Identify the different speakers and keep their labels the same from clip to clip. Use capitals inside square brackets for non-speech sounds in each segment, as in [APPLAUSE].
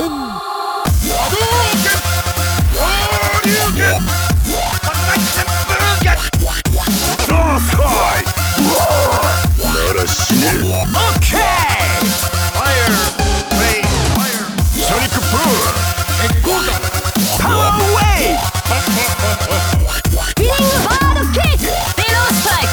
Speaker 1: Hadouken!
Speaker 2: Spinning hard kick! Vélo strike!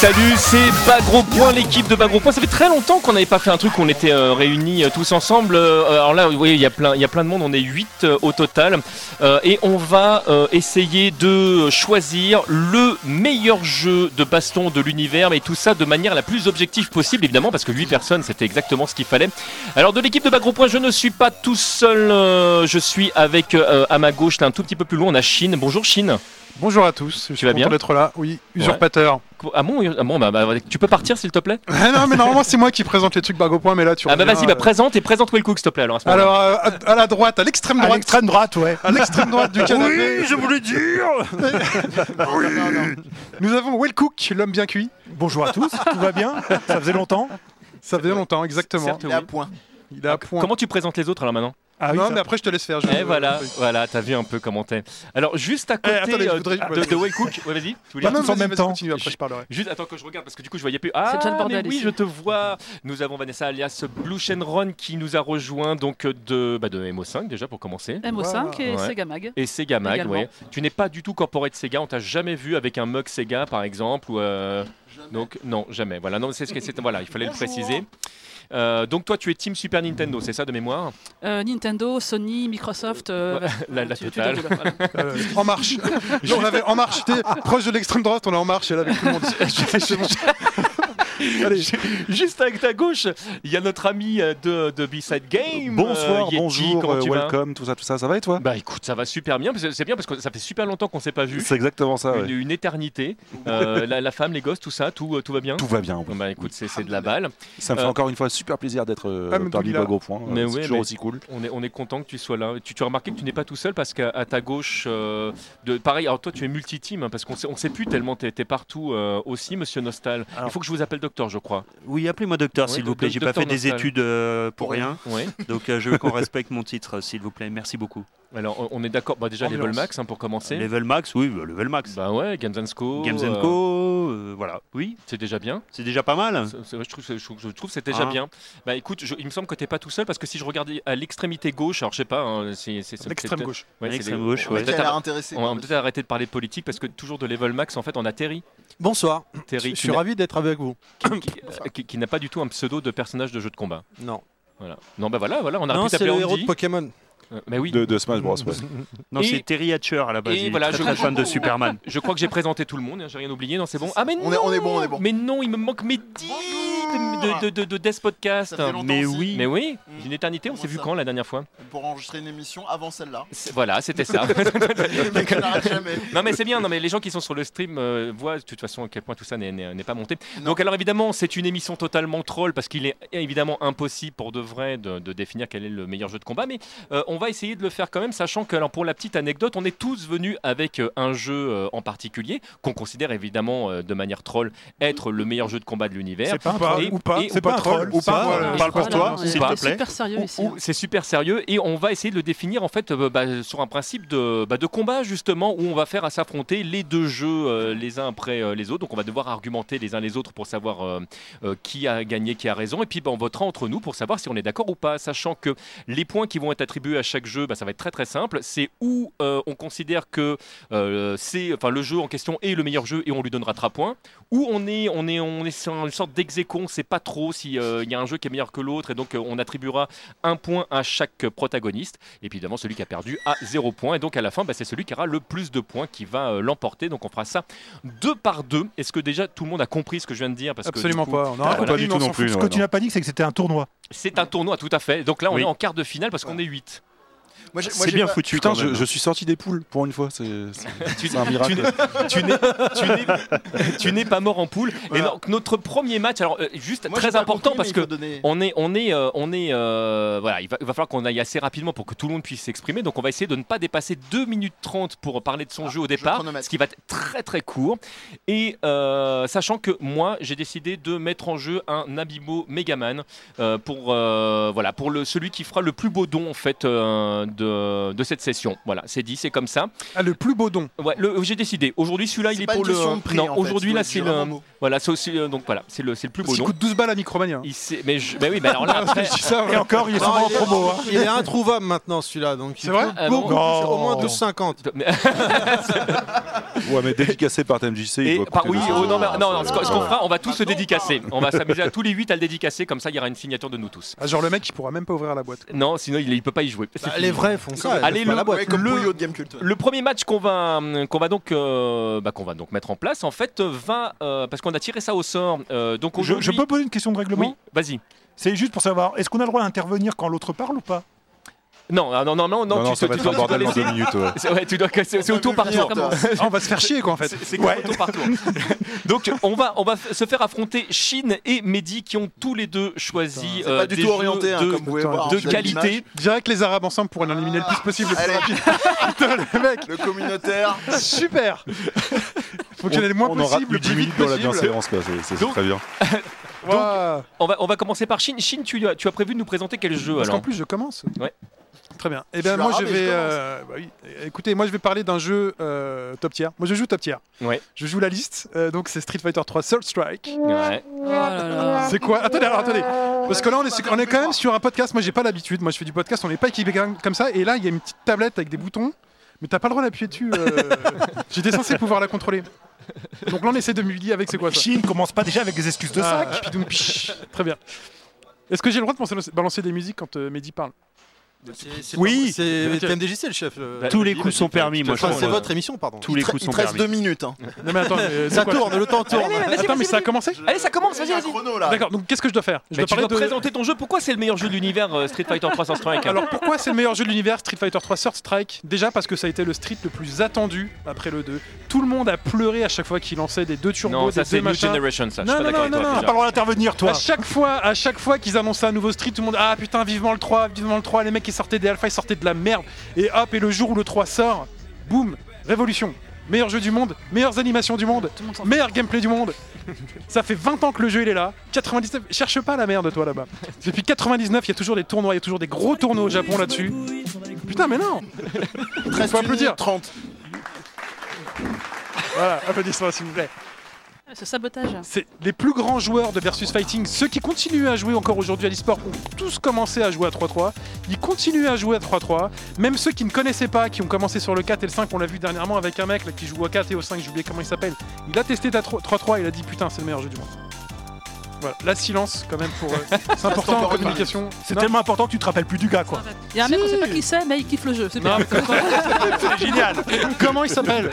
Speaker 3: Salut, c'est Bagro Point, l'équipe de Bagro Point. Ça fait très longtemps qu'on n'avait pas fait un truc où on était euh, réunis euh, tous ensemble. Euh, alors là, vous voyez, il y a plein, il y a plein de monde. On est 8 au total, Euh, et on va euh, essayer de choisir le meilleur jeu de baston de l'univers, mais tout ça de manière la plus objective possible, évidemment, parce que 8 personnes, c'était exactement ce qu'il fallait. Alors de l'équipe de Bagro Point, je ne suis pas tout seul. euh, je suis avec euh, à ma gauche, là, un tout petit peu plus loin, on a Chine. Bonjour Chine.
Speaker 4: Bonjour à tous, je suis
Speaker 3: vas
Speaker 4: content
Speaker 3: bien
Speaker 4: d'être là. Oui, usurpateur.
Speaker 3: Ah bon, ah bon, bah, bah, tu peux partir s'il te plaît.
Speaker 4: [LAUGHS] Ah non, mais normalement c'est moi qui présente les trucs bague au point, mais là tu
Speaker 3: Ah bah
Speaker 4: reviens,
Speaker 3: vas-y, bah
Speaker 4: euh,
Speaker 3: présente et présente Will Cook s'il te plaît alors. à ce moment-là.
Speaker 4: Alors, euh, à, à la droite, à l'extrême
Speaker 5: À
Speaker 4: droite,
Speaker 5: l'extrême droite, ouais.
Speaker 4: à l'extrême droite du canapé,
Speaker 6: je voulais dire
Speaker 4: [LAUGHS] Non, non. nous avons Will Cook, l'homme bien cuit.
Speaker 5: Bonjour à tous, tout va bien Ça faisait longtemps
Speaker 4: Ça faisait longtemps, exactement.
Speaker 3: Certes,
Speaker 7: Il
Speaker 3: oui.
Speaker 7: est à point.
Speaker 4: Il a point.
Speaker 3: Comment tu présentes les autres alors maintenant
Speaker 5: Ah oui,
Speaker 4: non,
Speaker 5: ça-
Speaker 4: mais après je te laisse faire. je- Eh,
Speaker 3: Eh voilà, voilà, t'as vu un peu comment t'es. Alors juste à côté
Speaker 4: attendez, je
Speaker 3: euh,
Speaker 4: voudrais-
Speaker 3: de, de Will Cook, ouais vas-y. tu voulais
Speaker 4: Bah
Speaker 3: dire
Speaker 4: non,
Speaker 5: Tous en
Speaker 4: vas-y,
Speaker 5: même
Speaker 4: vas-y,
Speaker 5: temps.
Speaker 4: Continue, après je parlerai.
Speaker 3: Juste attends que je regarde parce que du coup je voyais plus. Ah
Speaker 8: déjà le bordel
Speaker 3: mais oui
Speaker 8: ici.
Speaker 3: je te vois. Nous avons Vanessa alias Blue Shenron qui nous a rejoint donc de bah, de MO5 déjà pour commencer.
Speaker 8: MO5 et
Speaker 3: Ouais.
Speaker 8: Segamag.
Speaker 3: Et Sega Mag,
Speaker 8: Également.
Speaker 3: ouais. Tu n'es pas du tout corporate Sega, on t'a jamais vu avec un mug Sega par exemple ou euh, donc non jamais. Voilà non c'est ce que c'est voilà il fallait le préciser. Euh, donc toi tu es Team Super Nintendo c'est ça de
Speaker 6: [LAUGHS]
Speaker 3: mémoire
Speaker 8: Euh, Nintendo, Sony, Microsoft. euh,
Speaker 3: Ouais, la, la
Speaker 8: tu- tu
Speaker 3: totale.
Speaker 8: déroules, voilà.
Speaker 4: Euh, en marche. Là, on avait en marche, j'étais proche de l'extrême droite, on est en marche, et là avec tout
Speaker 3: [LAUGHS]
Speaker 4: le monde. C'est bon. Allez,
Speaker 3: Juste à ta gauche, il y a notre ami euh, de, de B-Side Game.
Speaker 6: Bonsoir,
Speaker 3: euh, Yeti,
Speaker 6: bonjour,
Speaker 3: comment
Speaker 6: euh,
Speaker 3: tu vas
Speaker 6: welcome, tout ça, tout ça, ça va et toi
Speaker 3: Bah écoute, ça va super bien. parce que C'est bien parce que ça fait super longtemps qu'on s'est pas vu.
Speaker 6: C'est exactement ça,
Speaker 3: Une,
Speaker 6: ouais.
Speaker 3: une éternité. Euh, la, la femme, les gosses, tout ça, tout, euh, tout va bien
Speaker 6: Tout va bien,
Speaker 3: Bon,
Speaker 6: ouais.
Speaker 3: Bah écoute, c'est c'est de la balle.
Speaker 6: ça me fait
Speaker 3: Euh,
Speaker 6: encore une fois super plaisir d'être euh,
Speaker 4: Ah, mais
Speaker 6: parmi
Speaker 4: d'où il a-
Speaker 6: Bago Point,
Speaker 3: Mais
Speaker 6: euh, c'est
Speaker 3: ouais,
Speaker 6: toujours
Speaker 3: mais-
Speaker 6: aussi cool.
Speaker 3: On est, on est content que tu sois là. Tu, tu as remarqué que tu n'es pas tout seul parce qu'à à ta gauche, euh, de, pareil, alors toi tu es multi-team hein, parce qu'on sait, on sait plus tellement, t'es t'es partout euh, aussi, monsieur Nostal. Il
Speaker 6: Alors-
Speaker 3: faut que je vous appelle docteur, je crois.
Speaker 9: Oui, appelez-moi docteur,
Speaker 3: Oui,
Speaker 9: s'il
Speaker 3: doc-
Speaker 9: vous plaît. J'ai pas
Speaker 3: docteur
Speaker 9: fait des
Speaker 3: Nostal.
Speaker 9: études euh, pour rien.
Speaker 3: Ouais.
Speaker 9: Donc, euh, je
Speaker 3: [LAUGHS]
Speaker 9: veux qu'on respecte mon titre, euh, s'il vous plaît. Merci beaucoup.
Speaker 3: Alors on- on est d'accord. Bah, déjà,
Speaker 4: Ambulance.
Speaker 3: level max hein, pour commencer.
Speaker 9: Level Max, oui, bah, Level Max.
Speaker 3: Bah ouais, Games and Co.
Speaker 9: Games
Speaker 3: euh,
Speaker 9: and Co, euh, voilà. Oui,
Speaker 3: C'est déjà bien.
Speaker 9: c'est déjà pas mal.
Speaker 3: C'est- c'est- je trouve, je trouve- je trouve que c'est déjà
Speaker 9: Hein.
Speaker 3: bien. Bah écoute, je- il me semble que t'es pas tout seul parce que si je regardais à l'extrémité gauche, alors je sais pas, hein, c'est c'est- c'est-
Speaker 4: l'extrême
Speaker 3: c'est-
Speaker 4: gauche.
Speaker 3: ouais, c'est
Speaker 9: L'extrême
Speaker 3: les-
Speaker 9: gauche,
Speaker 3: on va
Speaker 9: ouais.
Speaker 7: Mais qui a
Speaker 3: peut-être
Speaker 7: l'air
Speaker 3: arrêter-
Speaker 7: intéressé.
Speaker 3: on va peut-être arrêter de parler de politique parce que toujours de level max, en fait, on a Terry,
Speaker 5: Bonsoir,
Speaker 3: Terry
Speaker 5: je
Speaker 3: qui
Speaker 5: suis
Speaker 3: n'a-
Speaker 5: ravi d'être avec vous.
Speaker 3: qui- qui n'a pas du tout un pseudo de personnage de jeu de combat.
Speaker 5: Non,
Speaker 3: Voilà. Non, bah voilà, voilà, on a
Speaker 5: non
Speaker 3: pu
Speaker 5: c'est
Speaker 3: t'appeler
Speaker 5: le héros
Speaker 3: Andy.
Speaker 5: de Pokémon.
Speaker 3: Euh, bah oui,
Speaker 6: De, de Smash Bros,
Speaker 3: [LAUGHS]
Speaker 6: ouais.
Speaker 9: Non,
Speaker 3: Et-
Speaker 9: c'est Terry Hatcher à la base.
Speaker 3: et
Speaker 9: Il est
Speaker 3: voilà,
Speaker 9: très,
Speaker 3: je-
Speaker 9: très fan de Superman.
Speaker 3: [LAUGHS] je crois que j'ai présenté tout le monde, hein, j'ai rien oublié, non, c'est bon. Ah mais non,
Speaker 7: On est- on est bon, on est bon.
Speaker 3: Mais non, il me manque Mehdi de, de, de, de, de Death Podcast.
Speaker 7: Ça fait longtemps
Speaker 9: Mais
Speaker 7: aussi,
Speaker 9: oui.
Speaker 3: Mais oui,
Speaker 7: Mm.
Speaker 3: une éternité, on
Speaker 7: Comment
Speaker 3: s'est vu
Speaker 7: ça
Speaker 3: quand la dernière fois
Speaker 7: Pour enregistrer une émission avant celle-là.
Speaker 3: C'est- Voilà, c'était
Speaker 7: [LAUGHS]
Speaker 3: ça. euh,
Speaker 7: Le mec, il n'arrête jamais.
Speaker 3: Non mais c'est bien, non mais les gens qui sont sur le stream euh, voient de toute façon à quel point tout ça n'est- n'est n'est pas monté.
Speaker 7: Non.
Speaker 3: Donc alors évidemment c'est une émission totalement troll parce qu'il est évidemment impossible pour de vrai de, de définir quel est le meilleur jeu de combat, mais euh, on va essayer de le faire quand même, sachant que alors pour la petite anecdote, on est tous venus avec euh, un jeu euh, en particulier qu'on considère évidemment euh, de manière troll être le meilleur jeu de combat de l'univers.
Speaker 5: C'est pas un
Speaker 4: Ou pas,
Speaker 5: troll.
Speaker 3: Et-
Speaker 4: ou
Speaker 3: et-
Speaker 4: pas,
Speaker 5: C'est pas un troll. euh,
Speaker 4: ou
Speaker 3: ça,
Speaker 4: pas,
Speaker 3: voilà.
Speaker 4: voilà.
Speaker 8: Voilà,
Speaker 9: parle pour
Speaker 8: voilà,
Speaker 9: toi,
Speaker 8: on est
Speaker 9: s'il te plaît.
Speaker 8: super sérieux
Speaker 3: Ou-
Speaker 8: ici.
Speaker 3: ou- C'est super sérieux et on va essayer de le définir en fait euh, bah, sur un principe de, bah, de combat justement où on va faire à s'affronter les deux jeux euh, les uns après euh, les autres. Donc on va devoir argumenter les uns les autres pour savoir euh, euh, qui a gagné, qui a raison. Et puis bah, on votera entre nous pour savoir si on est d'accord ou pas, sachant que les points qui vont être attribués à chaque jeu, bah, ça va être très très simple. C'est où euh, on considère que euh, c'est enfin le jeu en question est le meilleur jeu et on lui donnera 3 points où on est, on est, on est sur une sorte dex aequo, on ne sait pas trop s'il y a un jeu qui est meilleur que l'autre, et donc euh, on attribuera un point à chaque euh, protagoniste, et puis évidemment celui qui a perdu a zéro point, et donc à la fin, bah, c'est celui qui aura le plus de points qui va euh, l'emporter, donc on fera ça deux par deux. Est-ce que déjà tout le monde a compris ce que je viens de dire Parce que, du
Speaker 4: Absolument
Speaker 3: coup,
Speaker 4: pas. Non,
Speaker 3: Ah,
Speaker 4: on
Speaker 3: voilà.
Speaker 4: a compris, mais on s'en fout.
Speaker 6: ouais,
Speaker 5: Ce que tu
Speaker 6: non.
Speaker 5: n'as pas dit, c'est que c'était un tournoi.
Speaker 3: C'est un tournoi, tout à fait, donc là on
Speaker 9: Oui.
Speaker 3: est en quart de finale parce qu'on est 8.
Speaker 7: Moi, j'ai- moi,
Speaker 9: C'est
Speaker 7: j'ai
Speaker 9: bien
Speaker 7: pas-
Speaker 9: foutu.
Speaker 6: Putain,
Speaker 9: quand même.
Speaker 6: je,
Speaker 3: [LAUGHS]
Speaker 6: je suis sorti des poules pour une fois. C'est c'est- c'est un miracle.
Speaker 3: tu n'es- tu n'es- tu n'es pas mort en poule. Et
Speaker 7: Voilà.
Speaker 3: donc, notre premier match, alors euh, juste
Speaker 7: moi, j'ai
Speaker 3: très
Speaker 7: pas
Speaker 3: important
Speaker 7: compris,
Speaker 3: parce
Speaker 7: mais
Speaker 3: que
Speaker 7: il faut donner-
Speaker 3: on est, on est, euh, on est, euh, voilà, il va, il va falloir qu'on aille assez rapidement pour que tout le monde puisse s'exprimer. Donc, on va essayer de ne pas dépasser 2 minutes 30 pour parler de son jeu au départ,
Speaker 7: Ah, chronomètre.
Speaker 3: ce qui va être très très court. Et euh, sachant que moi, j'ai décidé de mettre en jeu un Abimo Megaman euh, pour, euh, voilà, pour le, celui qui fera le plus beau don en fait euh, de, de cette session. Voilà, c'est dit, c'est comme ça.
Speaker 4: Ah, le plus beau don.
Speaker 3: Ouais, le- j'ai décidé. Aujourd'hui, celui-là, il
Speaker 7: C'est
Speaker 3: est
Speaker 7: pas
Speaker 3: pour
Speaker 7: une question
Speaker 3: le.
Speaker 7: de prix,
Speaker 3: non,
Speaker 7: en fait,
Speaker 3: aujourd'hui,
Speaker 7: faut
Speaker 3: là,
Speaker 7: être
Speaker 3: c'est
Speaker 7: dur à
Speaker 3: le.
Speaker 7: mon mot.
Speaker 3: Voilà, c'est aussi- euh, donc voilà, c'est le, c'est le plus
Speaker 4: Parce
Speaker 3: beau
Speaker 4: qu'il
Speaker 3: nom.
Speaker 4: coûte 12 balles à Micromania.
Speaker 3: Il sait- mais, je- mais oui, mais alors
Speaker 7: [LAUGHS]
Speaker 3: là, après,
Speaker 4: Je dis ça, ouais.
Speaker 5: Et encore, il est
Speaker 7: Non,
Speaker 5: souvent en
Speaker 7: il est-
Speaker 5: promo. hein.
Speaker 1: Il est introuvable maintenant celui-là, donc il
Speaker 4: C'est vrai
Speaker 1: coûte
Speaker 3: Ah bon
Speaker 1: beaucoup, c'est au moins
Speaker 5: Non.
Speaker 1: 12,50.
Speaker 3: mais-
Speaker 6: [LAUGHS] Ouais, mais dédicacé par TMJC. il
Speaker 3: et-
Speaker 6: doit coûter
Speaker 3: par- oui,
Speaker 6: des-
Speaker 3: oh, non, mais- non, non,
Speaker 6: Ah,
Speaker 3: ce qu'on ce qu'on fera, on va tous se
Speaker 7: Maintenant,
Speaker 3: dédicacer. On va s'amuser à tous les 8 à le dédicacer, comme ça, il y aura une signature de nous tous.
Speaker 4: Ah, genre le mec il pourra même pas ouvrir la boîte.
Speaker 3: Non, sinon, il, il peut pas y jouer. C'est
Speaker 1: Bah,
Speaker 3: fini.
Speaker 1: les vrais font ça. ils
Speaker 3: Allez,
Speaker 1: lèvent pas
Speaker 3: le-
Speaker 1: la boîte.
Speaker 7: Ouais, comme
Speaker 3: le-
Speaker 7: Bouillot de Game Cult.
Speaker 3: Le premier match qu'on va, hum, qu'on va, donc, euh, bah, qu'on va donc mettre en place, en fait, va. euh, parce qu'on a tiré ça au sort. euh, donc
Speaker 5: Je, je
Speaker 3: aujourd'hui-
Speaker 5: peux poser une question de règlement
Speaker 3: Oui, vas-y.
Speaker 5: C'est juste pour savoir, est-ce qu'on a le droit d'intervenir quand l'autre parle ou pas
Speaker 3: Non, ah, non, non, non,
Speaker 6: Non,
Speaker 3: non,
Speaker 6: non,
Speaker 3: tu,
Speaker 6: ça
Speaker 3: te-
Speaker 6: va
Speaker 3: tu
Speaker 6: être
Speaker 3: dois,
Speaker 6: un
Speaker 3: tu dois
Speaker 6: bordel dans
Speaker 3: laisser-
Speaker 6: deux minutes. ouais.
Speaker 3: C'est [LAUGHS] ouais, tu dois- c'est- c'est au
Speaker 7: On
Speaker 3: tour
Speaker 7: peut
Speaker 3: par
Speaker 7: venir,
Speaker 3: tour.
Speaker 7: toi.
Speaker 4: Ah, on va se faire chier quoi en fait.
Speaker 3: C'est- C'est comme au tour par tour. Donc on va on va f- se faire affronter Chine et Mehdi qui ont tous les deux choisi
Speaker 7: C'est
Speaker 3: euh,
Speaker 7: pas du
Speaker 3: des
Speaker 7: tout
Speaker 3: jeux
Speaker 7: orienté, hein,
Speaker 3: de,
Speaker 7: comme vous pouvez
Speaker 4: de
Speaker 7: voir.
Speaker 3: de
Speaker 7: hein, sur l'image.
Speaker 3: qualité.
Speaker 4: Direct les Arabes ensemble pour en éliminer le plus possible.
Speaker 7: Allez, [LAUGHS]
Speaker 4: Le mec,
Speaker 7: le communautaire.
Speaker 6: [LAUGHS]
Speaker 4: super Faut qu'il y en ait le moins
Speaker 6: on aura
Speaker 4: possible,
Speaker 6: plus
Speaker 4: le
Speaker 6: 10
Speaker 4: plus vite
Speaker 6: minutes dans la
Speaker 4: possible.
Speaker 6: bienséance. quoi, c'est- C'est
Speaker 3: [LAUGHS] Donc,
Speaker 6: très bien.
Speaker 4: Ouah.
Speaker 3: On va on va commencer par Chine. Chine, tu as tu as prévu de nous présenter quel jeu
Speaker 4: Parce qu'en
Speaker 3: alors
Speaker 4: plus, je commence.
Speaker 3: Ouais.
Speaker 4: Très bien.
Speaker 7: Je
Speaker 4: Eh bien,
Speaker 7: suis
Speaker 4: moi,
Speaker 7: arabe
Speaker 4: je
Speaker 7: et
Speaker 4: vais.
Speaker 7: je
Speaker 4: euh, bah oui. Eh, Écoutez, moi, je vais parler d'un jeu euh, top tier. Moi, je joue top tier.
Speaker 3: Ouais.
Speaker 4: Je joue la liste. euh, donc, c'est Street Fighter 3 Soul Strike.
Speaker 3: Ouais.
Speaker 8: Oh là là.
Speaker 4: C'est quoi Attendez, alors, attendez. Parce que là, on est, on est quand même sur un podcast. Moi, j'ai pas l'habitude. Moi, je fais du podcast. On n'est pas équipé comme comme ça. Et là, il y a une petite tablette avec des boutons. Mais t'as pas le droit d'appuyer dessus. euh, J'étais censé pouvoir la contrôler. Donc là, on essaie de me dire avec c'est quoi ça.
Speaker 5: Chine commence pas déjà avec des excuses de
Speaker 4: Ah,
Speaker 5: sac
Speaker 4: pidoum, pish. Très bien. Est-ce que j'ai le droit de penser- balancer des musiques quand euh, Mehdi parle
Speaker 1: Oui, c'est TMDJC le chef.
Speaker 4: Bah,
Speaker 1: euh.
Speaker 9: Tous les coups sont permis, moi je
Speaker 1: Enfin,
Speaker 9: pense.
Speaker 1: c'est votre émission, pardon.
Speaker 9: Tous les
Speaker 7: Il te-
Speaker 9: coups
Speaker 7: il
Speaker 9: sont
Speaker 7: te reste
Speaker 9: permis.
Speaker 7: deux minutes. hein.
Speaker 4: Non, mais attends. mais c'est
Speaker 1: Ça
Speaker 4: quoi,
Speaker 1: tourne, le temps
Speaker 3: Allez,
Speaker 1: tourne.
Speaker 3: allez, vas-y,
Speaker 4: Attends, mais
Speaker 3: vas-y,
Speaker 4: ça a
Speaker 3: vas-y.
Speaker 4: commencé
Speaker 3: Allez, ça commence, vas-y,
Speaker 7: Il y a un
Speaker 3: vas-y.
Speaker 7: chrono là.
Speaker 4: D'accord, donc qu'est-ce que je dois faire
Speaker 3: Mais
Speaker 4: Je dois
Speaker 3: tu dois
Speaker 4: parler de...
Speaker 3: présenter ton jeu. Pourquoi c'est le meilleur jeu de l'univers euh, Street Fighter 3 Sans Strike hein
Speaker 4: Alors pourquoi c'est le meilleur jeu de l'univers Street Fighter 3 Third Strike Déjà parce que ça a été le street le plus attendu après le 2. Tout le monde a pleuré à chaque fois qu'il lançait des deux turbos,
Speaker 3: Non, ça
Speaker 4: des deux
Speaker 3: c'est New
Speaker 4: machins.
Speaker 3: Generation, ça.
Speaker 4: Non,
Speaker 3: je suis pas
Speaker 4: non,
Speaker 3: d'accord avec
Speaker 4: non, non,
Speaker 3: toi.
Speaker 5: T'as
Speaker 3: déjà.
Speaker 5: pas le droit d'intervenir, toi
Speaker 4: À chaque fois, à chaque fois qu'ils annonçaient un nouveau street, tout le monde ah putain vivement le 3, vivement le 3. Les mecs ils sortaient des alpha, ils sortaient de la merde. Et hop, et le jour où le 3 sort, boum, révolution. Meilleur jeu du monde, meilleures animations du monde,
Speaker 8: Tout le monde s'en fout.
Speaker 4: meilleur gameplay du monde. [LAUGHS] Ça fait 20 ans que le jeu il est là. 99, cherche pas la merde toi là-bas. Depuis 99, il y a toujours des tournois, il y a toujours des gros tournois au Japon là-dessus. Putain mais non
Speaker 7: Il te
Speaker 4: Faut
Speaker 7: reste une
Speaker 4: applaudir.
Speaker 7: minute 30.
Speaker 4: Voilà, applaudissements s'il vous plaît.
Speaker 8: Ce sabotage.
Speaker 4: C'est les plus grands joueurs de Versus Fighting, ceux qui continuent à jouer encore aujourd'hui à l'e-sport, ont tous commencé à jouer à 3-3. Ils continuent à jouer à 3-3. Même ceux qui ne connaissaient pas, qui ont commencé sur le 4 et le 5, on l'a vu dernièrement avec un mec là, qui joue au 4 et au 5, j'ai oublié comment il s'appelle. Il a testé ta 3-3 et il a dit putain, c'est le meilleur jeu du monde. Voilà, là, silence quand même pour. euh,
Speaker 5: [LAUGHS]
Speaker 4: c'est important en
Speaker 7: encore une
Speaker 4: communication.
Speaker 5: C'est
Speaker 4: Non,
Speaker 5: tellement important que tu te rappelles plus du gars, quoi.
Speaker 8: Il y a un mec, on sait pas qui c'est, mais il kiffe le jeu. C'est
Speaker 4: Non,
Speaker 8: bien.
Speaker 4: mais
Speaker 5: C'est génial
Speaker 4: Comment il s'appelle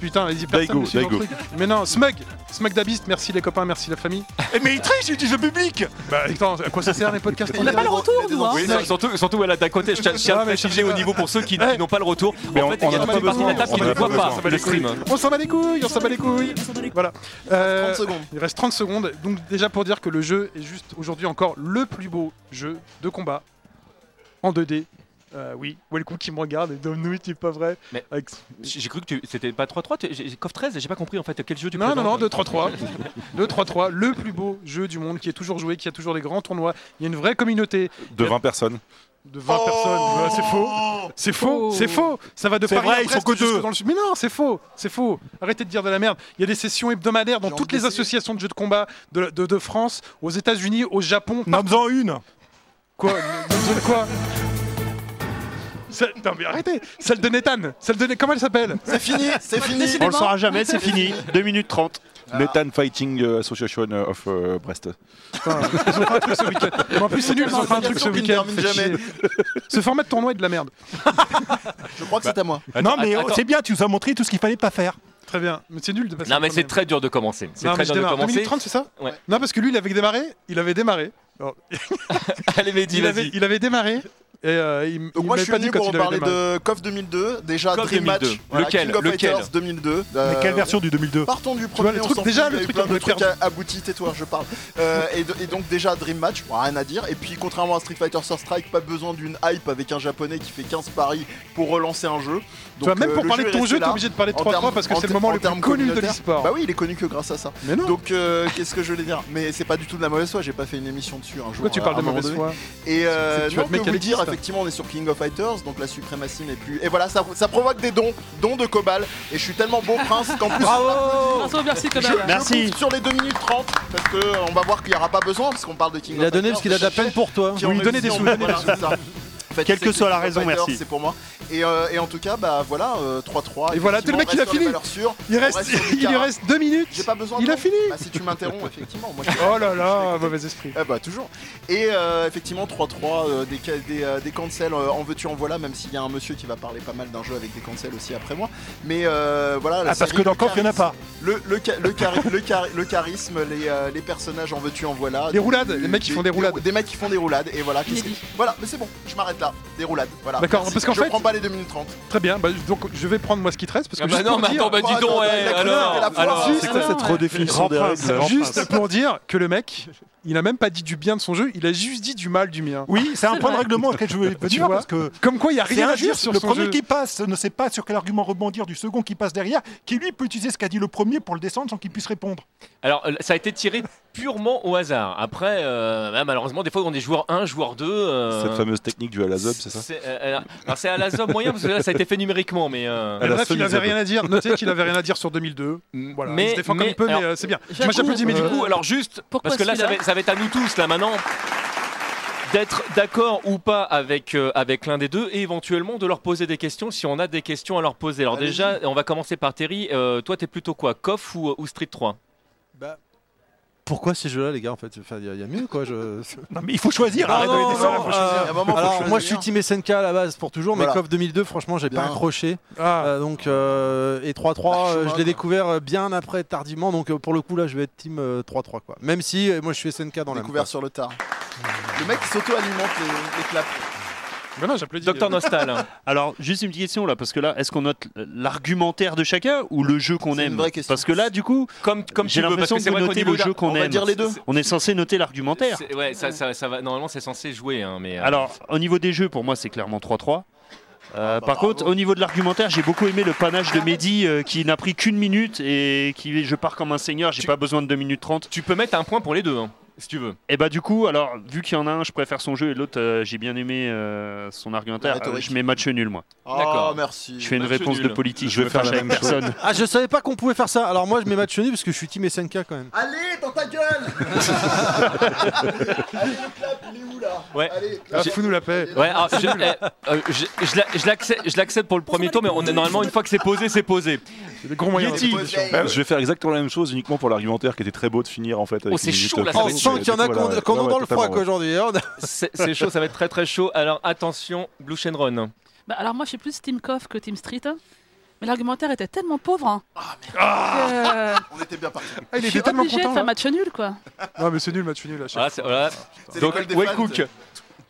Speaker 4: Putain, vas-y, personne
Speaker 6: Daigo,
Speaker 4: ne suit dans le
Speaker 6: Daigo.
Speaker 4: truc. Mais non, Smug Smug Dabist, merci les copains, merci la famille.
Speaker 5: Eh, Mais il triche, il utilise le public
Speaker 4: Bah, attends, à quoi ça sert les podcasts
Speaker 8: On n'a pas le retour, nous. hein.
Speaker 3: Oui, non, surtout, surtout voilà, d'un côté, je tiens- je tiens à
Speaker 4: Ah, mais
Speaker 3: figer au niveau pour ceux qui, qui n'ont pas le retour.
Speaker 6: Mais
Speaker 3: en
Speaker 6: on-
Speaker 3: fait, il y
Speaker 6: on
Speaker 3: a
Speaker 6: en a
Speaker 3: toute
Speaker 6: pas
Speaker 3: une partie de la
Speaker 6: besoin,
Speaker 3: table qui
Speaker 6: on en
Speaker 3: ne
Speaker 6: a pas
Speaker 3: voit pas
Speaker 6: besoin.
Speaker 3: le stream.
Speaker 4: On s'en bat les couilles, on s'en bat les couilles. Voilà. Euh,
Speaker 7: 30 secondes.
Speaker 4: il reste 30 secondes. Donc déjà pour dire que le jeu est juste aujourd'hui encore le plus beau jeu de combat en 2D. Euh, oui, Welcome qui me regarde et Dom Nuit, c'est pas vrai.
Speaker 3: Mais-
Speaker 4: Avec-
Speaker 3: J'ai cru que tu- c'était pas 3-3, tu- j'ai- j'ai- Coff 13, j'ai pas compris en fait quel jeu tu
Speaker 4: Non, non,
Speaker 3: présentes.
Speaker 4: non, [LAUGHS] 2-3-3. 2-3-3, le plus beau jeu du monde qui est toujours joué, qui a toujours des grands tournois. Il y a une vraie communauté
Speaker 6: De 20 personnes.
Speaker 4: de 20 personnes. Voilà, c'est faux. C'est faux,
Speaker 8: Oh.
Speaker 4: c'est faux. Ça va de
Speaker 5: C'est
Speaker 4: Paris
Speaker 5: vrai,
Speaker 4: à
Speaker 5: ils
Speaker 4: Brest
Speaker 5: sont que
Speaker 4: jusque
Speaker 5: deux.
Speaker 4: dans le sud. Mais non, c'est faux, c'est faux. Arrêtez de dire de la merde. Il y a des sessions hebdomadaires dans
Speaker 7: J'ai
Speaker 4: toutes
Speaker 7: envie
Speaker 4: les
Speaker 7: d'essayer.
Speaker 4: associations de jeux de combat de, de- de France, aux États-Unis, au Japon.
Speaker 5: Nomme-en une
Speaker 4: Quoi Vous êtes quoi Celle- Non mais arrêtez. Celle de Nathan. Celle de comment elle s'appelle
Speaker 7: C'est fini, c'est fini.
Speaker 9: On le saura jamais, c'est
Speaker 4: [LAUGHS]
Speaker 9: fini. 2 minutes 30.
Speaker 6: Nathan Fighting euh, Association of euh, Brest.
Speaker 4: [LAUGHS] En plus c'est nul. Ils ont fait un truc ce
Speaker 7: Qui ne
Speaker 4: week-end.
Speaker 7: termine
Speaker 4: Fait
Speaker 7: jamais.
Speaker 4: chier. Ce format de tournoi est de la merde.
Speaker 7: [LAUGHS] Je crois que c'est à moi.
Speaker 4: Bah,
Speaker 5: Non, mais
Speaker 3: attends.
Speaker 5: oh, c'est bien, tu nous as montré tout ce qu'il fallait pas faire.
Speaker 4: Très bien. Mais c'est nul de passer.
Speaker 3: Non
Speaker 4: le
Speaker 3: mais c'est
Speaker 4: premier.
Speaker 3: très dur de commencer. C'est
Speaker 4: Non,
Speaker 3: très
Speaker 4: mais je
Speaker 3: dur de
Speaker 4: démarre. 2 minutes
Speaker 3: commencer.
Speaker 4: 30 c'est ça
Speaker 3: Ouais.
Speaker 4: [LAUGHS] Non parce que lui il avait démarré, il avait démarré,
Speaker 3: Allez Mehdi,
Speaker 4: il avait,
Speaker 3: vas-y.
Speaker 4: il avait démarré Et euh, il,
Speaker 7: Donc
Speaker 4: il
Speaker 7: moi je
Speaker 4: m'avait
Speaker 7: suis
Speaker 4: pas dit
Speaker 7: venu
Speaker 4: quand
Speaker 7: pour
Speaker 4: il avait
Speaker 7: parler
Speaker 4: démarré.
Speaker 7: de KOF 2002, déjà
Speaker 3: KOF
Speaker 7: Dream
Speaker 3: 2002.
Speaker 7: Match, voilà,
Speaker 3: Lequel
Speaker 7: King of
Speaker 3: Lequel
Speaker 7: Fighters 2002.
Speaker 5: Mais
Speaker 7: euh,
Speaker 5: quelle version du 2002
Speaker 7: Partons du
Speaker 4: vois,
Speaker 7: premier,
Speaker 4: le
Speaker 7: on
Speaker 4: truc-
Speaker 7: s'en
Speaker 4: déjà,
Speaker 7: fout,
Speaker 4: le
Speaker 7: il y a eu
Speaker 4: truc
Speaker 7: plein
Speaker 4: avec
Speaker 7: de
Speaker 4: le
Speaker 7: trucs aboutis, tais-toi, je parle. Euh, et, do- et donc déjà Dream Match, bon, rien à dire. Et puis contrairement à Street Fighter Sur Strike, pas besoin d'une hype avec un japonais qui fait 15 paris pour relancer un jeu.
Speaker 4: Tu vois,
Speaker 7: Donc,
Speaker 4: même
Speaker 7: euh,
Speaker 4: pour
Speaker 7: le
Speaker 4: parler de
Speaker 7: est
Speaker 4: ton
Speaker 7: resté
Speaker 4: jeu, t'es
Speaker 7: là.
Speaker 4: obligé de parler de
Speaker 7: En
Speaker 4: 3-3
Speaker 7: termes-
Speaker 4: parce que
Speaker 7: en
Speaker 4: c'est le
Speaker 7: ter-
Speaker 4: moment
Speaker 7: en
Speaker 4: le plus
Speaker 7: termes
Speaker 4: connu de
Speaker 7: communautaires.
Speaker 4: l'e-sport.
Speaker 7: Bah oui, il est connu que grâce à ça.
Speaker 4: Mais non
Speaker 7: Donc euh, qu'est-ce que je voulais dire Mais c'est pas du tout de la mauvaise foi, j'ai pas fait une émission dessus un jour.
Speaker 4: Pourquoi tu
Speaker 7: euh,
Speaker 4: parles
Speaker 7: à
Speaker 4: de
Speaker 7: un moment
Speaker 4: mauvaise
Speaker 7: donné.
Speaker 4: foi
Speaker 7: Et
Speaker 4: C'est-
Speaker 7: euh,
Speaker 4: tu vas
Speaker 7: non,
Speaker 4: te
Speaker 7: que vous
Speaker 4: mécaniciste.
Speaker 7: dire, effectivement, on est sur King of Fighters, donc la suprématie n'est plus. Et voilà, ça, ça provoque des dons, dons de Cobal. Et je suis tellement beau prince qu'en plus.
Speaker 8: Bravo, merci
Speaker 7: Je,
Speaker 8: Cobal.
Speaker 7: je
Speaker 9: Merci.
Speaker 7: coupe sur les 2 minutes 30 parce que euh, on va voir qu'il n'y aura pas besoin parce qu'on parle de King
Speaker 1: Il a
Speaker 7: of
Speaker 1: donné
Speaker 7: Fighters,
Speaker 1: parce qu'il a de la peine pour toi.
Speaker 7: qui
Speaker 4: Oui,
Speaker 7: en
Speaker 4: donnez des
Speaker 7: révision,
Speaker 4: sous, donnez
Speaker 7: voilà, c'est ça. En fait,
Speaker 9: Quelle
Speaker 7: c'est
Speaker 9: que soit la
Speaker 7: King of
Speaker 9: raison,
Speaker 7: Fighters,
Speaker 9: merci.
Speaker 7: C'est pour moi. Et, euh, et en tout cas, bah voilà, euh, 3-3.
Speaker 4: Et voilà, tout le mec, il a fini. Il
Speaker 7: reste
Speaker 4: reste-
Speaker 7: sur du
Speaker 4: il lui
Speaker 7: Cara.
Speaker 4: reste 2
Speaker 7: J'ai
Speaker 4: minutes
Speaker 7: pas besoin de
Speaker 4: Il a
Speaker 7: nom.
Speaker 4: fini
Speaker 7: Bah, Si tu
Speaker 4: [LAUGHS]
Speaker 7: m'interromps, effectivement. Moi, je-
Speaker 4: Oh là
Speaker 7: je
Speaker 4: là,
Speaker 7: suis
Speaker 4: mauvais esprit.
Speaker 7: Ah bah toujours. Et euh, effectivement 3-3, euh, des, ca- des, euh, des cancels euh, en veux-tu en voilà, même s'il y a un monsieur qui va parler pas mal d'un jeu avec des cancels aussi après moi. Mais euh, voilà, la
Speaker 5: Ah, parce
Speaker 7: série,
Speaker 5: que dans
Speaker 7: le
Speaker 5: Coff, il n'y en a
Speaker 7: charisme-
Speaker 5: pas.
Speaker 7: Le, le, ca- le, chari- le chari- le charisme, les, euh, les personnages en veux-tu en voilà.
Speaker 4: Les roulades, les mecs qui font des roulades.
Speaker 7: Des, mecs qui font des roulades, et voilà. qu'est-ce
Speaker 8: Inédit.
Speaker 7: que- Voilà, mais c'est bon, je m'arrête là. Des roulades, voilà.
Speaker 4: D'accord,
Speaker 7: Merci.
Speaker 4: parce qu'en
Speaker 7: je
Speaker 4: fait-
Speaker 7: prends pas les 2 minutes 30.
Speaker 4: Très bien, bah, donc je vais prendre moi ce qui te reste parce que
Speaker 3: Ah bah
Speaker 4: juste
Speaker 3: non,
Speaker 4: pour
Speaker 3: mais
Speaker 4: dire-
Speaker 3: attends, bah dis
Speaker 7: Oh,
Speaker 3: donc,
Speaker 7: attends,
Speaker 3: eh,
Speaker 7: la couleur
Speaker 3: alors,
Speaker 7: et la
Speaker 3: alors,
Speaker 7: force.
Speaker 3: alors,
Speaker 6: C'est
Speaker 8: Ah
Speaker 6: quoi
Speaker 8: non,
Speaker 6: cette
Speaker 8: ouais.
Speaker 6: redéfinition
Speaker 9: Grand
Speaker 6: des
Speaker 9: prince,
Speaker 6: règles
Speaker 9: grand
Speaker 4: Juste
Speaker 9: prince.
Speaker 4: pour dire que le mec, il a même pas dit du bien de son jeu, il a juste dit du mal du mien.
Speaker 5: Oui, c'est un
Speaker 8: C'est
Speaker 5: point de
Speaker 8: vrai.
Speaker 5: règlement auquel je voulais
Speaker 4: [LAUGHS] Tu
Speaker 5: venir
Speaker 4: vois
Speaker 5: parce que
Speaker 4: Comme quoi, il n'y a
Speaker 5: c'est
Speaker 4: rien à dire
Speaker 5: injuste.
Speaker 4: sur
Speaker 5: Le
Speaker 4: son
Speaker 5: premier
Speaker 4: jeu.
Speaker 5: qui passe ne sait pas sur quel argument rebondir du second qui passe derrière, qui lui peut utiliser ce qu'a dit le premier pour le descendre sans qu'il puisse répondre.
Speaker 3: Alors, euh, ça a été tiré purement au hasard. Après, euh, bah, malheureusement, des fois, on est joueur 1, joueur 2. euh,
Speaker 6: Cette fameuse technique du Alazob, c'est ça
Speaker 3: euh, alors- alors, c'est à la zob moyen parce que là, ça a été fait numériquement, mais. euh,
Speaker 6: À la
Speaker 4: Bref, il
Speaker 6: Sony,
Speaker 4: n'avait
Speaker 6: ça
Speaker 4: rien à dire. Notez qu'il n'avait rien à dire sur 2002.
Speaker 5: Mm.
Speaker 4: Voilà, il se défend comme il peut, mais
Speaker 3: alors,
Speaker 4: euh, c'est bien.
Speaker 8: J'avoue,
Speaker 4: Moi j'applaudis, mais du
Speaker 8: euh,
Speaker 4: coup,
Speaker 3: Ou alors juste,
Speaker 8: Pourquoi
Speaker 3: parce que là, ça va,
Speaker 8: celui-là
Speaker 3: ça va être à nous tous, là, maintenant, d'être d'accord ou pas avec, euh, avec l'un des deux et éventuellement de leur poser des questions si on a des questions à leur poser. Alors,
Speaker 7: Allez-y.
Speaker 3: déjà, on va commencer par Terry. Euh, toi, t'es plutôt quoi KOF ou, ou Street 3
Speaker 1: Pourquoi ces jeux-là, les gars En fait, il y, a- y a mieux, quoi. Je...
Speaker 5: [LAUGHS] Non, mais il faut choisir.
Speaker 1: Ah
Speaker 5: arrête de
Speaker 1: non,
Speaker 5: laisser ça,
Speaker 1: non,
Speaker 5: faut
Speaker 1: euh,
Speaker 5: choisir.
Speaker 7: Il y a un moment, faut
Speaker 1: Alors,
Speaker 7: choisir.
Speaker 1: moi, je suis Team SNK à la base pour toujours, mais
Speaker 7: Voilà.
Speaker 1: KOF 2002, franchement, j'ai pas
Speaker 7: Bien.
Speaker 1: accroché.
Speaker 4: ah,
Speaker 1: Euh, donc, euh, et
Speaker 5: Bah,
Speaker 1: 3-3,
Speaker 7: Ah,
Speaker 1: euh, je
Speaker 7: chouin,
Speaker 1: l'ai
Speaker 7: quoi.
Speaker 1: découvert euh, bien après, tardivement. Donc, euh, pour le coup, là, je vais être Team euh, 3-3, quoi. Même si, euh, moi, je suis SNK dans la
Speaker 7: Découvert sur le tard. Le mec qui s'auto-alimente les, les claps.
Speaker 4: bah non, j'applaudis.
Speaker 3: Docteur [LAUGHS]
Speaker 4: [LAUGHS]
Speaker 3: Nostal.
Speaker 9: Alors, juste une petite question là, parce que là, est-ce qu'on note l'argumentaire de chacun ou le jeu qu'on
Speaker 7: C'est
Speaker 9: aime
Speaker 7: une vraie question.
Speaker 9: Parce que là, du coup,
Speaker 3: comme comme tu
Speaker 9: j'ai
Speaker 3: veux, parce
Speaker 9: l'impression
Speaker 3: que
Speaker 9: que
Speaker 3: c'est
Speaker 9: vous
Speaker 3: vrai qu'au
Speaker 9: notez
Speaker 3: niveau
Speaker 9: le
Speaker 3: d'un-
Speaker 9: jeu qu'on
Speaker 7: on va
Speaker 9: aime.
Speaker 7: dire les deux.
Speaker 9: On est censé noter l'argumentaire.
Speaker 3: C'est- Ouais, ça, ça, ça va. Normalement, c'est censé jouer, hein, mais. euh,
Speaker 9: Alors, au niveau des jeux, pour moi, c'est clairement 3-3. Euh,
Speaker 7: Ah bah
Speaker 9: par
Speaker 7: bravo.
Speaker 9: contre, au niveau de l'argumentaire, j'ai beaucoup aimé le panache de Mehdi euh, qui n'a pris qu'une minute et qui je pars comme un seigneur, j'ai pas besoin de 2 minutes 30.
Speaker 3: tu peux mettre un point pour les deux, hein, si tu veux.
Speaker 9: Et bah, du coup, alors, vu qu'il y en a un, je préfère son jeu et l'autre, euh, j'ai bien aimé euh, son argumentaire.
Speaker 7: La
Speaker 9: Euh,
Speaker 7: rhétorique.
Speaker 9: je mets match nul, moi.
Speaker 7: Oh,
Speaker 3: D'accord.
Speaker 7: merci. Bah,
Speaker 9: Je fais une
Speaker 3: match
Speaker 9: réponse
Speaker 3: nul.
Speaker 9: de politique,
Speaker 6: Je
Speaker 9: je
Speaker 6: vais
Speaker 9: veux
Speaker 6: faire
Speaker 9: faire
Speaker 6: la
Speaker 9: avec
Speaker 6: même chose.
Speaker 9: personne.
Speaker 1: Ah, je savais pas qu'on pouvait faire ça. Alors, moi, je mets match nul parce que je suis Team SNK quand même.
Speaker 7: Allez, dans ta gueule
Speaker 1: [LAUGHS]
Speaker 7: Allez, [LAUGHS] le clap, il est où là
Speaker 3: Ouais.
Speaker 7: Allez,
Speaker 4: Ah,
Speaker 7: clap.
Speaker 4: fous-nous la paix.
Speaker 3: Ouais, alors, je, eh, euh, je, je la- je l'accepte- je l'accepte pour le premier tour, mais on est normalement une fois que c'est posé, c'est posé.
Speaker 4: C'est des gros moyens.
Speaker 7: Yeti.
Speaker 6: Euh, Je vais faire exactement la même chose uniquement pour l'argumentaire qui était très beau de finir en fait. avec
Speaker 3: Oh, c'est
Speaker 6: une minute
Speaker 3: chaud, là, ça
Speaker 6: trente.
Speaker 3: va
Speaker 1: On
Speaker 3: être
Speaker 1: sent qu'il y en a
Speaker 6: Du coup, voilà,
Speaker 1: qu'on qu'on en
Speaker 6: ouais,
Speaker 1: dans le froid,
Speaker 6: totalement,
Speaker 1: quoi,
Speaker 6: ouais.
Speaker 1: aujourd'hui. hein.
Speaker 3: C'est c'est chaud, ça va être très très chaud. Alors attention, Blue Shenron.
Speaker 8: [LAUGHS] Bah, alors moi je suis plus Team Coff que Team Street. hein. Mais l'argumentaire était tellement pauvre. hein, que, euh,
Speaker 7: On était bien parti.
Speaker 4: Ah, il
Speaker 8: je suis
Speaker 4: était tellement
Speaker 8: obligée
Speaker 4: content.
Speaker 8: de faire
Speaker 4: là.
Speaker 8: match nul quoi.
Speaker 4: Ah, mais c'est nul, match nul. là, je sais.
Speaker 3: Voilà, c'est- voilà. Donc, Way Cook.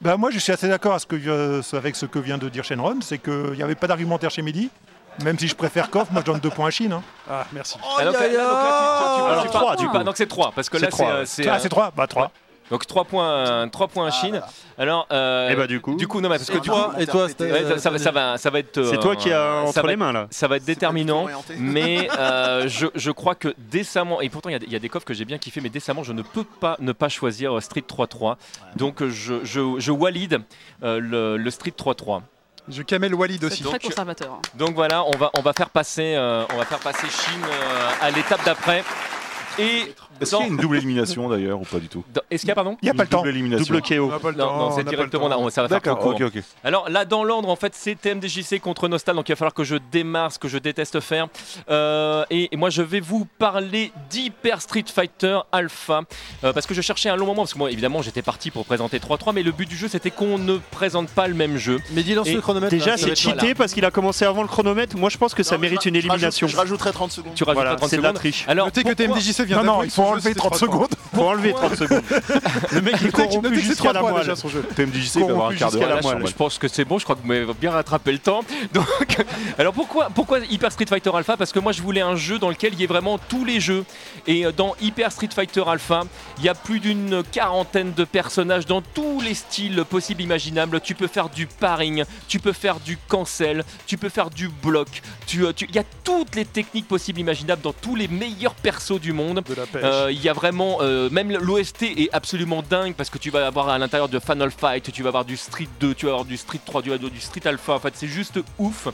Speaker 5: Bah, moi, je suis assez d'accord à ce que, euh, ce- avec ce que vient de dire Shenron, c'est qu'il n'y avait pas d'argumentaire chez Mehdi. Même si je préfère Coff, moi je donne deux points à
Speaker 9: [LAUGHS]
Speaker 5: Chine. hein.
Speaker 4: Ah, merci.
Speaker 3: Alors,
Speaker 5: Oh,
Speaker 3: là, donc, là, tu- tu- tu-
Speaker 9: Alors,
Speaker 3: tu-
Speaker 9: trois,
Speaker 3: tu-
Speaker 9: du
Speaker 3: tu-
Speaker 9: coup.
Speaker 3: Non, Ah, c'est 3, parce que
Speaker 9: C'est
Speaker 3: là, c'est.
Speaker 9: trois,
Speaker 3: euh,
Speaker 9: ouais.
Speaker 3: c'est,
Speaker 5: ah,
Speaker 3: euh,
Speaker 5: c'est trois Bah, trois.
Speaker 3: donc 3 points, 3 points à Chine. Alors, euh,
Speaker 9: Et bah, du coup,
Speaker 3: du coup, non, mais parce que
Speaker 1: Et
Speaker 3: du coup,
Speaker 1: toi, et toi,
Speaker 7: Interpréter.
Speaker 3: ouais, ça, ça va- ça va, ça va être. euh,
Speaker 9: c'est toi qui as
Speaker 3: ça va
Speaker 9: entre les
Speaker 3: être-
Speaker 9: mains là.
Speaker 3: Ça va être
Speaker 7: C'est pas du tout
Speaker 3: déterminant,
Speaker 7: orienté.
Speaker 3: [LAUGHS] mais euh, je, je crois que décemment, et pourtant il y a des- il y, a des coffres que j'ai bien kiffé, mais décemment je ne peux pas ne pas choisir euh, Street 3-3. Donc euh, je, je, je valide euh, le, le Street 3-3.
Speaker 4: Je camel Walid
Speaker 8: C'est
Speaker 4: aussi.
Speaker 8: très
Speaker 3: Donc-
Speaker 8: conservateur. hein.
Speaker 3: Donc voilà, on va, on va, faire, passer, euh, on va faire passer Chine euh, à l'étape d'après. Et
Speaker 6: Est-ce
Speaker 3: dans-
Speaker 6: qu'il y a une double élimination d'ailleurs ou pas du tout
Speaker 3: dans- est-ce qu'il y a, pardon
Speaker 5: Il n'y a pas le temps.
Speaker 6: Double élimination.
Speaker 9: Double KO.
Speaker 4: On a pas le
Speaker 3: Non,
Speaker 4: temps,
Speaker 3: non,
Speaker 4: on
Speaker 3: c'est
Speaker 4: a pas le
Speaker 3: directement
Speaker 4: temps.
Speaker 3: là, on- ça va faire
Speaker 6: D'accord,
Speaker 3: trop court.
Speaker 6: ok, ok.
Speaker 3: Alors là, dans l'ordre, en fait, c'est TMDJC contre Nostal, donc il va falloir que je démarre ce que je déteste faire. Euh, et, et moi, je vais vous parler d'Hyper Street Fighter Alpha, euh, parce que je cherchais un long moment, parce que moi, évidemment, j'étais parti pour présenter 3-3, mais le but du jeu, c'était qu'on ne présente pas le même jeu.
Speaker 1: Mais dis, lance
Speaker 3: Et
Speaker 1: le chronomètre. là,
Speaker 7: hein,
Speaker 9: Déjà,
Speaker 1: ça
Speaker 9: c'est
Speaker 1: va être-
Speaker 9: cheaté
Speaker 3: voilà.
Speaker 9: parce qu'il a commencé avant le chronomètre. Moi, je pense que ça
Speaker 7: Non,
Speaker 9: mérite
Speaker 7: je-
Speaker 9: une
Speaker 7: je rajoute-
Speaker 9: élimination.
Speaker 7: Je rajouterai 30 secondes.
Speaker 3: Tu rajoutes
Speaker 9: Voilà,
Speaker 3: 30
Speaker 9: c'est de la
Speaker 3: secondes.
Speaker 9: triche.
Speaker 3: Alors,
Speaker 4: Notez que
Speaker 3: pourquoi-
Speaker 4: TMDJC Français vient
Speaker 5: Non, non,
Speaker 4: d'avouer
Speaker 5: il
Speaker 4: que son
Speaker 5: faut
Speaker 4: jeu,
Speaker 5: enlever
Speaker 4: c'était
Speaker 5: 30
Speaker 4: 3-3.
Speaker 5: secondes.
Speaker 9: Faut enlever 30 secondes. Le mec est
Speaker 4: Notez que-
Speaker 9: corrompu
Speaker 4: notez que c'est
Speaker 9: jusqu'à la
Speaker 4: 3-3
Speaker 9: moelle.
Speaker 4: déjà son jeu.
Speaker 6: TMDJC, il va avoir un
Speaker 5: Corrompu
Speaker 6: quart d'heure
Speaker 9: jusqu'à
Speaker 6: à
Speaker 9: la
Speaker 6: la
Speaker 9: moelle.
Speaker 6: chambre.
Speaker 3: Je pense que c'est bon, je crois que vous m'avez bien rattrapé le temps. [LAUGHS] Donc, alors pourquoi, pourquoi Hyper Street Fighter Alpha Parce que moi je voulais un jeu dans lequel il y ait vraiment tous les jeux. Et euh, dans Hyper Street Fighter Alpha, il y a plus d'une quarantaine de personnages dans tous les styles possibles imaginables. Tu peux faire du paring, tu peux faire du cancel, tu peux faire du bloc. Tu, euh, tu- il y a toutes les techniques possibles imaginables dans tous les meilleurs persos du monde.
Speaker 4: De la pêche.
Speaker 3: Euh, Il y a vraiment, euh, même l'OST est absolument dingue parce que tu vas avoir à l'intérieur de Final Fight, tu vas avoir du Street 2, tu vas avoir du Street 3, tu vas avoir du Street Alpha. En fait, c'est juste ouf.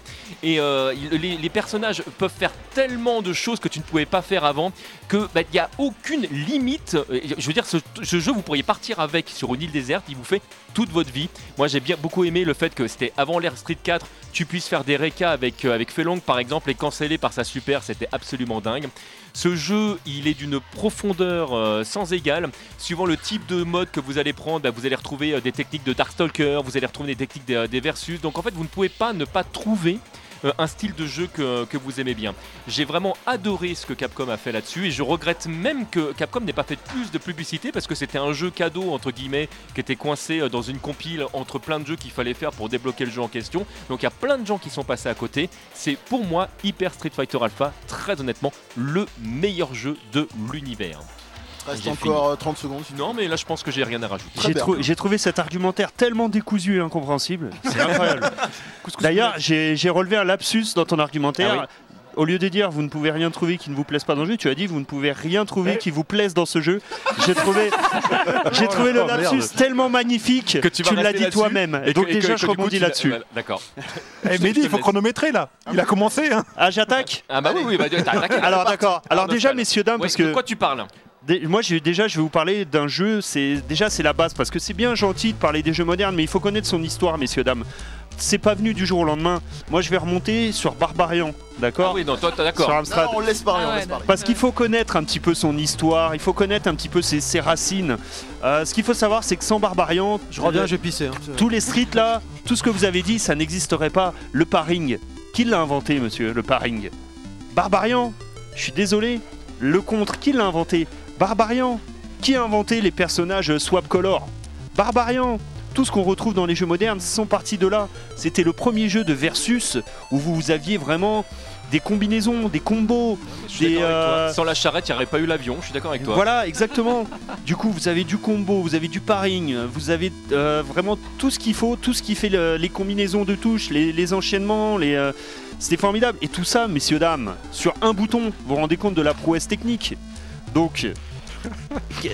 Speaker 3: Et euh, il- les, les personnages peuvent faire tellement de choses que tu ne pouvais pas faire avant que bah, il n'y a aucune limite. Euh, Je veux dire, ce, ce jeu, vous pourriez partir avec sur une île déserte, il vous fait toute votre vie. Moi, j'ai bien beaucoup aimé le fait que c'était avant l'ère Street 4, tu puisses faire des recas avec, euh, avec Felong par exemple et canceller par sa super, c'était absolument dingue. Ce jeu, il est d'une profondeur euh, sans égale. Suivant le type de mode que vous allez prendre, bah, vous allez retrouver euh, des techniques de Darkstalker, vous allez retrouver des techniques euh, des, des Versus. Donc en fait, vous ne pouvez pas ne pas trouver euh, un style de jeu que, que vous aimez bien. J'ai vraiment adoré ce que Capcom a fait là-dessus et je regrette même que Capcom n'ait pas fait plus de publicité parce que c'était un jeu cadeau, entre guillemets, qui était coincé euh, dans une compile entre plein de jeux qu'il fallait faire pour débloquer le jeu en question. Donc il y a plein de gens qui sont passés à côté. C'est pour moi Hyper Street Fighter Alpha, très honnêtement, le meilleur jeu de l'univers.
Speaker 7: Reste
Speaker 3: J'ai
Speaker 7: encore euh, 30 secondes.
Speaker 3: Non, mais là je pense que j'ai rien à rajouter.
Speaker 7: Très
Speaker 9: J'ai
Speaker 7: bien.
Speaker 9: trou- j'ai trouvé cet argumentaire tellement décousu et incompréhensible. C'est incroyable. D'ailleurs, j'ai j'ai relevé un lapsus dans ton argumentaire.
Speaker 3: Ah
Speaker 9: Au lieu de dire vous ne pouvez rien trouver qui ne vous plaise pas dans le jeu, tu as dit vous ne pouvez rien trouver
Speaker 3: Eh.
Speaker 9: qui vous plaise dans ce jeu.
Speaker 3: [LAUGHS]
Speaker 9: J'ai trouvé, j'ai trouvé le lapsus tellement magnifique
Speaker 3: Oh, Que tu vas
Speaker 9: me l'as
Speaker 3: rester
Speaker 9: dit
Speaker 3: là-dessus
Speaker 9: toi-même.
Speaker 3: Et que-
Speaker 9: Donc
Speaker 3: et que-
Speaker 9: déjà
Speaker 3: et que du
Speaker 9: je
Speaker 3: coup,
Speaker 9: rebondis
Speaker 3: tu l'as-
Speaker 9: là-dessus.
Speaker 3: voilà, D'accord. [LAUGHS]
Speaker 5: Eh, Mehdi, il faut
Speaker 3: laisse.
Speaker 5: chronométrer là. Il a commencé. Hein.
Speaker 9: Ah j'attaque.
Speaker 3: Ah bah oui, oui, bah, t'as- t'as-
Speaker 9: [LAUGHS] Alors
Speaker 3: t'as-
Speaker 9: d'accord. Alors
Speaker 3: Arnaud
Speaker 9: déjà
Speaker 3: Fall.
Speaker 9: messieurs dames
Speaker 3: Ouais,
Speaker 9: parce
Speaker 3: De
Speaker 9: que
Speaker 3: quoi tu parles
Speaker 9: Dé- Moi, je, déjà, je vais vous parler d'un jeu. C'est déjà c'est la base parce que c'est bien gentil de parler des jeux modernes, mais il faut connaître son histoire, messieurs dames. C'est pas venu du jour au lendemain. Moi, je vais remonter sur Barbarian,
Speaker 3: Ah
Speaker 9: d'accord
Speaker 3: oui, non, toi, t'as-
Speaker 9: Sur
Speaker 3: d'accord.
Speaker 9: Amstrad.
Speaker 7: Non, on laisse parler,
Speaker 8: Ah
Speaker 7: on
Speaker 8: ouais,
Speaker 7: laisse parler.
Speaker 9: Parce qu'il faut connaître un petit peu son histoire, il faut connaître un petit peu ses, ses racines. Euh, ce qu'il faut savoir, c'est que sans Barbarian, euh,
Speaker 1: Je reviens, je vais pisser. hein. C'est-
Speaker 9: tous les streets là, tout ce que vous avez dit, ça n'existerait pas. Le paring, qui l'a inventé, monsieur Le paring Barbarian, je suis désolé. Le contre, qui l'a inventé Barbarian, qui a inventé les personnages euh, swap color Barbarian, tout ce qu'on retrouve dans les jeux modernes sont partis de là. C'était le premier jeu de versus où vous, vous aviez vraiment des combinaisons, des combos,
Speaker 3: Je suis
Speaker 9: des
Speaker 3: d'accord avec toi.
Speaker 9: euh,
Speaker 3: Sans la charrette, il n'y aurait pas eu l'avion, je suis d'accord avec toi.
Speaker 9: voilà, exactement. [LAUGHS] du coup, vous avez du combo, vous avez du paring, vous avez euh, vraiment tout ce qu'il faut, tout ce qui fait le- les combinaisons de touches, les, les enchaînements, les. euh, c'était formidable. Et tout ça, messieurs, dames, sur un bouton, vous vous rendez compte de la prouesse technique. Donc. que-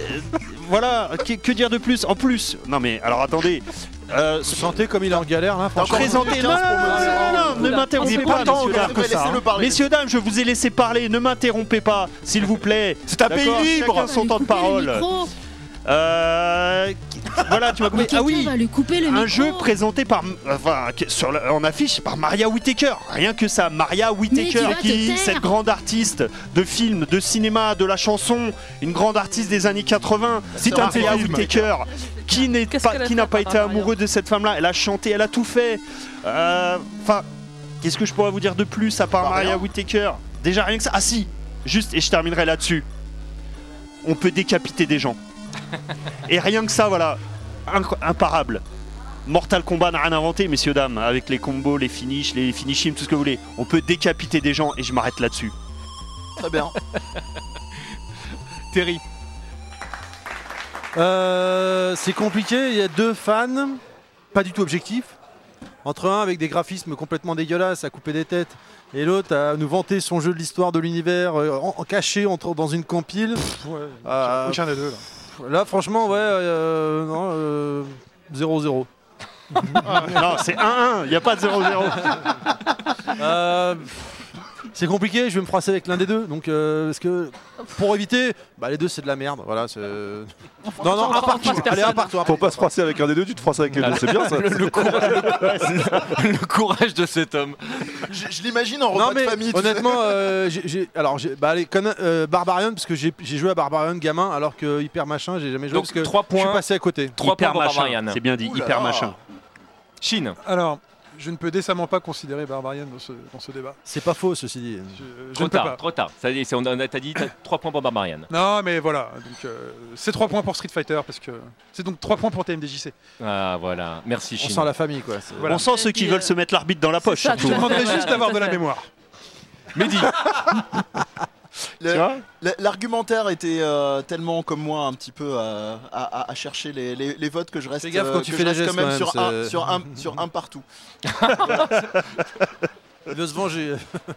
Speaker 9: voilà, que, que dire de plus En plus, non mais alors attendez, euh,
Speaker 1: Vous sentez comme il est en galère là, franchement.
Speaker 9: présentez. Non, non, non, non, ne m'interrompez
Speaker 8: Oula.
Speaker 9: pas, messieurs, dames.
Speaker 7: Après, Laissez-le parler.
Speaker 9: Messieurs, dames, je vous ai laissé parler, ne m'interrompez pas, s'il vous plaît.
Speaker 5: C'est un
Speaker 9: D'accord,
Speaker 5: pays libre.
Speaker 9: Chacun son temps de parole. Euh, qui- voilà, tu m'as compris. Ah oui,
Speaker 2: lui couper le
Speaker 9: un jeu présenté par, enfin, que- sur la- en affiche par Maria Whittaker. Rien que ça, Maria Whittaker,
Speaker 2: vas te
Speaker 9: qui
Speaker 2: taire.
Speaker 9: cette grande artiste de films, de cinéma, de la chanson, une grande artiste des années 80.
Speaker 5: Si t'as un de ces
Speaker 9: Maria
Speaker 5: films.
Speaker 9: Whittaker, qui n'est
Speaker 8: Qu'est-ce
Speaker 9: pas,
Speaker 8: qu'elle a
Speaker 9: qui
Speaker 8: fait,
Speaker 9: n'a pas été
Speaker 8: Maria
Speaker 9: amoureux de cette femme-là. Elle a chanté, elle a tout fait. Euh, Enfin, qu'est-ce que je pourrais vous dire de plus à part
Speaker 7: Bah, rien.
Speaker 9: Maria Whittaker Déjà rien que ça. Ah si, juste et je terminerai là-dessus. On peut décapiter des gens. et rien que ça, voilà, inc- imparable. Mortal Kombat n'a rien inventé, messieurs dames, avec les combos, les finishes, les finishing, tout ce que vous voulez. On peut décapiter des gens et je m'arrête là-dessus.
Speaker 7: Très
Speaker 1: [LAUGHS]
Speaker 7: bien.
Speaker 3: Terry.
Speaker 1: Euh, c'est compliqué, il y a deux fans, pas du tout objectifs. Entre un avec des graphismes complètement dégueulasses à couper des têtes et l'autre à nous vanter son jeu de l'histoire de l'univers euh, en, en caché entre, dans une compile.
Speaker 4: Ouais.
Speaker 1: Euh,
Speaker 4: Aucun des deux là.
Speaker 1: là franchement ouais, euh, non, euh, 0-0.
Speaker 9: Ah, non, c'est 1-1, il n'y a pas de 0-0.
Speaker 1: Euh, pff, c'est compliqué, je vais me froisser avec l'un des deux. Donc, euh, parce que pour éviter, bah, les deux c'est de la merde. Voilà, c'est- non, non, un partout. Allez, un partout. un
Speaker 6: Faut pas
Speaker 1: partout.
Speaker 6: se froisser avec un des deux, tu te froisses avec les
Speaker 9: Ah,
Speaker 6: deux. C'est bien ça.
Speaker 3: [LAUGHS] Le, le courage, le courage de cet homme.
Speaker 7: Je, je l'imagine en
Speaker 1: Non
Speaker 7: repas
Speaker 1: mais
Speaker 7: de famille. tu sais.
Speaker 1: honnêtement, euh, j'ai- j'ai- alors j'ai- bah, allez, conna- euh, Barbarian parce que j'ai j'ai joué à Barbarian gamin alors que Hyper Machin j'ai jamais joué
Speaker 3: Donc
Speaker 1: parce que
Speaker 3: 3
Speaker 1: je suis
Speaker 3: points,
Speaker 1: passé à côté.
Speaker 3: 3 points
Speaker 9: hyper
Speaker 3: pour
Speaker 9: machin,
Speaker 3: Barbarian.
Speaker 9: c'est bien dit,
Speaker 7: Ouh là
Speaker 9: hyper
Speaker 7: là.
Speaker 9: machin.
Speaker 3: Chine.
Speaker 4: Alors, je ne peux décemment pas considérer Barbarian dans ce, dans ce débat.
Speaker 1: C'est pas faux, ceci dit.
Speaker 4: Je, je
Speaker 3: Trop
Speaker 4: ne peux
Speaker 3: tard,
Speaker 4: pas.
Speaker 3: trop tard. Ça y est, c'est- on a t'as dit 3 points pour Barbarian.
Speaker 4: Non, mais voilà. Donc, euh, c'est 3 points pour Street Fighter parce que c'est donc 3 points pour TMDJC.
Speaker 3: Ah voilà, merci
Speaker 1: On
Speaker 3: Chine.
Speaker 1: sent la famille, quoi. c'est-
Speaker 4: Voilà.
Speaker 9: On sent
Speaker 8: Et
Speaker 9: ceux qui
Speaker 8: puis,
Speaker 9: veulent
Speaker 8: euh,
Speaker 9: se mettre l'arbitre dans la poche.
Speaker 8: ça,
Speaker 9: surtout.
Speaker 4: [LAUGHS] Je
Speaker 8: tout à
Speaker 4: vous
Speaker 3: [LAUGHS]
Speaker 4: demanderai
Speaker 8: fait,
Speaker 4: juste
Speaker 8: tout
Speaker 4: d'avoir
Speaker 8: à
Speaker 4: de la
Speaker 8: fait.
Speaker 4: mémoire.
Speaker 3: Mehdi,
Speaker 7: Le-
Speaker 9: Tu vois
Speaker 7: le- L'argumentaire était euh, tellement comme moi un petit peu euh, à, à- à- à chercher les, les- les votes que je reste,
Speaker 1: Fais gaffe quand
Speaker 7: euh,
Speaker 1: tu
Speaker 7: que
Speaker 1: fais
Speaker 7: je reste
Speaker 1: les gestes,
Speaker 7: quand même,
Speaker 1: quand même,
Speaker 7: sur, un,
Speaker 1: c'est-
Speaker 7: sur, un, sur un partout.
Speaker 1: Il veut se
Speaker 7: Oh,
Speaker 1: venger.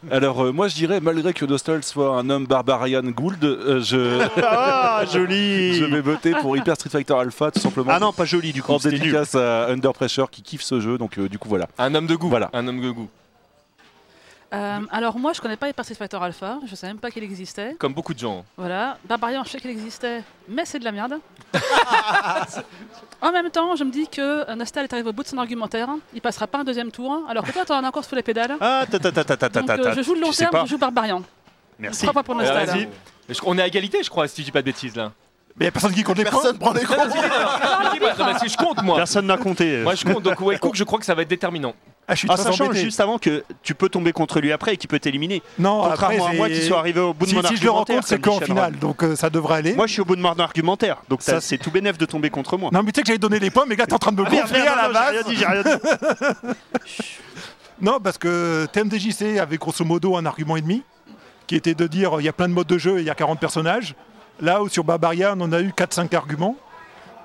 Speaker 6: Alors, euh, moi, je dirais, malgré que Dostal soit un homme Barbarian Gould, euh, je,
Speaker 9: Ah,
Speaker 6: je
Speaker 9: joli
Speaker 6: vais voter pour Hyper Street Fighter Alpha, tout simplement.
Speaker 9: Ah non, pas joli du coup,
Speaker 6: en
Speaker 9: c'était nul.
Speaker 6: dédicace à Under Pressure qui kiffe ce jeu, donc euh, du coup, voilà.
Speaker 3: un homme de goût.
Speaker 6: Voilà.
Speaker 3: Un homme de goût.
Speaker 8: Euh, alors moi, je connais pas Hyper Street Fighter Alpha, je savais même pas qu'il existait.
Speaker 3: Comme beaucoup de gens.
Speaker 8: Voilà. Barbarian, je sais qu'il existait, mais c'est de la merde. en même temps, je me dis que Nostal est arrivé au bout de son argumentaire, il passera pas un deuxième tour, alors que toi, t'en as encore sous les pédales.
Speaker 9: Ah, ta ta ta ta ta ta
Speaker 8: Donc
Speaker 9: ta.
Speaker 8: euh, je joue le long
Speaker 9: tu sais
Speaker 8: terme,
Speaker 9: pas.
Speaker 8: je joue Barbarian.
Speaker 9: Merci.
Speaker 8: Trois points pour
Speaker 3: Euh,
Speaker 8: Nostal.
Speaker 3: vas-y. Mais je- on est à égalité, je crois, si je dis pas de bêtises là.
Speaker 5: Mais y a personne qui compte les points.
Speaker 7: Personne prend les comptes.
Speaker 3: Non, bah, si je compte moi.
Speaker 9: Personne n'a compté.
Speaker 3: Moi je compte, donc ouais, Cook, je crois que ça va être déterminant.
Speaker 5: Ah, je suis
Speaker 9: Ah,
Speaker 5: très
Speaker 9: sachant
Speaker 5: embêté.
Speaker 9: juste avant que tu peux tomber contre lui après et qu'il peut t'éliminer.
Speaker 5: Non,
Speaker 9: Contrairement
Speaker 5: après,
Speaker 9: à moi
Speaker 5: c'est-
Speaker 9: qui suis arrivé au bout de
Speaker 5: Si,
Speaker 9: mon
Speaker 5: si je le
Speaker 9: argumentaire.
Speaker 5: rencontre, c'est
Speaker 9: comme
Speaker 5: qu'en
Speaker 9: dit
Speaker 5: finale,
Speaker 9: Shenron.
Speaker 5: donc euh, ça devrait aller.
Speaker 9: Moi, je suis au bout de mon argumentaire, donc
Speaker 5: Ça,
Speaker 9: ça, c'est tout bénef de tomber contre moi. Ah,
Speaker 5: Non, mais tu sais que j'allais donner les points, mais là, t'es en train de me
Speaker 9: Merde,
Speaker 5: gonfler
Speaker 9: merde, non,
Speaker 5: à la
Speaker 9: j'ai
Speaker 5: base.
Speaker 9: rien dit, j'ai rien dit.
Speaker 5: [LAUGHS] Non, parce que TMDJC avait grosso modo un argument et demi, qui était de dire il y a plein de modes de jeu et il y a 40 personnages. Là où sur Barbaria, on en a eu 4-5 arguments,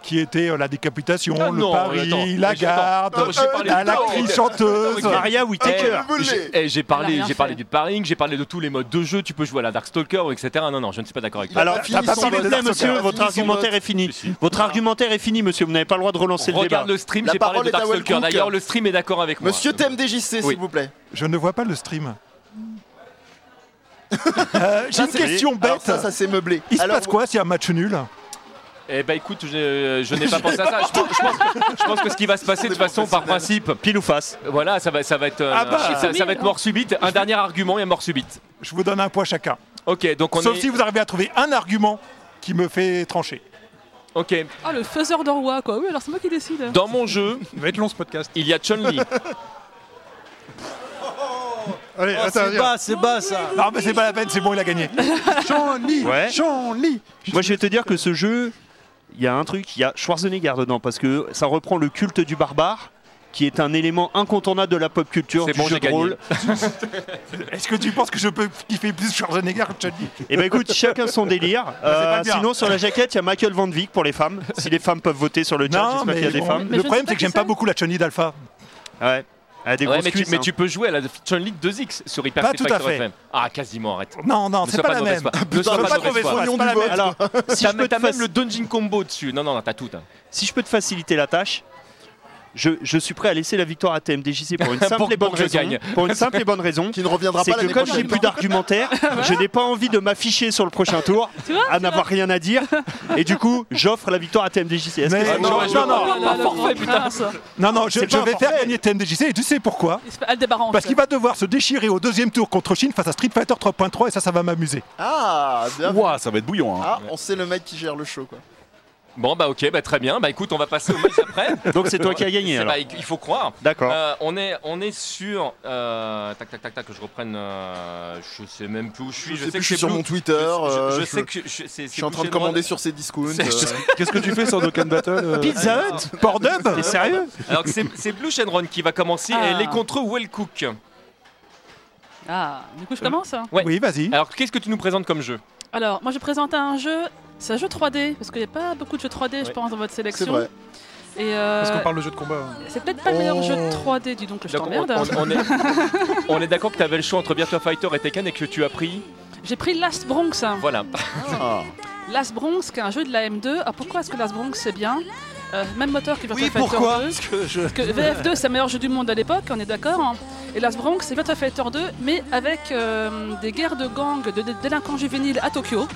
Speaker 5: qui étaient euh, la décapitation,
Speaker 3: Ah
Speaker 5: le
Speaker 3: non,
Speaker 5: pari,
Speaker 3: attends,
Speaker 5: la
Speaker 3: mais j'ai-
Speaker 5: garde, euh,
Speaker 3: attends, j'ai parlé
Speaker 5: la
Speaker 3: de temps,
Speaker 5: crise
Speaker 3: ok.
Speaker 5: chanteuse.
Speaker 3: Attends, ok.
Speaker 9: Maria Whittaker.
Speaker 7: Volé.
Speaker 3: J'ai- eh, J'ai parlé,
Speaker 8: rien
Speaker 3: j'ai parlé
Speaker 8: fait.
Speaker 3: du paring, j'ai parlé de tous les modes de jeu. Tu peux jouer à la Darkstalker, etc. Non, non, je ne suis pas d'accord avec
Speaker 7: Il
Speaker 3: toi.
Speaker 7: a
Speaker 9: Alors,
Speaker 7: pas
Speaker 9: s'il
Speaker 7: fini
Speaker 9: vous
Speaker 7: son vote,
Speaker 9: plaît,
Speaker 7: Darkstalker.
Speaker 9: monsieur,
Speaker 7: Il a
Speaker 9: votre
Speaker 7: fini son
Speaker 9: argumentaire
Speaker 7: vote.
Speaker 9: est fini.
Speaker 3: Si, si.
Speaker 9: Votre argumentaire est fini, monsieur. Vous n'avez pas le droit de relancer le débat.
Speaker 3: Regarde le stream,
Speaker 7: La
Speaker 3: j'ai parlé
Speaker 7: parole
Speaker 3: de
Speaker 7: est à Will
Speaker 3: Darkstalker.
Speaker 7: Cook.
Speaker 3: D'ailleurs, le stream est d'accord avec moi.
Speaker 7: Monsieur TMDJC,
Speaker 3: [LAUGHS] Oui.
Speaker 7: s'il vous plaît.
Speaker 5: Je ne vois pas le stream. Euh, J'ai
Speaker 7: Ça,
Speaker 5: une
Speaker 7: c'est-
Speaker 5: question
Speaker 7: Alors
Speaker 5: bête.
Speaker 7: ça, ça s'est meublé.
Speaker 5: Il se
Speaker 7: Alors,
Speaker 5: passe quoi s'il y a un match nul
Speaker 3: Eh ben écoute, je, je n'ai pas pensé à ça. Je, pense- je pense, que- je pense que ce qui va se passer de toute façon, par principe,
Speaker 9: Pile ou face.
Speaker 3: voilà, ça va, ça va être, euh,
Speaker 9: Ah bah.
Speaker 3: ça, ça va être mort subite. Un dernier argument, il y a mort subite.
Speaker 5: Je vous donne un point chacun.
Speaker 3: Ok, donc on
Speaker 5: Sauf
Speaker 3: est.
Speaker 5: si vous arrivez à trouver un argument qui me fait trancher.
Speaker 3: Ok,
Speaker 8: Ah, le faiseur de roi, quoi. Oui, alors c'est moi qui décide.
Speaker 3: dans mon jeu,
Speaker 4: Il va être long ce podcast.
Speaker 3: il y a Chun
Speaker 4: [LAUGHS]
Speaker 3: Li.
Speaker 5: Allez,
Speaker 1: Oh, c'est
Speaker 7: hein.
Speaker 1: bas, c'est bas ça.
Speaker 5: Non, mais c'est pas la peine, c'est bon, il a gagné.
Speaker 4: Chun-Li
Speaker 9: Ouais.
Speaker 4: Chun-Li
Speaker 9: Moi, je vais te dire que ce jeu, il y a un truc, il y a Schwarzenegger dedans, parce que ça reprend le culte du barbare, qui est un élément incontournable de la pop culture,
Speaker 3: C'est
Speaker 9: du
Speaker 3: bon,
Speaker 9: jeu
Speaker 3: j'ai
Speaker 9: de
Speaker 3: gagné.
Speaker 9: rôle.
Speaker 5: [LAUGHS] Est-ce que tu penses que je peux kiffer plus Schwarzenegger que Chun-Li
Speaker 9: Et
Speaker 3: [LAUGHS]
Speaker 9: ben écoute,
Speaker 5: [LAUGHS]
Speaker 9: chacun son
Speaker 3: Ah,
Speaker 9: délire.
Speaker 5: c'est pas
Speaker 9: Euh,
Speaker 5: bien.
Speaker 9: sinon, sur la jaquette, il y a Michael Van Vick pour les femmes. Si les femmes peuvent voter sur le chat,
Speaker 5: Non,
Speaker 9: j'espère
Speaker 5: mais
Speaker 9: qu'il y a des
Speaker 5: bon,
Speaker 9: femmes.
Speaker 8: Mais
Speaker 5: le
Speaker 8: je
Speaker 5: problème,
Speaker 8: sais
Speaker 5: c'est
Speaker 8: pas
Speaker 5: que
Speaker 8: qui
Speaker 5: j'aime pas
Speaker 8: c'est.
Speaker 5: beaucoup la Chun-Li d'Alpha.
Speaker 9: Ouais. Ah, des
Speaker 3: Ouais,
Speaker 9: grosses
Speaker 3: mais, tu,
Speaker 9: cuisses,
Speaker 3: mais
Speaker 9: hein.
Speaker 3: tu peux jouer à la Chun Li 2X sur Hyper
Speaker 5: Pas
Speaker 3: Street
Speaker 5: tout à
Speaker 3: Fighter
Speaker 5: fait.
Speaker 3: FM. Ah, quasiment, arrête.
Speaker 5: Non,
Speaker 3: Ne
Speaker 5: non, c'est
Speaker 3: sois
Speaker 5: pas,
Speaker 3: pas
Speaker 5: la
Speaker 3: de
Speaker 5: même.
Speaker 3: mauvaise
Speaker 9: Ah,
Speaker 3: foi. Ne sois
Speaker 7: on peut
Speaker 3: pas
Speaker 7: pas
Speaker 3: de mauvaise
Speaker 7: trouver
Speaker 3: foi.
Speaker 7: son nom du
Speaker 5: C'est pas la
Speaker 7: vote.
Speaker 5: même.
Speaker 9: Alors, si,
Speaker 3: T'as
Speaker 9: je
Speaker 3: même
Speaker 9: peux te fac-
Speaker 3: le dungeon combo dessus. Non, non, non, t'as tout. hein.
Speaker 9: si je peux te faciliter la tâche, je, je suis prêt à laisser la victoire à TMDJC pour une simple
Speaker 3: Pour-
Speaker 9: et bonne
Speaker 3: pour que je
Speaker 9: raison.
Speaker 3: gagne.
Speaker 9: Pour une simple et bonne raison.
Speaker 7: Qui ne reviendra
Speaker 9: C'est
Speaker 7: pas
Speaker 9: que
Speaker 7: l'année
Speaker 9: comme j'ai
Speaker 7: prochaine.
Speaker 9: plus d'argumentaires, je n'ai pas envie de m'afficher sur le prochain tour,
Speaker 8: Tu vois
Speaker 9: à n'avoir rien à dire, et du coup, j'offre la victoire à TMDJC. Est-ce
Speaker 5: Mais-
Speaker 9: que
Speaker 5: Ah,
Speaker 9: c'est
Speaker 5: non,
Speaker 9: bon
Speaker 5: mais
Speaker 3: je-
Speaker 5: non, non.
Speaker 3: Ah, là, là, forfait, putain.
Speaker 8: putain.
Speaker 5: Non, non, je,
Speaker 9: C'est
Speaker 5: je
Speaker 9: pas
Speaker 5: vais
Speaker 9: un
Speaker 5: faire
Speaker 9: forfait.
Speaker 5: gagner TMDJC et tu sais pourquoi
Speaker 8: Il se fait Aldebaran.
Speaker 5: Parce qu'il va devoir se déchirer au deuxième tour contre Chine face à Street Fighter 3.3 et ça, ça va m'amuser.
Speaker 7: Ah, bien.
Speaker 6: Ouah, ça va être bouillant. hein.
Speaker 7: Ah, on sait le mec qui gère le show, quoi.
Speaker 3: Bon, bah ok, bah très bien. Bah écoute, on va passer au match après.
Speaker 9: [LAUGHS] Donc c'est toi qui as gagné
Speaker 3: C'est-
Speaker 9: alors.
Speaker 3: bah, il faut croire.
Speaker 9: D'accord.
Speaker 3: Euh, on, est, on est sur. euh, tac, tac, tac, tac, que je reprenne. euh, je sais même plus où je suis.
Speaker 7: Je sais plus,
Speaker 3: que
Speaker 7: je suis
Speaker 3: c'est
Speaker 7: sur
Speaker 3: Blue-
Speaker 7: mon Twitter.
Speaker 3: Je,
Speaker 7: euh,
Speaker 3: je- je
Speaker 7: je-
Speaker 3: sais que je, je- c'est-
Speaker 7: je
Speaker 3: c'est
Speaker 7: suis en train de
Speaker 3: Blue Shed
Speaker 7: commander
Speaker 3: Rod.
Speaker 7: sur
Speaker 3: [LAUGHS]
Speaker 7: ses discounts.
Speaker 6: C'est-
Speaker 7: euh.
Speaker 6: Qu'est-ce que tu fais sur Dokkan Battle euh,
Speaker 9: [LAUGHS] Pizza Hut Pornhub T'es sérieux
Speaker 3: Alors que c'est c'est Blue Shenron qui va commencer
Speaker 8: Ah.
Speaker 3: et elle est contre Well Cook.
Speaker 8: Ah, du coup, je commence. hein.
Speaker 3: Ouais.
Speaker 5: Oui, vas-y.
Speaker 3: Alors qu'est-ce que tu nous présentes comme jeu
Speaker 8: Alors, moi, je présente un jeu. C'est un jeu 3D, parce qu'il n'y a pas beaucoup de jeux 3D, je
Speaker 3: Ouais.
Speaker 8: pense, dans votre
Speaker 7: C'est
Speaker 8: sélection.
Speaker 7: vrai.
Speaker 8: Et euh,
Speaker 4: Parce qu'on parle de jeu de combat. hein.
Speaker 8: c'est peut-être pas le meilleur jeu 3D, dis donc, je
Speaker 3: Donc, on,
Speaker 8: t'emmerde.
Speaker 3: on- on est, on est d'accord que tu avais le choix entre Virtua Fighter et Tekken et que tu as pris.
Speaker 8: J'ai pris Last Bronx. hein.
Speaker 3: Voilà.
Speaker 7: Ah.
Speaker 8: Last Bronx, qui est un jeu de la M2. Ah, pourquoi est-ce que Last Bronx, c'est bien Euh, Même moteur que Virtua Fighter 2.
Speaker 1: Parce que
Speaker 7: [LAUGHS]
Speaker 1: je-
Speaker 8: Parce que VF2, c'est le meilleur jeu du monde à l'époque, on est d'accord. hein. Et Last Bronx, c'est Virtua Fighter 2, mais avec euh, des guerres de gangs, de dé- délinquants juvéniles à Tokyo,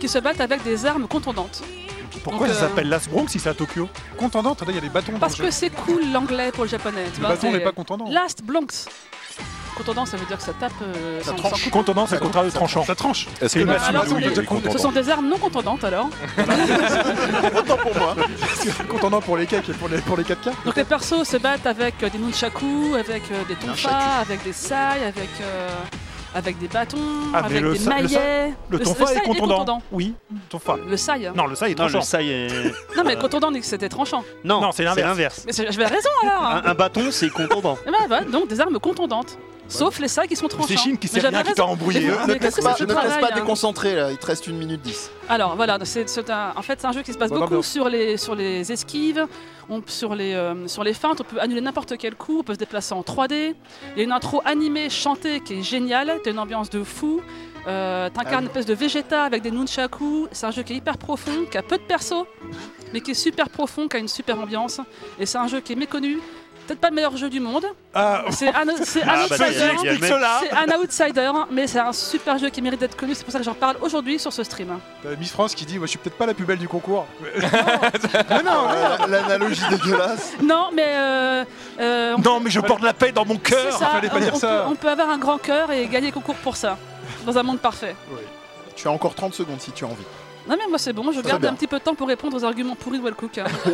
Speaker 8: qui se battent avec des armes contondantes.
Speaker 5: Pourquoi
Speaker 8: donc,
Speaker 5: ça
Speaker 8: euh,
Speaker 5: s'appelle Las Bronx si c'est à Tokyo
Speaker 4: Contendante, là, il y a les bâtons dans
Speaker 8: Parce
Speaker 4: le jeu.
Speaker 8: que c'est cool l'anglais pour le japonais, tu
Speaker 4: Le
Speaker 8: vois.
Speaker 4: bâton
Speaker 8: c'est-
Speaker 4: n'est pas contendant.
Speaker 8: Last Bronx. Contendant, ça veut dire que ça tape. euh,
Speaker 7: Ça
Speaker 8: sans-
Speaker 7: tranche.
Speaker 8: sans coupe.
Speaker 5: Contendant, c'est le contraire de tranchant.
Speaker 4: Ça tranche.
Speaker 6: Est-ce
Speaker 4: Et
Speaker 6: que
Speaker 8: bah,
Speaker 6: Maxime
Speaker 8: alors,
Speaker 6: Azouille
Speaker 8: oui, oui,
Speaker 6: est
Speaker 8: Ce sont
Speaker 5: [LAUGHS]
Speaker 6: content
Speaker 8: des armes non contendantes alors.
Speaker 7: Autant pour moi.
Speaker 1: Contendant pour les cakes et pour les, pour les 4K.
Speaker 8: Donc les persos se battent avec euh, des nunchaku, avec euh, des tonfa,
Speaker 7: Nunchaku.
Speaker 8: avec des sailles, avec, euh, avec des bâtons,
Speaker 5: Ah, mais
Speaker 8: avec
Speaker 5: le
Speaker 8: des
Speaker 5: sa- le sa-
Speaker 8: maillets.
Speaker 5: Le tonfa est contondant. Oui, tonfa.
Speaker 8: Le saille.
Speaker 5: Non, le ça est
Speaker 9: Non,
Speaker 5: tranchant.
Speaker 9: le ça y est.
Speaker 8: Non, mais contendant, c'était tranchant.
Speaker 9: Non,
Speaker 5: Non, c'est
Speaker 9: c'est
Speaker 5: l'inverse.
Speaker 9: l'inverse.
Speaker 8: Mais c'est- j'avais raison alors. hein.
Speaker 9: Un, un bâton, c'est contondant.
Speaker 8: Eh ben, voilà, donc des armes contondantes. Sauf les sailles qui hein. sont tranchants.
Speaker 5: C'est Chine qui
Speaker 8: Mais
Speaker 5: sait
Speaker 8: j'avais
Speaker 5: rien qui
Speaker 8: raison.
Speaker 5: t'a embrouillé. hein.
Speaker 8: Mais-
Speaker 7: Ne
Speaker 8: qu'est-ce
Speaker 7: te
Speaker 8: que
Speaker 7: laisse pas,
Speaker 8: c'est
Speaker 7: ne
Speaker 8: que
Speaker 7: te laisse
Speaker 8: travail,
Speaker 7: pas
Speaker 8: hein
Speaker 7: déconcentrer là, il te reste une minute 10.
Speaker 8: Alors voilà, c'est, c'est un, en fait c'est un jeu qui se base
Speaker 5: Bonne
Speaker 8: beaucoup
Speaker 5: ambiance.
Speaker 8: sur les, sur les esquives, on- sur, les, euh, sur les feintes, on peut annuler n'importe quel coup, on peut se déplacer en 3D. Il y a une intro animée, chantée qui est géniale, t'as une ambiance de fou, euh, t'incarnes
Speaker 7: Ah oui.
Speaker 8: une espèce de Vegeta avec des nunchaku, c'est un jeu qui est hyper profond, qui a peu de persos, mais qui est super profond, qui a une super ambiance, et c'est un jeu qui est méconnu. Peut-être pas le meilleur jeu du monde.
Speaker 5: Ah,
Speaker 8: C'est un, c'est un
Speaker 9: Ah, bah,
Speaker 8: outsider.
Speaker 9: tiens, il y a le même-
Speaker 8: C'est un outsider, mais c'est un super jeu qui mérite d'être connu. C'est pour ça que j'en parle aujourd'hui sur ce stream.
Speaker 4: Euh,
Speaker 1: T'as Miss France qui dit Moi, Je suis peut-être pas la plus belle du
Speaker 3: [LAUGHS]
Speaker 1: concours.
Speaker 7: Euh,
Speaker 1: Ah,
Speaker 7: la-
Speaker 4: [LAUGHS]
Speaker 7: L'analogie dégueulasse.
Speaker 8: Non, mais euh, euh, on-
Speaker 5: Non, mais je porte la paix dans mon
Speaker 8: c'est
Speaker 5: cœur.
Speaker 8: ça,
Speaker 5: Fallait pas
Speaker 8: on-
Speaker 5: dire
Speaker 8: on
Speaker 5: ça.
Speaker 8: peut- on peut avoir un grand cœur et gagner le concours pour ça, dans un monde parfait.
Speaker 7: Tu as encore 30 secondes si tu as envie.
Speaker 8: Non, mais moi c'est bon, je
Speaker 7: Très
Speaker 8: garde
Speaker 7: bien.
Speaker 8: un petit peu de temps pour répondre aux arguments pourris de Wellcook, hein. [LAUGHS]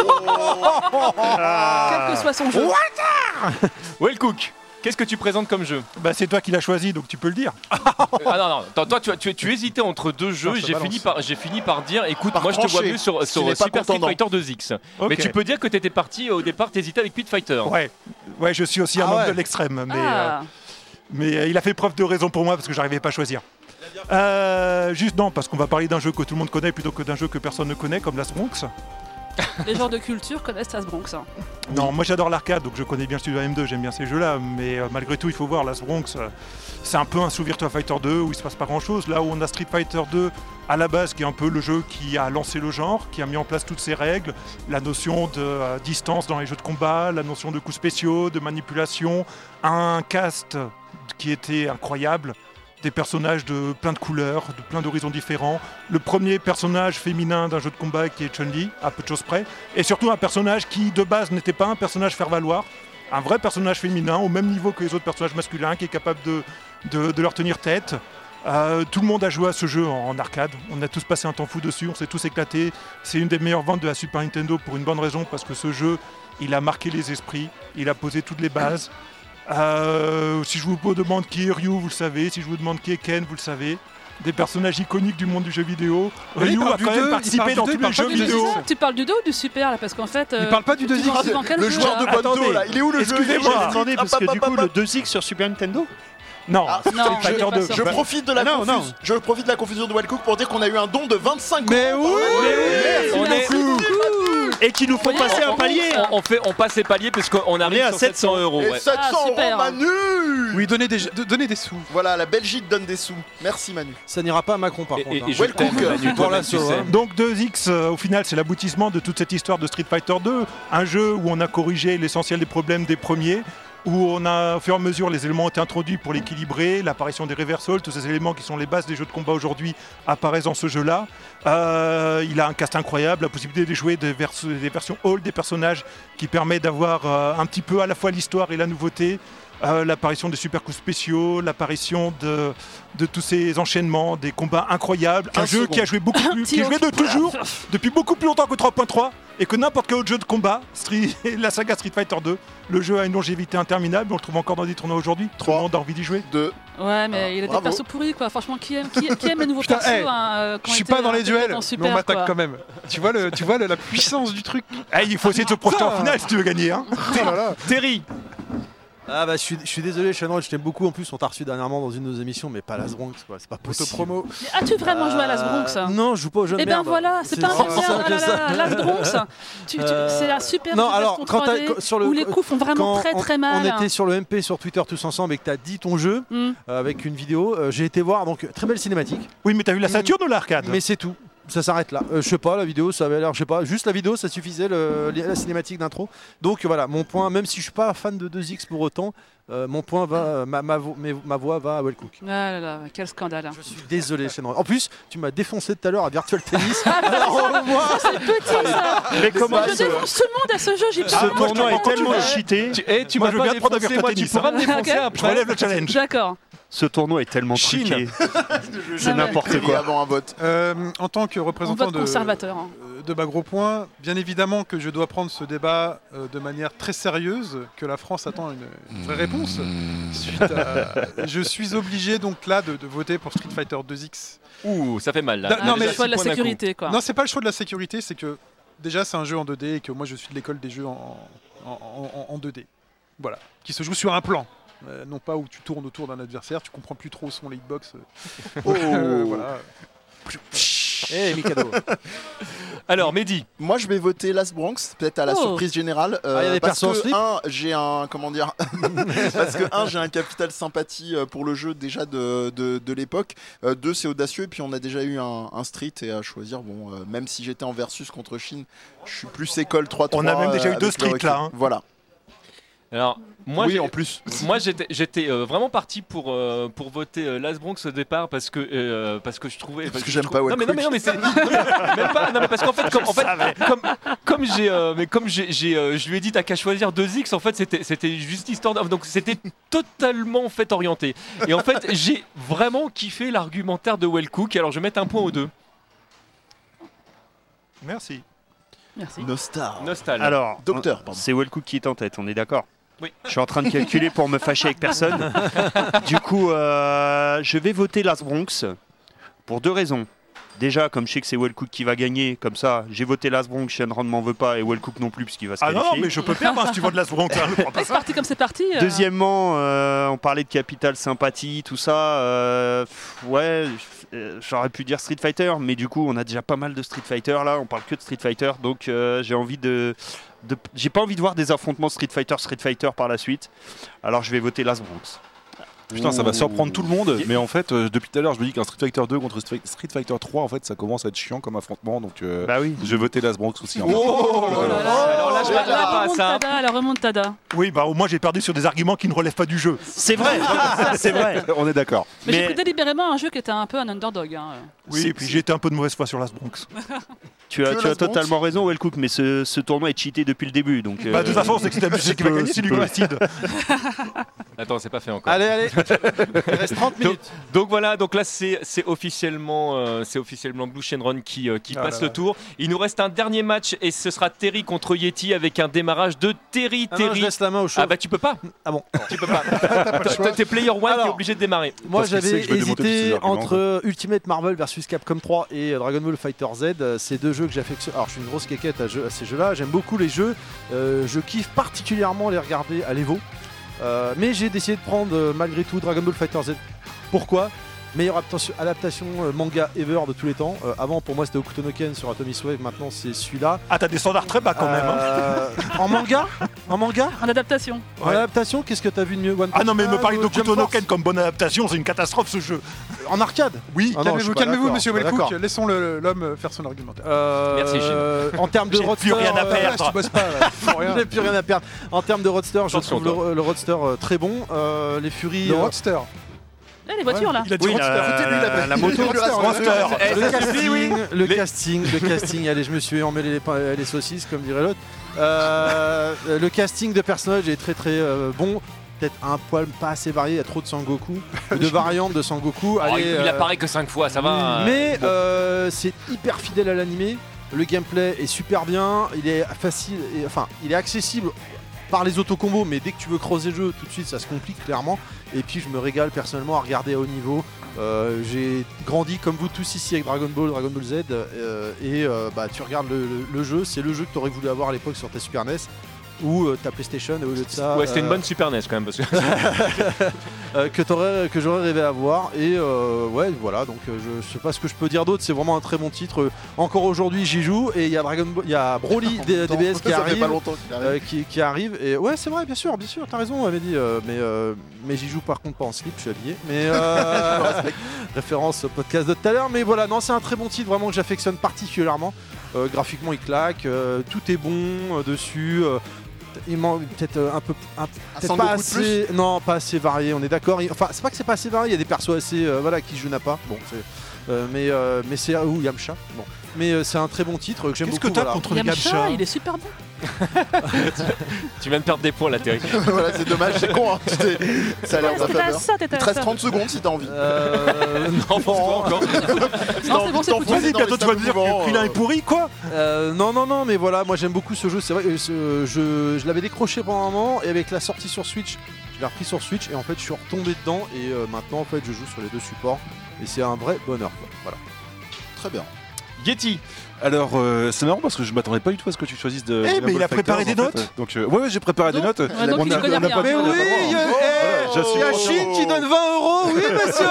Speaker 9: Ah.
Speaker 8: quel que soit son jeu.
Speaker 3: Well Cook, qu'est-ce que tu présentes comme jeu
Speaker 5: Bah, c'est toi qui l'as choisi, donc tu peux le dire.
Speaker 3: Ah non, non, attends, toi, tu, as- tu, as- tu hésitais entre deux jeux
Speaker 5: ça
Speaker 3: et j'ai
Speaker 5: balance.
Speaker 3: fini, par- j'ai fini par dire écoute,
Speaker 7: Par
Speaker 3: moi je te vois
Speaker 7: trancher,
Speaker 3: mieux sur,
Speaker 7: ce
Speaker 3: sur
Speaker 7: n'est pas
Speaker 3: Super Street
Speaker 7: contendant.
Speaker 3: Fighter 2X. Mais
Speaker 5: Ok.
Speaker 3: tu peux dire que t'étais parti au départ, t'hésitais avec Pit Fighter.
Speaker 5: Ouais, ouais, je suis aussi un
Speaker 1: Ah
Speaker 5: homme
Speaker 1: ouais.
Speaker 5: de l'extrême, mais, euh,
Speaker 8: Ah,
Speaker 5: mais euh, il a fait preuve de raison pour moi parce que j'arrivais pas à choisir. Euh, juste non, parce qu'on va parler d'un jeu que tout le monde connaît plutôt que d'un jeu que personne ne connaît, comme Las Bronx.
Speaker 8: les gens de culture connaissent As Bronx. hein.
Speaker 5: Non, moi j'adore l'arcade, donc je connais bien le studio M2, j'aime bien ces jeux-là, mais euh, malgré tout, il faut voir Las Bronx, euh, c'est un peu un sous Virtua Fighter 2 où il se passe pas grand-chose. Là où on a Street Fighter 2 à la base, qui est un peu le jeu qui a lancé le genre, qui a mis en place toutes ses règles, la notion de euh, distance dans les jeux de combat, la notion de coups spéciaux, de manipulation, un cast qui était incroyable. Des personnages de plein de couleurs, de plein d'horizons différents. Le premier personnage féminin d'un jeu de combat qui est Chun-Li, à peu de choses près et surtout un personnage qui de base n'était pas un personnage faire valoir, un vrai personnage féminin au même niveau que les autres personnages masculins qui est capable de, de, de leur tenir tête. Euh, tout le monde a joué à ce jeu en, en arcade, on a tous passé un temps fou dessus, on s'est tous éclatés. C'est une des meilleures ventes de la Super Nintendo pour une bonne raison parce que ce jeu, il a marqué les esprits, il a posé toutes les bases. Euh, si je vous demande qui est Ryu, vous le savez. Si je vous demande qui est Ken, vous le savez. Des personnages iconiques du monde du jeu vidéo.
Speaker 1: Mais il
Speaker 5: Ryu
Speaker 1: parle
Speaker 5: a
Speaker 1: du
Speaker 5: quand
Speaker 1: deux,
Speaker 5: même
Speaker 1: il parle
Speaker 5: participé
Speaker 1: du
Speaker 5: dans
Speaker 1: deux, il
Speaker 5: tous les
Speaker 1: parle pas
Speaker 5: jeux
Speaker 1: du
Speaker 8: Mais c'est
Speaker 5: vidéo.
Speaker 1: Zero.
Speaker 8: ça, Tu parles du 2 ou du super là Parce qu'en fait. euh,
Speaker 1: Il parle pas du 2X.
Speaker 8: c'est dans quel
Speaker 7: le
Speaker 8: jeu,
Speaker 7: joueur
Speaker 8: là
Speaker 7: de Banjo
Speaker 5: Attendez.
Speaker 7: là, il est où le jeu
Speaker 5: Excusez-moi.
Speaker 7: Il est
Speaker 5: Ah.
Speaker 9: Attendez,
Speaker 7: Hop,
Speaker 9: parce
Speaker 7: hop,
Speaker 9: que du
Speaker 7: hop,
Speaker 9: coup,
Speaker 7: hop.
Speaker 9: le 2X sur Super Nintendo
Speaker 5: Non,
Speaker 7: Ah,
Speaker 8: Non,
Speaker 5: Street
Speaker 8: il est
Speaker 5: Fighter
Speaker 8: pas
Speaker 5: 2.
Speaker 8: sorti.
Speaker 7: Je profite de la
Speaker 9: Bah, ah, non,
Speaker 7: confusion.
Speaker 9: non.
Speaker 7: Je profite de la confusion de Wellcook pour dire qu'on a eu un don de 25
Speaker 1: Mais
Speaker 7: euros.
Speaker 1: oui,
Speaker 8: Merci,
Speaker 3: on
Speaker 8: merci
Speaker 3: est-
Speaker 8: beaucoup.
Speaker 9: et qui nous font
Speaker 8: Oui,
Speaker 9: passer
Speaker 8: on-
Speaker 9: un palier.
Speaker 3: On, on fait, on passe les paliers parce qu'on arrive
Speaker 9: est à
Speaker 3: sur 700 euros.
Speaker 7: Et
Speaker 3: ouais.
Speaker 7: 700
Speaker 8: Ah,
Speaker 7: euros
Speaker 8: super.
Speaker 7: Manu
Speaker 1: Oui, donnez des, de- donnez des sous.
Speaker 7: Voilà, la Belgique donne des sous. Merci Manu.
Speaker 1: Ça n'ira pas à Macron, par
Speaker 3: Et-
Speaker 1: contre.
Speaker 3: et-
Speaker 1: hein.
Speaker 3: et je
Speaker 7: Well
Speaker 3: t'aime,
Speaker 7: Cook.
Speaker 3: Manu,
Speaker 1: Pour la
Speaker 3: Bah, toi-même, tu
Speaker 1: sauve,
Speaker 3: sais.
Speaker 1: hein.
Speaker 5: Donc 2X, euh, au final, c'est l'aboutissement de toute cette histoire de Street Fighter 2, un jeu où on a corrigé l'essentiel des problèmes des premiers, où on a, au fur et à mesure, les éléments ont été introduits pour l'équilibrer, l'apparition des reversals, tous ces éléments qui sont les bases des jeux de combat aujourd'hui apparaissent dans ce jeu-là. Euh, il a un cast incroyable, la possibilité de jouer des, vers- des versions all des personnages qui permet d'avoir euh, un petit peu à la fois l'histoire et la nouveauté. Euh, l'apparition des super coups spéciaux, l'apparition de, de tous ces enchaînements, des combats incroyables, un
Speaker 7: 15
Speaker 5: jeu qui a joué beaucoup plus, qui est joué de toujours, depuis beaucoup plus longtemps que 3.3 et que n'importe quel autre jeu de combat, Street- [LAUGHS] la saga Street Fighter 2, le jeu a une longévité interminable, on le trouve encore dans des tournois aujourd'hui, tout le
Speaker 7: Trois.
Speaker 5: monde a envie d'y jouer.
Speaker 7: Deux.
Speaker 8: Ouais, mais
Speaker 7: Ah,
Speaker 8: il a
Speaker 7: bravo.
Speaker 8: des persos pourris quoi. Franchement, qui aime, qui, qui aime les nouveaux
Speaker 1: Putain,
Speaker 8: persos
Speaker 1: hey,
Speaker 8: hein, euh, qui
Speaker 1: Je
Speaker 8: ont
Speaker 1: suis
Speaker 8: été
Speaker 1: pas dans les
Speaker 8: intégrés en
Speaker 1: duels, mais on
Speaker 8: super,
Speaker 1: m'attaque
Speaker 8: quoi.
Speaker 1: quand même. Tu vois, le, tu vois le- la puissance du truc.
Speaker 5: Eh, il faut essayer de se projeter en
Speaker 1: Ça.
Speaker 5: finale si tu veux gagner. hein.
Speaker 9: Terry,
Speaker 1: Ah bah je suis, je suis désolé Shenron, je t'aime beaucoup en plus on t'a reçu dernièrement dans une de nos émissions mais pas Las Bronx quoi, c'est pas possible. promo.
Speaker 8: Mais As-tu vraiment joué à Las Bronx hein
Speaker 1: Non, je joue pas au jeu de
Speaker 8: Eh ben
Speaker 1: merde.
Speaker 8: voilà, c'est pas un jeu
Speaker 1: aussi
Speaker 8: de merde,
Speaker 1: simple
Speaker 8: ah
Speaker 1: que
Speaker 8: là
Speaker 1: ça.
Speaker 8: là, Las Bronx. Tu- tu-
Speaker 1: Euh,
Speaker 8: C'est la super
Speaker 1: non,
Speaker 8: vitesse
Speaker 1: alors,
Speaker 8: contre
Speaker 1: quand t'as-
Speaker 8: 3D,
Speaker 1: quand- sur le-
Speaker 8: où les coups font vraiment
Speaker 1: Quand
Speaker 8: Ah très
Speaker 1: on-
Speaker 8: très mal. hein.
Speaker 1: On était sur le MP sur Twitter tous ensemble et que t'as dit ton jeu
Speaker 8: Hmm.
Speaker 1: euh, avec une vidéo, euh, j'ai été voir donc très belle cinématique, Mm.
Speaker 5: Oui, mais t'as vu la Saturne ou l'arcade
Speaker 1: mais c'est tout. Ça s'arrête là. Euh, je sais pas, la vidéo, ça avait l'air, je sais pas, juste la vidéo, ça suffisait, le- la cinématique d'intro. Donc voilà, mon point, même si je suis pas fan de 2X pour autant, euh, mon point va, euh, ma, ma, vo- mes- ma voix va à Wellcook.
Speaker 8: Ah là là, quel scandale. hein.
Speaker 1: Je suis
Speaker 8: [LAUGHS]
Speaker 1: désolé, Shenron. En plus, tu m'as défoncé tout à l'heure à Virtual Tennis.
Speaker 8: Ah, C'est petit ça
Speaker 9: Mais comment
Speaker 8: Je défonce tout le monde à ce jeu, j'y
Speaker 9: ce
Speaker 8: parle.
Speaker 5: moi,
Speaker 9: tournoi
Speaker 5: je te
Speaker 9: est
Speaker 5: prends quand
Speaker 9: tellement
Speaker 5: tu veux.
Speaker 9: cheaté.
Speaker 3: Tu, eh, tu
Speaker 5: Moi,
Speaker 3: m'as
Speaker 5: je veux
Speaker 3: pas
Speaker 5: bien te prendre
Speaker 3: défoncé,
Speaker 5: un
Speaker 3: moi, tu
Speaker 5: tennis,
Speaker 3: pourras
Speaker 8: hein.
Speaker 3: me défoncer
Speaker 8: Ok.
Speaker 5: Je
Speaker 3: après.
Speaker 5: relève le challenge.
Speaker 8: D'accord.
Speaker 9: Ce tournoi est tellement
Speaker 5: Chine.
Speaker 9: truqué.
Speaker 7: J'ai
Speaker 9: C'est
Speaker 8: ouais.
Speaker 9: n'importe
Speaker 7: prié
Speaker 9: quoi.
Speaker 7: avant un vote.
Speaker 4: Euh, en tant que
Speaker 8: On
Speaker 4: représentant
Speaker 8: vote
Speaker 4: de,
Speaker 8: conservateur. hein.
Speaker 4: euh, de Bagro Point, bien évidemment que je dois prendre ce débat euh, de manière très sérieuse, que la France attend une, une vraie réponse.
Speaker 3: [LAUGHS]
Speaker 4: Suite à- je suis obligé donc là de, de voter pour Street Fighter 2X.
Speaker 3: Ouh, ça fait mal là.
Speaker 4: Non,
Speaker 3: Ah,
Speaker 8: Ah,
Speaker 4: non,
Speaker 8: mais
Speaker 3: déjà,
Speaker 8: le choix de la
Speaker 3: six points d'un coup.
Speaker 8: sécurité, quoi.
Speaker 4: Non, c'est pas le choix de la sécurité, c'est que déjà c'est un jeu en 2D et que moi je suis de l'école des jeux en, en- en- en 2D. Voilà, qui se joue sur un plan. Euh, non pas où tu tournes autour d'un adversaire, tu comprends plus trop son hitbox.
Speaker 7: Oh.
Speaker 4: Euh, [LAUGHS] voilà.
Speaker 1: Eh, Mikado.
Speaker 3: Alors, Mehdi,
Speaker 7: Moi, je vais voter Las Bronx, peut-être à la
Speaker 8: Oh.
Speaker 7: surprise générale. euh,
Speaker 1: Ah, il y a des
Speaker 7: parce
Speaker 1: persos
Speaker 7: que,
Speaker 1: en slip
Speaker 7: un, j'ai un. Comment dire [LAUGHS] Parce que, un, j'ai un capital sympathie euh, pour le jeu déjà de, de, de l'époque. Euh, deux, c'est audacieux. Et puis, on a déjà eu un, un street. Et à choisir, bon, euh, même si j'étais en versus contre Chine, je suis plus école 3-3.
Speaker 5: On a même déjà eu
Speaker 7: avec
Speaker 5: deux
Speaker 7: le
Speaker 5: streets,
Speaker 7: recul.
Speaker 5: là, hein.
Speaker 7: Voilà.
Speaker 3: alors, moi,
Speaker 7: oui,
Speaker 3: j'ai-
Speaker 7: en plus. [LAUGHS]
Speaker 3: Moi j'étais- j'étais euh, vraiment parti pour, euh, pour voter euh, Las Bronx au départ parce que, euh, parce que je trouvais.
Speaker 7: Parce que
Speaker 3: je
Speaker 7: j'aime
Speaker 3: trouve-
Speaker 7: pas
Speaker 3: Non mais, non, mais, non, mais c'est. [LAUGHS] non, mais- même pas, non, mais parce qu'en fait, comme, en fait, comme, comme j'ai. euh, mais comme j'ai, j'ai, euh, je lui ai dit, t'as qu'à choisir 2X, en fait, c'était, c'était juste histoire. d'- Donc c'était totalement en fait orienté. Et en fait, j'ai vraiment kiffé l'argumentaire de Well Cook. Alors je vais mettre un point aux deux.
Speaker 5: Merci.
Speaker 8: Merci.
Speaker 7: Nostar.
Speaker 3: Nostal.
Speaker 9: Alors,
Speaker 7: Docteur, pardon.
Speaker 9: c'est Wellcook qui est en tête, on est d'accord
Speaker 3: Oui.
Speaker 9: Je suis en train de calculer pour me fâcher avec personne. du coup, euh, je vais voter Las Bronx pour deux raisons. Déjà, comme je sais que c'est Wellcook qui va gagner, comme ça, j'ai voté Las Bronx, Shenron m'en veut pas et Wellcook non plus, puisqu'il va se
Speaker 5: Ah
Speaker 9: qualifier.
Speaker 5: non, mais je peux perdre hein, si tu vois de Las Bronx.
Speaker 8: [LAUGHS]
Speaker 5: hein, je prends pas
Speaker 8: C'est
Speaker 5: ça.
Speaker 8: parti comme c'est parti. euh,
Speaker 9: Deuxièmement, euh, on parlait de capital sympathie, tout ça. euh, pff, ouais, euh, j'aurais pu dire Street Fighter, mais du coup, on a déjà pas mal de Street Fighter là. On parle que de Street Fighter, donc euh, j'ai envie de, de- j'ai pas envie de voir des affrontements Street Fighter Street Fighter par la suite. Alors, je vais voter Las Bronx.
Speaker 6: Putain, ça va surprendre tout le monde, mais en fait, euh, depuis tout à l'heure, je me dis qu'un Street Fighter 2 contre Street Street Fighter 3, en fait, ça commence à être chiant comme affrontement, donc euh,
Speaker 9: Bah oui.
Speaker 6: je vais voter Las Bronx aussi. hein. en fait.
Speaker 5: Oh
Speaker 8: oh là là.
Speaker 3: Alors là, je
Speaker 8: La
Speaker 3: m'attendais pas à ça.
Speaker 8: remontada, la remontada.
Speaker 5: Oui, bah au moins j'ai perdu sur des arguments qui ne relèvent pas du jeu.
Speaker 9: C'est
Speaker 5: [LAUGHS]
Speaker 9: vrai. c'est vrai.
Speaker 6: On est d'accord.
Speaker 8: Mais, j'ai
Speaker 9: Mais-
Speaker 8: pris délibérément un jeu qui était un peu un underdog. hein.
Speaker 5: Oui, et puis j'ai été un peu de mauvaise foi sur Las Bronx. [LAUGHS]
Speaker 9: Tu as,
Speaker 7: Que
Speaker 9: tu as
Speaker 7: Las Bronx
Speaker 9: totalement raison, Wellcook, mais ce, ce tournoi est cheaté depuis le début, donc.
Speaker 5: Bah, de toute
Speaker 9: euh,
Speaker 5: façon, c'est que c'est la musique qui va
Speaker 9: peu,
Speaker 5: gagner, c'est du
Speaker 9: peu.
Speaker 5: Glacide.
Speaker 3: [LAUGHS] Attends, c'est pas fait encore. [LAUGHS]
Speaker 1: allez, allez. Il reste 30
Speaker 3: Donc,
Speaker 1: minutes.
Speaker 3: donc voilà, donc là c'est c'est officiellement, euh, c'est officiellement Blue Shenron qui, euh, qui
Speaker 5: Ah
Speaker 3: passe
Speaker 5: là
Speaker 3: le tour. Il nous reste un dernier match et ce sera Terry contre Yeti avec un démarrage de Terry
Speaker 1: Ah non,
Speaker 3: Terry.
Speaker 1: je laisse la main au chauve.
Speaker 3: Ah bah tu peux pas.
Speaker 1: [LAUGHS] Ah bon.
Speaker 3: Tu peux
Speaker 1: [LAUGHS]
Speaker 3: pas. T'es- T'es player one, t'es
Speaker 1: Alors.
Speaker 3: obligé de démarrer.
Speaker 1: Moi
Speaker 6: Parce qu'il
Speaker 1: j'avais
Speaker 6: sait que je vais démonter tous ces
Speaker 1: hésité
Speaker 6: arguments,
Speaker 1: entre euh, Ultimate Marvel versus Capcom 3 et euh, Dragon Ball Fighter Z, euh, ces deux jeux que j'affectionne. Alors je suis une grosse quéquette à, jeu- à ces jeux-là, j'aime beaucoup les jeux, euh, je kiffe particulièrement les regarder à l'Evo, Euh, mais j'ai décidé de prendre euh, malgré tout Dragon Ball Fighter Z. Pourquoi Meilleure adaptation, adaptation, euh, manga ever de tous les temps. Euh, avant pour moi c'était Okutonoken sur Atomic Wave, maintenant c'est celui-là.
Speaker 5: Ah, t'as des standards très bas quand même. hein.
Speaker 1: Euh, en manga En manga
Speaker 8: En adaptation.
Speaker 1: En
Speaker 5: Ouais.
Speaker 1: adaptation, qu'est-ce que t'as vu de mieux One
Speaker 5: Ah non, mais
Speaker 1: Punch
Speaker 5: me
Speaker 1: Man
Speaker 5: parler
Speaker 1: ou
Speaker 5: de
Speaker 1: Jump
Speaker 5: Kuto no Ken
Speaker 1: Force
Speaker 5: comme bonne adaptation, c'est une catastrophe ce jeu.
Speaker 1: En arcade
Speaker 5: Oui.
Speaker 1: Ah non, je suis
Speaker 4: calmez-vous,
Speaker 1: pas
Speaker 4: calmez-vous,
Speaker 1: d'accord,
Speaker 4: monsieur
Speaker 1: je suis pas
Speaker 4: Wellcook.
Speaker 1: d'accord.
Speaker 4: Laissons le- l'homme faire son argumentaire.
Speaker 1: Euh,
Speaker 3: Merci,
Speaker 1: En termes de
Speaker 5: J'ai plus
Speaker 1: roadster,
Speaker 5: rien à
Speaker 1: euh,
Speaker 5: perdre.
Speaker 4: tu bosses pas,
Speaker 7: [LAUGHS]
Speaker 4: là,
Speaker 1: [LAUGHS]
Speaker 4: pour rien.
Speaker 1: J'ai plus rien à perdre. En termes de roadster, je
Speaker 3: Attention,
Speaker 1: trouve le, le roadster euh, très bon. Euh, les Furies.
Speaker 4: Le
Speaker 1: euh, Ah.
Speaker 4: roadster.
Speaker 8: Eh, les voitures, là.
Speaker 5: Il a dit
Speaker 9: Oui,
Speaker 5: Roadster.
Speaker 9: la, la,
Speaker 5: [LAUGHS]
Speaker 9: moto.
Speaker 7: Roadster,
Speaker 5: Roadster.
Speaker 3: Eh,
Speaker 1: le
Speaker 3: ça
Speaker 1: casting,
Speaker 3: suffit, oui.
Speaker 1: le
Speaker 3: Les-
Speaker 1: casting, le casting. Allez, je me suis emmêlé les, pains- les saucisses, comme dirait l'autre. Euh, le casting de personnages est très très euh, bon. Peut-être un poil pas assez varié. Il y a trop de
Speaker 5: [LAUGHS]
Speaker 1: Sangoku, ou de variantes de Sangoku.
Speaker 3: Oh,
Speaker 1: Allez,
Speaker 3: il, il
Speaker 1: euh,
Speaker 3: apparaît que 5 fois, ça va. euh,
Speaker 1: Mais
Speaker 3: bon.
Speaker 1: euh, c'est hyper fidèle à l'animé. Le gameplay est super bien. Il est facile, et- enfin, il est accessible par les autocombos, mais dès que tu veux creuser le jeu, tout de suite, ça se complique clairement. Et puis, je me régale personnellement à regarder à haut niveau. Euh, J'ai grandi comme vous tous ici avec Dragon Ball, Dragon Ball Z, euh, et euh, bah, tu regardes le, le- le jeu. C'est le jeu que tu aurais voulu avoir à l'époque sur ta Super NES ou euh, ta PlayStation et au lieu de ça
Speaker 3: ouais, c'était une
Speaker 1: euh,
Speaker 3: bonne Super NES quand même parce que [LAUGHS]
Speaker 1: euh, que t'aurais- que j'aurais rêvé avoir et euh, ouais voilà donc euh, je, je sais pas ce que je peux dire d'autre c'est vraiment un très bon titre Euh, encore aujourd'hui j'y joue et il y a Dragon Ball- il y a Broly
Speaker 7: [LAUGHS] En
Speaker 1: D-
Speaker 7: même temps,
Speaker 1: DBS qui
Speaker 7: Ça fait pas
Speaker 1: arrive
Speaker 7: longtemps qu'il arrive.
Speaker 1: euh, qui, qui arrive et ouais c'est vrai bien sûr bien sûr t'as raison avait dit mais euh, mais j'y joue par contre pas en slip je suis habillé mais euh, [LAUGHS] référence au podcast de tout à l'heure mais voilà non c'est un très bon titre vraiment que j'affectionne particulièrement Euh, graphiquement il claque euh, tout est bon euh, dessus euh, il manque peut-être euh, un peu un
Speaker 7: Un
Speaker 1: Peut-être
Speaker 7: Sangoku
Speaker 1: pas
Speaker 7: de plus.
Speaker 1: assez, non, pas assez varié, on est d'accord. Il- Enfin, c'est pas que c'est pas assez varié, il y a des persos assez, euh, voilà, qui je n'a pas. Bon, c'est- Euh, mais euh, mais c'est ou Yamcha. Bon. Mais euh, c'est un très bon titre que j'aime
Speaker 5: Qu'est-ce
Speaker 1: beaucoup.
Speaker 5: que t'as
Speaker 1: voilà.
Speaker 5: contre les
Speaker 8: Yamcha,
Speaker 5: Gamcha
Speaker 8: il est super bon.
Speaker 3: Tu viens de perdre des points là,
Speaker 1: [LAUGHS]
Speaker 3: Terry.
Speaker 7: voilà, c'est dommage, c'est
Speaker 3: [LAUGHS]
Speaker 7: con. hein. Tu t'es- Ah, Ça a l'air de la faveur. Il te reste 30 secondes si t'as envie.
Speaker 1: Euh,
Speaker 3: Non, pense pas encore.
Speaker 5: [LAUGHS]
Speaker 8: Non, c'est bon, c'est foutu.
Speaker 7: Vas-y,
Speaker 5: Vas-y,
Speaker 7: dans
Speaker 5: bientôt
Speaker 7: les
Speaker 5: tu vas
Speaker 7: salles
Speaker 5: me dire oh,
Speaker 7: de couvent,
Speaker 5: que Krillin
Speaker 7: euh.
Speaker 5: est pourri, quoi
Speaker 1: Euh, non, non, non, mais voilà, moi j'aime beaucoup ce jeu. C'est vrai, euh, ce- je, je l'avais décroché pendant un moment et avec la sortie sur Switch, je l'ai repris sur Switch et en fait je suis retombé dedans et euh, maintenant en fait je joue sur les deux supports et c'est un vrai bonheur. quoi. Voilà.
Speaker 7: Très bien.
Speaker 6: Yeti Alors, euh, c'est marrant parce que je m'attendais pas du tout à ce que tu choisisses de.
Speaker 5: Eh,
Speaker 6: Dragon
Speaker 5: mais il
Speaker 6: Ball
Speaker 5: a préparé
Speaker 6: Fighters,
Speaker 5: des
Speaker 6: en fait. Donc, euh, ouais, ouais, j'ai préparé des
Speaker 8: Donc,
Speaker 6: notes.
Speaker 8: ouais, donc il connaît rien. Mais
Speaker 6: dit, on
Speaker 1: il y
Speaker 6: n'a pas
Speaker 1: a- eh,
Speaker 6: Oh, j'assume.
Speaker 1: il y a donne 20 euros,
Speaker 3: [LAUGHS]
Speaker 1: oui monsieur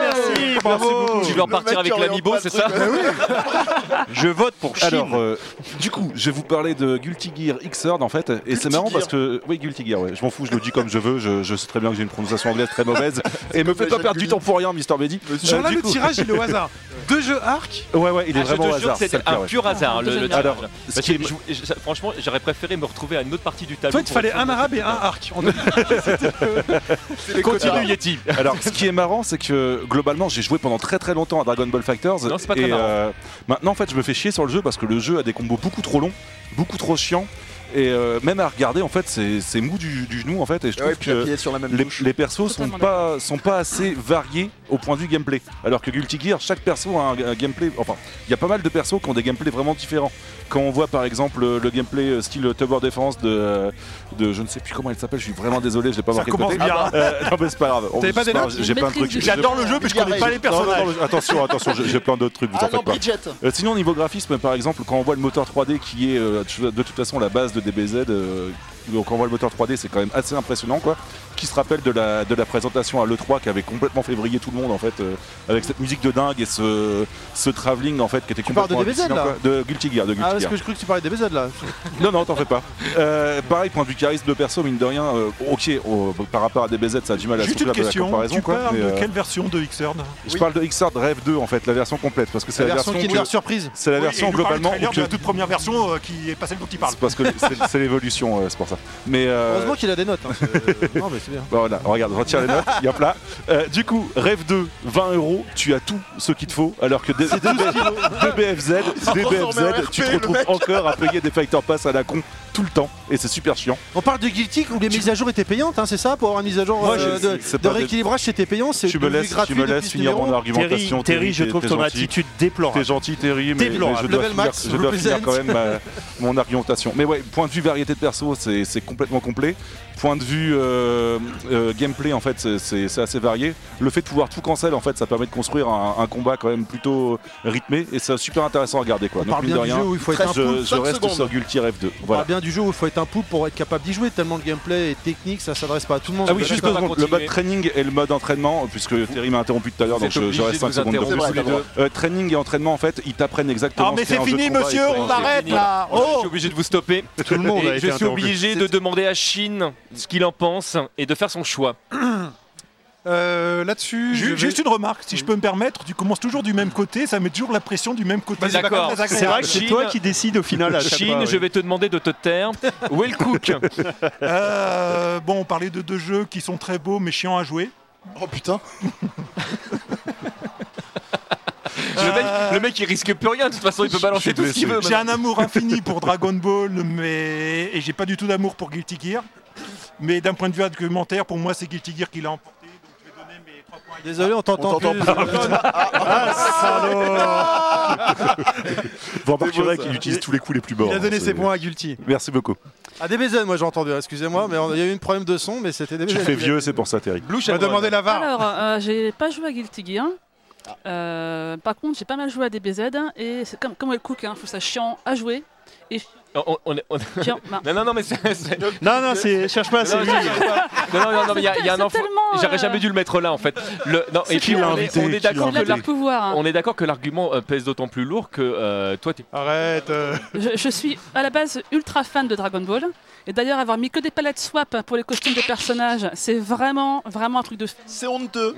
Speaker 9: merci, bravo.
Speaker 3: Tu veux en
Speaker 7: Le
Speaker 3: partir
Speaker 7: mec
Speaker 3: avec
Speaker 7: qui oriente
Speaker 3: l'amibo,
Speaker 7: pas le
Speaker 3: c'est
Speaker 7: truc,
Speaker 3: ça
Speaker 7: ouais.
Speaker 9: Je vote pour Chine.
Speaker 6: Alors, euh, du coup, je vais vous parler de Guilty Gear Xrd en fait, et c'est marrant
Speaker 7: Gear.
Speaker 6: parce que oui, Guilty Gear, ouais, je m'en fous, je le dis comme je veux, Euh, je, je sais très bien que j'ai une prononciation anglaise très mauvaise, et me fais pas perdre du temps pour rien, Mister Beddy.
Speaker 4: Genre
Speaker 6: Euh,
Speaker 4: là,
Speaker 6: du
Speaker 4: le
Speaker 6: coup-
Speaker 4: tirage, il est
Speaker 6: [LAUGHS]
Speaker 4: au hasard. Deux jeux arc.
Speaker 6: Ouais, ouais, il est
Speaker 3: Ah, je
Speaker 6: vraiment au
Speaker 3: te jure
Speaker 6: hasard.
Speaker 3: que c'était
Speaker 6: c'est le
Speaker 3: un
Speaker 6: pire, ouais.
Speaker 3: pur hasard le, le
Speaker 8: Alors,
Speaker 3: tirage.
Speaker 6: ce
Speaker 3: Parce
Speaker 6: qui
Speaker 3: que
Speaker 6: est-
Speaker 3: je- je- ça- franchement, j'aurais préféré me retrouver à une autre partie du tableau.
Speaker 4: Toi, il te
Speaker 3: pour
Speaker 4: fallait
Speaker 3: être sûr
Speaker 4: un
Speaker 3: que
Speaker 4: arabe et
Speaker 3: c'était
Speaker 4: un
Speaker 3: pas-
Speaker 4: arc. En-
Speaker 7: C'est les
Speaker 3: Continue
Speaker 7: quotas.
Speaker 3: Yeti.
Speaker 6: [LAUGHS] Alors, ce qui est marrant, c'est que globalement, j'ai joué pendant très très longtemps à Dragon Ball Fighters.
Speaker 3: Non, c'est pas très
Speaker 6: et
Speaker 3: marrant.
Speaker 6: euh, maintenant, en fait, je me fais chier sur le jeu parce que le jeu a des combos beaucoup trop longs, beaucoup trop chiants. Et euh, même à regarder, en fait, c'est c'est mou du, du genou, en fait. Et je trouve
Speaker 7: Ouais, puis
Speaker 6: que
Speaker 7: appuyer sur la même
Speaker 6: les,
Speaker 7: touche.
Speaker 6: les persos sont
Speaker 8: Totalement
Speaker 6: pas, sont pas assez variés au point de vue gameplay. Alors que Guilty Gear, chaque perso a un, un gameplay. Enfin, il y a pas mal de persos qui ont des gameplays vraiment différents. Quand on voit par exemple le, le gameplay euh, style Tower Defense de, euh, de. Je ne sais plus comment elle s'appelle, je suis vraiment désolé, je l'ai pas
Speaker 5: Ça
Speaker 6: marqué de
Speaker 5: commence
Speaker 6: côté.
Speaker 5: bien.
Speaker 6: Euh, non, mais c'est pas grave. On-
Speaker 4: T'avais pas
Speaker 6: c'est
Speaker 4: des
Speaker 6: grave,
Speaker 8: notes
Speaker 6: J'ai plein de
Speaker 8: Maîtrise
Speaker 6: trucs.
Speaker 8: du
Speaker 6: j'ai-
Speaker 8: jeu.
Speaker 5: J'adore le jeu, mais je connais pas les
Speaker 6: Non, non,
Speaker 5: personnages.
Speaker 6: non, non, attention, attention, j'ai j'ai plein d'autres trucs, vous
Speaker 7: Ah
Speaker 6: en
Speaker 7: non,
Speaker 6: faites pas.
Speaker 7: Bridget
Speaker 6: Euh, sinon, niveau graphisme, par exemple, quand on voit le moteur 3D qui est euh, de toute façon la base de DBZ, euh, donc quand on voit le moteur 3D, c'est quand même assez impressionnant, quoi. Qui se rappelle de la, de la présentation à l'E3 qui avait complètement février tout le monde, en fait, euh, avec cette musique de dingue et ce, ce travelling, en fait, qui était
Speaker 1: Tu parles de
Speaker 6: complètement.
Speaker 1: DBZ,
Speaker 6: hallucinant,
Speaker 1: là
Speaker 6: quoi. De Guilty Gear, de Guilty
Speaker 1: Ah parce
Speaker 6: Gear.
Speaker 1: que je crois que tu parlais des BZ là. [LAUGHS]
Speaker 6: Non, non, t'en fais pas. Euh, pareil, point de vue charisme de perso, mine de rien, euh, ok, oh, par rapport à DBZ, ça a du mal à
Speaker 5: Juste
Speaker 6: souffler la
Speaker 5: une
Speaker 6: la
Speaker 5: question,
Speaker 6: comparaison,
Speaker 5: tu
Speaker 6: quoi.
Speaker 5: parles
Speaker 6: mais,
Speaker 5: de
Speaker 6: euh,
Speaker 5: quelle version de Xrd
Speaker 6: Je parle de XR Drive 2, en fait, la version complète, parce que c'est
Speaker 1: La
Speaker 6: la,
Speaker 1: version
Speaker 6: version
Speaker 1: Kinder
Speaker 6: que-
Speaker 1: Surprise.
Speaker 6: C'est la version globalement où
Speaker 5: de
Speaker 6: que-
Speaker 5: la toute première version euh, qui est passée dont il parle.
Speaker 6: C'est parce que c'est- c'est l'évolution, euh, c'est pour ça. Mais euh,
Speaker 1: Heureusement
Speaker 6: [LAUGHS]
Speaker 1: qu'il a des notes. hein, parce que- non mais c'est bien.
Speaker 6: bah voilà, regarde, retire les notes, il y a plat. Euh, du coup, Rêve 2, 20 euros, tu as tout ce qu'il te faut, alors que des, BFZ,
Speaker 7: transformé en RP,
Speaker 6: tu te
Speaker 7: le
Speaker 6: retrouves
Speaker 7: mec.
Speaker 6: encore à payer des Fighter Pass à la con tout le temps, et c'est super chiant.
Speaker 1: On parle de Guilty où les mises à jour étaient payantes, hein, c'est ça Pour avoir une mise à jour
Speaker 6: Moi,
Speaker 1: euh,
Speaker 6: je-
Speaker 1: de,
Speaker 6: c'est
Speaker 1: de
Speaker 6: pas des-
Speaker 1: rééquilibrage, c'était payant, c'est
Speaker 6: Tu me
Speaker 1: devenu
Speaker 6: laisses, tu
Speaker 1: gratuit
Speaker 6: me
Speaker 1: depuis
Speaker 6: laisses
Speaker 1: ce
Speaker 6: finir
Speaker 1: numéro.
Speaker 6: mon
Speaker 9: Terry,
Speaker 6: argumentation.
Speaker 9: Terry, je
Speaker 6: t'es
Speaker 9: trouve ton
Speaker 6: gentil.
Speaker 9: attitude déplorable.
Speaker 6: T'es gentil Terry, mais, mais je
Speaker 9: Déplorable.
Speaker 6: dois,
Speaker 1: Level
Speaker 6: finir,
Speaker 1: max,
Speaker 6: je dois finir
Speaker 1: represent.
Speaker 6: quand même ma- mon argumentation. Mais ouais, point de vue variété de perso, c'est c'est complètement complet. Point de vue euh, euh, gameplay, en fait, c'est- c'est c'est assez varié. Le fait de pouvoir tout cancel, en fait, ça permet de construire un, un combat quand même plutôt euh, rythmé et c'est super intéressant à regarder quoi.
Speaker 1: On parle
Speaker 6: mine
Speaker 1: bien
Speaker 6: de
Speaker 1: du
Speaker 6: rien,
Speaker 1: jeu où il faut être
Speaker 7: Très
Speaker 1: un
Speaker 6: je,
Speaker 7: poule,
Speaker 6: je
Speaker 7: cinq
Speaker 6: reste
Speaker 7: secondes.
Speaker 6: sur Guilty Rêve 2.
Speaker 1: On parle
Speaker 6: Voilà.
Speaker 1: bien du jeu où il faut être un poule pour être capable d'y jouer, tellement le gameplay est technique, ça s'adresse pas à tout le monde.
Speaker 6: Ah oui,
Speaker 3: Voilà,
Speaker 6: juste
Speaker 3: on
Speaker 6: deux
Speaker 3: va
Speaker 6: secondes. Le mode
Speaker 3: continuer.
Speaker 6: training et le mode entraînement, puisque Terry m'a interrompu tout à l'heure,
Speaker 3: Vous
Speaker 6: donc
Speaker 3: êtes
Speaker 6: je,
Speaker 3: obligés
Speaker 6: je reste
Speaker 3: de
Speaker 6: 5
Speaker 3: nous
Speaker 6: secondes de plus.
Speaker 3: interrompre tous les deux.
Speaker 6: Euh, training et entraînement, en fait, ils t'apprennent exactement.
Speaker 5: Ah mais
Speaker 6: ce qu'est
Speaker 5: c'est
Speaker 6: un jeu de
Speaker 5: fini
Speaker 6: combat et
Speaker 5: monsieur,
Speaker 6: comment
Speaker 5: on
Speaker 6: c'est
Speaker 5: arrête
Speaker 3: fini.
Speaker 5: là
Speaker 3: Je
Speaker 5: Oh
Speaker 3: suis obligé de vous stopper.
Speaker 9: Tout le monde
Speaker 3: [LAUGHS]
Speaker 9: a
Speaker 3: Et
Speaker 9: été
Speaker 3: je suis
Speaker 9: interrompu.
Speaker 3: obligé de demander à Shin ce qu'il en pense et de faire son choix.
Speaker 4: Euh, Là-dessus, je
Speaker 5: hein. Ju-
Speaker 4: vais-
Speaker 5: Juste une remarque, si je peux me permettre, tu commences toujours du même côté, ça met toujours la pression du même côté.
Speaker 3: Vas-y, d'accord.
Speaker 5: pas très
Speaker 9: Bah, C'est vrai
Speaker 5: agréable.
Speaker 9: que c'est
Speaker 3: Chine-
Speaker 9: toi qui décides au final à chaque
Speaker 3: Shin,
Speaker 9: fois,
Speaker 3: je
Speaker 9: ouais.
Speaker 3: vais te demander de te taire. Où est le
Speaker 5: [LAUGHS]
Speaker 3: cook
Speaker 5: Euh, bon, on parlait de deux jeux qui sont très beaux mais chiants à jouer.
Speaker 7: Oh putain.
Speaker 3: le, mec, le mec, il risque plus rien. De toute façon, il peut balancer tout ce qu'il veut.
Speaker 5: J'ai un
Speaker 3: [LAUGHS]
Speaker 5: amour infini pour Dragon Ball, mais et j'ai pas du tout d'amour pour Guilty Gear. Mais d'un point de vue argumentaire, pour moi, c'est Guilty Gear qui l'a emporté. donc je vais donner mes trois points.
Speaker 1: Désolé, on t'entend
Speaker 7: On t'entend
Speaker 1: plus. Ah,
Speaker 6: Van Barturek,
Speaker 7: C'est beau, ça.
Speaker 6: il utilise tous les coups les plus bords.
Speaker 1: Il a donné
Speaker 6: hein,
Speaker 1: ses
Speaker 6: c'est-
Speaker 1: points à Guilty.
Speaker 6: Merci beaucoup.
Speaker 1: À DBZ, Ah, moi j'ai entendu, hein, excusez-moi, mais on- il y a eu un problème de son, mais c'était DBZ.
Speaker 6: Tu fais vieux, c'est pour ça, Terry.
Speaker 3: Blue
Speaker 4: on va demander la VAR.
Speaker 8: Alors, euh, j'ai pas joué à Guilty Gear. Euh, par contre, j'ai pas mal joué à DBZ et c'est comme, comme elle cook, hein, je trouve ça chiant à jouer.
Speaker 3: On- on- on- [LAUGHS]
Speaker 8: Chiant, bah,
Speaker 3: Non, non, non, mais c'est. c'est-
Speaker 9: Non, non, c'est- cherche pas, c'est
Speaker 3: Non,
Speaker 9: lui.
Speaker 3: Non, non, non, non, mais il y a- il y a un
Speaker 8: c'est
Speaker 3: enfant.
Speaker 8: tellement, euh,
Speaker 3: J'aurais jamais dû le mettre là, en fait. Le- Non,
Speaker 8: C'est
Speaker 3: et puis,
Speaker 8: clair.
Speaker 3: on est- on est
Speaker 8: c'est
Speaker 3: d'accord
Speaker 8: là
Speaker 3: que
Speaker 8: de leur
Speaker 3: l'argument.
Speaker 8: pouvoir. hein.
Speaker 3: On est d'accord que l'argument euh, pèse d'autant plus lourd que euh, toi, t'es
Speaker 4: Arrête. euh.
Speaker 8: Je, je suis à la base ultra fan de Dragon Ball Et d'ailleurs, avoir mis que des palettes swap pour les costumes des personnages, c'est vraiment, vraiment un truc de.
Speaker 7: C'est honteux.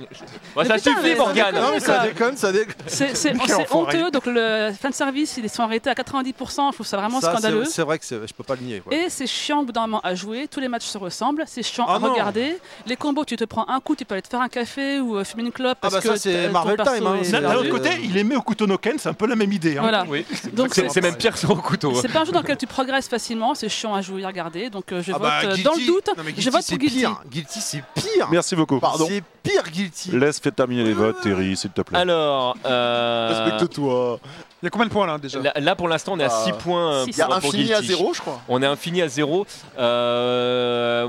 Speaker 3: Bah,
Speaker 8: Mais
Speaker 3: ça
Speaker 8: putain, mais
Speaker 3: suffit,
Speaker 8: ça
Speaker 3: Morgane
Speaker 8: déconne.
Speaker 1: Non, mais ça déconne, ça déconne.
Speaker 8: C'est c'est-
Speaker 5: Mais quel
Speaker 8: c'est
Speaker 5: enfoiré.
Speaker 8: honteux. Donc le fan service, ils sont arrêtés à 90%. Je trouve ça vraiment
Speaker 1: Ça, c'est-
Speaker 8: scandaleux.
Speaker 1: C'est vrai que c'est- je peux pas le nier. quoi.
Speaker 8: Et c'est chiant au bout d'un moment à jouer, tous les matchs se ressemblent, c'est chiant
Speaker 1: Ah
Speaker 8: à
Speaker 1: non.
Speaker 8: regarder. Les combos, tu te prends un coup, tu peux aller te faire un café ou euh, fumer une clope.
Speaker 1: Ah
Speaker 8: parce
Speaker 1: bah ça,
Speaker 8: que
Speaker 1: c'est
Speaker 8: t- ton
Speaker 1: Marvel
Speaker 8: perso
Speaker 1: Time, hein,
Speaker 8: est-
Speaker 1: c'est-
Speaker 5: D'un d'un
Speaker 1: euh,
Speaker 5: autre côté, il est mis au Kutonoken, c'est un peu la même idée. hein.
Speaker 8: Voilà.
Speaker 3: Oui,
Speaker 8: Donc
Speaker 3: c'est
Speaker 8: c'est-
Speaker 3: c'est même pire que son couteau. hein.
Speaker 8: C'est pas un jeu dans lequel tu progresses facilement, c'est chiant à jouer et à regarder. Donc euh, je
Speaker 1: Ah
Speaker 8: vote
Speaker 1: bah,
Speaker 8: euh,
Speaker 1: Guilty-
Speaker 8: dans le doute.
Speaker 1: Non, mais
Speaker 8: je vote
Speaker 1: c'est
Speaker 8: pour Guilty.
Speaker 1: pire. Guilty, c'est pire.
Speaker 6: Merci beaucoup.
Speaker 7: Pardon.
Speaker 1: C'est pire, Guilty.
Speaker 6: Laisse faire terminer les votes, Terry, s'il te plaît.
Speaker 3: Alors, euh,
Speaker 7: Respecte-toi.
Speaker 4: Il y a combien de points là déjà
Speaker 3: là, là, pour l'instant on est à
Speaker 7: Ah.
Speaker 3: 6 points. euh,
Speaker 8: Six.
Speaker 7: Il y a
Speaker 3: pour- pour
Speaker 7: infini à
Speaker 3: Guilty.
Speaker 7: zéro, je crois.
Speaker 3: On est infini à zéro. Euh,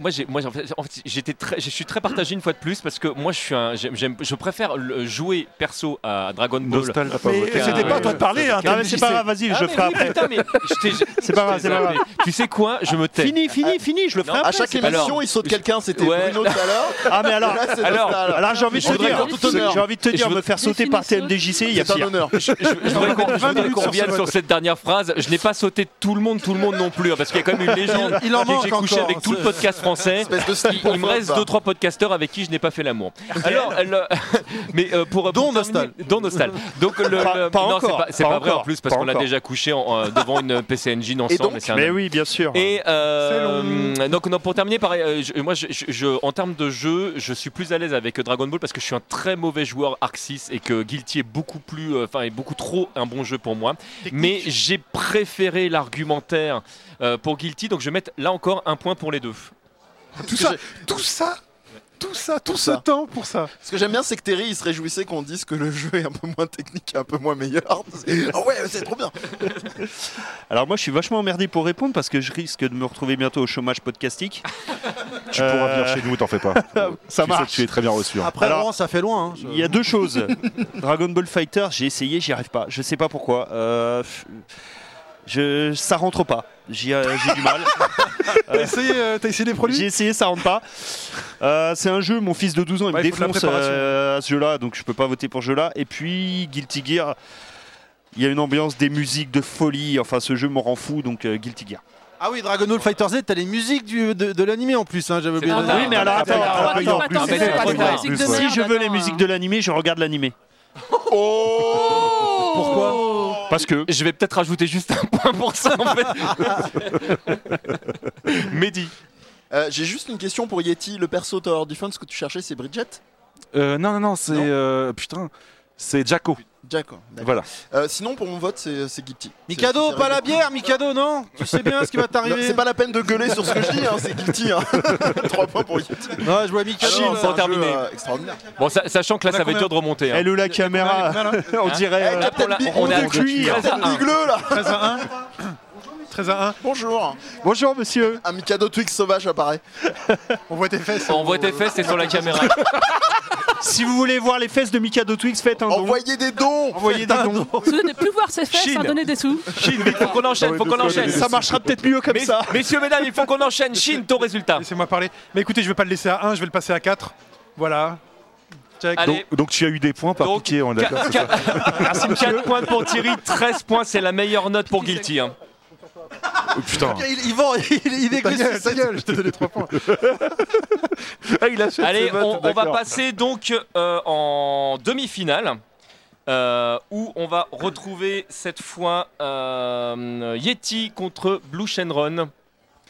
Speaker 3: moi, j'ai- moi, en fait, en fait, j'étais très, je suis très partagé une fois de plus parce que moi, je suis un, j'aime- j'aime- je préfère le- jouer perso à Dragon Ball.
Speaker 6: Nostal n'a pas
Speaker 5: Mais
Speaker 6: voté.
Speaker 5: c'était pas à toi de parler. hein,
Speaker 9: Non, mais c'est pas grave, vas-y,
Speaker 3: Ah,
Speaker 9: je
Speaker 3: mais
Speaker 9: ferai
Speaker 3: oui,
Speaker 9: après.
Speaker 3: putain, mais je t'ai- je-
Speaker 9: C'est pas grave,
Speaker 3: je
Speaker 9: c'est
Speaker 3: t'ai
Speaker 9: pas grave.
Speaker 3: zappé. Tu sais quoi Je me tais.
Speaker 9: Fini, fini, fini, je le ferai
Speaker 3: Non,
Speaker 7: À
Speaker 9: après.
Speaker 7: chaque
Speaker 3: c'est pas-
Speaker 7: émission,
Speaker 3: alors,
Speaker 7: il saute quelqu'un. C'était
Speaker 3: ouais.
Speaker 7: Bruno tout à l'heure.
Speaker 9: [LAUGHS] Ah, mais alors,
Speaker 7: Là, c'est
Speaker 3: alors,
Speaker 7: Nostal.
Speaker 9: alors j'ai envie de
Speaker 7: Je
Speaker 9: te
Speaker 7: voudrais
Speaker 9: dire,
Speaker 7: qu'en tout honneur-
Speaker 9: j'ai envie de te dire,
Speaker 3: je
Speaker 9: me faire sauter par
Speaker 8: Définissons.
Speaker 9: TMDJC, il y a
Speaker 7: C'est un
Speaker 9: pire.
Speaker 7: honneur.
Speaker 3: Je voudrais qu'on je voudrais
Speaker 4: minutes
Speaker 3: qu'on
Speaker 4: sur
Speaker 3: revienne
Speaker 4: ce
Speaker 3: sur cette dernière phrase. Je n'ai pas sauté tout le monde, tout le monde non plus, hein, parce qu'il y a quand même une légende.
Speaker 1: Il en
Speaker 3: qui est que
Speaker 1: manque
Speaker 3: J'ai couché
Speaker 1: encore,
Speaker 3: avec tout le
Speaker 1: c'est-
Speaker 3: podcast français.
Speaker 7: Espèce de
Speaker 3: Il,
Speaker 7: slip
Speaker 3: il me reste
Speaker 7: au fond,
Speaker 3: deux trois podcasteurs avec qui je n'ai pas fait l'amour. Alors, euh, le- [LAUGHS] mais euh, pour pour
Speaker 1: Dont
Speaker 3: terminer- dont Nostal. Donc le,
Speaker 9: Pas-
Speaker 3: le-
Speaker 9: pas
Speaker 3: non, c'est
Speaker 9: encore,
Speaker 3: pas, c'est
Speaker 9: pas
Speaker 3: pas vrai en
Speaker 9: encore,
Speaker 3: plus parce
Speaker 9: pas
Speaker 3: qu'on a
Speaker 9: encore.
Speaker 3: déjà couché en- euh, devant une PC Engine ensemble.
Speaker 7: donc,
Speaker 3: et c'est un
Speaker 9: Mais oui, bien sûr.
Speaker 3: et euh, donc non, pour terminer, pareil, euh, je- moi, je, je- je- en termes de jeu, je suis plus à l'aise avec euh, Dragon Ball parce que je suis un très mauvais joueur Arc 6 et que Guilty est beaucoup plus, euh, enfin, est beaucoup trop un bon jeu pour moi. Mais j'ai préféré l'argumentaire euh, pour Guilty, donc je vais mettre là encore un point pour les deux.
Speaker 4: Tout
Speaker 7: que
Speaker 4: ça, tout ça, tout ça, tout ce
Speaker 7: ça.
Speaker 4: temps pour ça.
Speaker 7: Ce que j'aime bien, c'est que Terry, il se réjouissait qu'on dise que le jeu est un peu moins technique et un peu moins meilleur. Ah ouais, c'est
Speaker 1: [LAUGHS]
Speaker 7: trop bien.
Speaker 9: Alors moi, je suis vachement emmerdé pour répondre parce que je risque de me retrouver bientôt au chômage podcastique.
Speaker 6: Tu pourras
Speaker 9: Euh,
Speaker 6: venir chez nous, t'en fais pas.
Speaker 9: [LAUGHS] Ça
Speaker 6: Tu sais que
Speaker 9: marche.
Speaker 6: tu es très bien reçu. hein.
Speaker 1: Après,
Speaker 9: Alors,
Speaker 1: Laurent, ça fait loin. hein, je-
Speaker 9: Il y a deux choses. [LAUGHS] Dragon Ball Fighter, j'ai essayé, j'y arrive pas. Je sais pas pourquoi. Euh, je, ça rentre pas. J'y- euh, J'ai du
Speaker 6: [LAUGHS]
Speaker 9: mal.
Speaker 4: T'as essayé, euh, t'as essayé les produits
Speaker 9: J'ai essayé, ça rentre pas. Euh, c'est un jeu, mon fils de 12 ans, il
Speaker 4: Ouais,
Speaker 9: me
Speaker 4: Bah, il faut de la
Speaker 9: défonce
Speaker 4: préparation.
Speaker 9: euh, à ce jeu-là, donc je peux pas voter pour ce jeu-là. Et puis Guilty Gear, il y a une ambiance, des musiques de folie. Enfin, ce jeu m'en rend fou, donc euh, Guilty Gear.
Speaker 1: Ah oui, Dragon Ball Fighter Z, t'as les musiques du- de, de l'animé en plus. hein, J'avais oublié. de
Speaker 8: Ah
Speaker 1: le
Speaker 8: bah
Speaker 1: dire.
Speaker 9: oui, mais alors,
Speaker 8: attends,
Speaker 9: attends,
Speaker 8: attends,
Speaker 9: attends,
Speaker 8: attends,
Speaker 9: attends,
Speaker 8: attends,
Speaker 3: plus,
Speaker 8: c'est pas
Speaker 3: ouais.
Speaker 8: des musiques de
Speaker 9: si
Speaker 8: merde,
Speaker 9: je veux les
Speaker 8: attends,
Speaker 9: musiques
Speaker 8: hein.
Speaker 9: de l'animé, je regarde l'animé.
Speaker 7: Oh
Speaker 1: Pourquoi
Speaker 9: Parce que
Speaker 3: Je vais peut-être rajouter juste un point pour ça en fait.
Speaker 9: [LAUGHS]
Speaker 3: Mehdi.
Speaker 7: Euh, J'ai juste une question pour Yeti. Le perso t'as hors du fun, ce que tu cherchais, c'est Bridget
Speaker 6: Euh, non, non, non, c'est.
Speaker 7: Non.
Speaker 6: euh, putain, c'est Jacko.
Speaker 7: Jack. hein, d'accord.
Speaker 6: Voilà.
Speaker 7: Euh, sinon, pour mon vote, c'est c'est Guilty. C'est-
Speaker 1: Mikado,
Speaker 7: c'est-
Speaker 1: pas la bière, Mikado, non Tu sais bien ce qui va
Speaker 7: Non,
Speaker 1: t'arriver.
Speaker 7: C'est pas la peine de gueuler sur ce que je dis, hein, c'est Guilty. Hein. [LAUGHS] 3 points pour Yeti.
Speaker 1: Non, je vois Mikado.
Speaker 7: Alors,
Speaker 1: là.
Speaker 7: c'est un jeu,
Speaker 3: terminer.
Speaker 7: euh, extraordinaire.
Speaker 3: Bon, sa- sachant que là,
Speaker 4: On a
Speaker 3: ça va être
Speaker 4: combien
Speaker 3: dur de remonter. hein.
Speaker 9: elle est où la caméra, [LAUGHS] on
Speaker 7: Eh,
Speaker 9: dirait. euh,
Speaker 7: Captain
Speaker 3: on Hein l'a-
Speaker 7: Big-
Speaker 3: on est à-
Speaker 7: Captain
Speaker 9: cuit.
Speaker 3: à un.
Speaker 7: Bigleux, là
Speaker 4: 13 à 1. 13 à 1.
Speaker 7: Bonjour
Speaker 9: Bonjour monsieur.
Speaker 7: Un Mikado Twix sauvage apparaît.
Speaker 4: On voit tes fesses.
Speaker 3: On voit tes fesses, c'est sur la caméra.
Speaker 9: Si vous voulez voir les fesses de Mikado Twix, faites un don.
Speaker 7: Envoyez des dons
Speaker 9: Envoyez des dons.
Speaker 8: Si vous voulez ne plus voir ses fesses,
Speaker 3: Chine.
Speaker 8: hein, donnez des sous.
Speaker 3: faut qu'on enchaîne, faut qu'on enchaîne.
Speaker 9: Ça marchera peut-être mieux comme
Speaker 3: Mes-
Speaker 9: ça.
Speaker 3: Messieurs, mesdames, il faut qu'on
Speaker 7: [LAUGHS]
Speaker 3: enchaîne. Chine, ton résultat.
Speaker 4: Laissez-moi parler. Mais écoutez, je vais pas le laisser à 1, je vais le passer à 4. Voilà. Check.
Speaker 3: Allez.
Speaker 6: Donc, donc tu as eu des points par
Speaker 3: Donc,
Speaker 6: piqué,
Speaker 3: [LAUGHS]
Speaker 6: on est d'accord c'est ça
Speaker 3: 4 points pour Thierry, 13 points, c'est la meilleure note pour Guilty. hein.
Speaker 6: Oh, Putain.
Speaker 1: Il, il vend, [LAUGHS] il, il
Speaker 4: Ta
Speaker 1: négocie
Speaker 4: gueule,
Speaker 1: sa
Speaker 4: ta gueule, je te donne les 3 points.
Speaker 5: Ah,
Speaker 3: Allez, on, on va passer donc euh, en demi-finale. euh, où on va retrouver cette fois euh, Yeti contre Blue Shenron.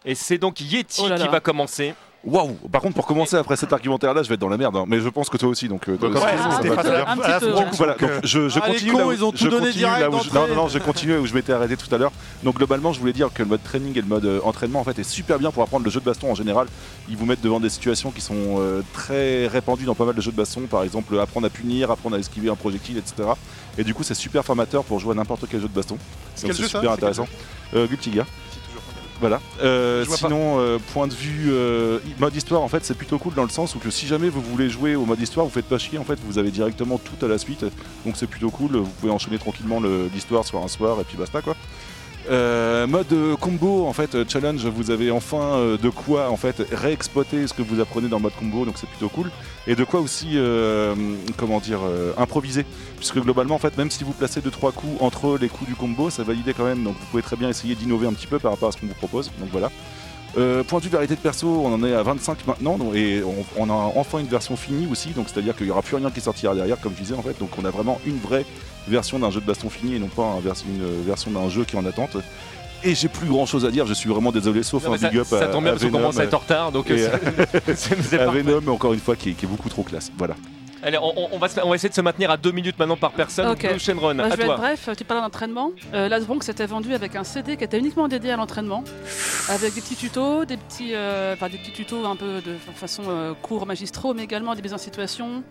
Speaker 3: Et c'est donc Yeti
Speaker 8: Oh là là.
Speaker 3: qui va commencer.
Speaker 6: Waouh. Par contre, pour commencer après cet argumentaire-là, je vais être dans la merde. hein. Mais je pense que toi aussi, donc. euh,
Speaker 5: Donc,
Speaker 6: t'as-
Speaker 5: ouais,
Speaker 6: t'as-
Speaker 5: c'était
Speaker 6: t'as-
Speaker 5: pas
Speaker 6: t'as-
Speaker 5: clair.
Speaker 8: un petit
Speaker 5: Ah,
Speaker 8: peu,
Speaker 5: bon,
Speaker 8: ouais.
Speaker 5: coup,
Speaker 6: Voilà,
Speaker 5: voilà,
Speaker 6: donc je, je
Speaker 1: Ah, les
Speaker 6: continue
Speaker 1: cons,
Speaker 6: là où,
Speaker 1: ils ont tout
Speaker 6: je
Speaker 1: donné
Speaker 6: continue
Speaker 1: direct
Speaker 6: là où je-
Speaker 1: d'entrée.
Speaker 6: non, non, non, je continue où je m'étais arrêté tout à l'heure. Donc globalement, je voulais dire que le mode training et le mode euh, entraînement en fait est super bien pour apprendre le jeu de baston en général. Ils vous mettent devant des situations qui sont euh, très répandues dans pas mal de jeux de baston, par exemple apprendre à punir, apprendre à esquiver un projectile, etc. Et du coup, c'est super formateur pour jouer à n'importe quel jeu de baston.
Speaker 4: C'est
Speaker 6: Donc
Speaker 4: quel
Speaker 6: c'est
Speaker 4: jeu, ça
Speaker 6: super
Speaker 4: C'est quel
Speaker 6: intéressant. Euh, Guilty Gear. Voilà. Euh,
Speaker 4: Je vois pas.
Speaker 6: sinon, euh, point de vue euh, mode histoire, en fait, c'est plutôt cool dans le sens où que si jamais vous voulez jouer au mode histoire, vous faites pas chier. En fait, vous avez directement tout à la suite, donc c'est plutôt cool. Vous pouvez enchaîner tranquillement le- l'histoire sur un soir et puis basta quoi. Euh, mode euh, combo en fait euh, challenge vous avez enfin euh, de quoi en fait réexploiter ce que vous apprenez dans le mode combo donc c'est plutôt cool et de quoi aussi euh, comment dire euh, improviser puisque globalement en fait même si vous placez 2-3 coups entre les coups du combo ça va l'idée quand même donc vous pouvez très bien essayer d'innover un petit peu par rapport à ce qu'on vous propose donc voilà euh, point de vue variété de perso, on en est à 25 maintenant donc- et on, on a enfin une version finie aussi, donc c'est-à-dire qu'il n'y aura plus rien qui sortira derrière, comme je disais en fait. Donc on a vraiment une vraie version d'un jeu de baston fini et non pas un vers- une euh, version d'un jeu qui est en attente. Et j'ai plus grand chose à dire, je suis vraiment désolé, sauf
Speaker 3: Non,
Speaker 6: un
Speaker 3: mais ça,
Speaker 6: big up
Speaker 3: ça
Speaker 6: à,
Speaker 3: tombe bien
Speaker 6: à
Speaker 3: parce qu'on
Speaker 6: Venom,
Speaker 3: commence à être en retard. Donc,
Speaker 6: et,
Speaker 3: euh, [LAUGHS] c'est- c'est- c'est
Speaker 6: à
Speaker 3: parfait.
Speaker 6: Venom, encore une fois, qui est, qui est beaucoup trop classe. Voilà.
Speaker 3: Allez, on, on- on va se- on va essayer de se maintenir à 2 minutes maintenant par personne.
Speaker 8: Ok.
Speaker 3: Blue Shenron,
Speaker 8: Moi,
Speaker 3: à
Speaker 8: je vais être
Speaker 3: toi.
Speaker 8: bref, tu parles d'entraînement. Euh, Las Bronx était vendu avec un CD qui était uniquement dédié à l'entraînement, avec des petits tutos, des petits, euh, enfin, des petits tutos un peu de fa- façon euh, cours magistraux, mais également des mises en situation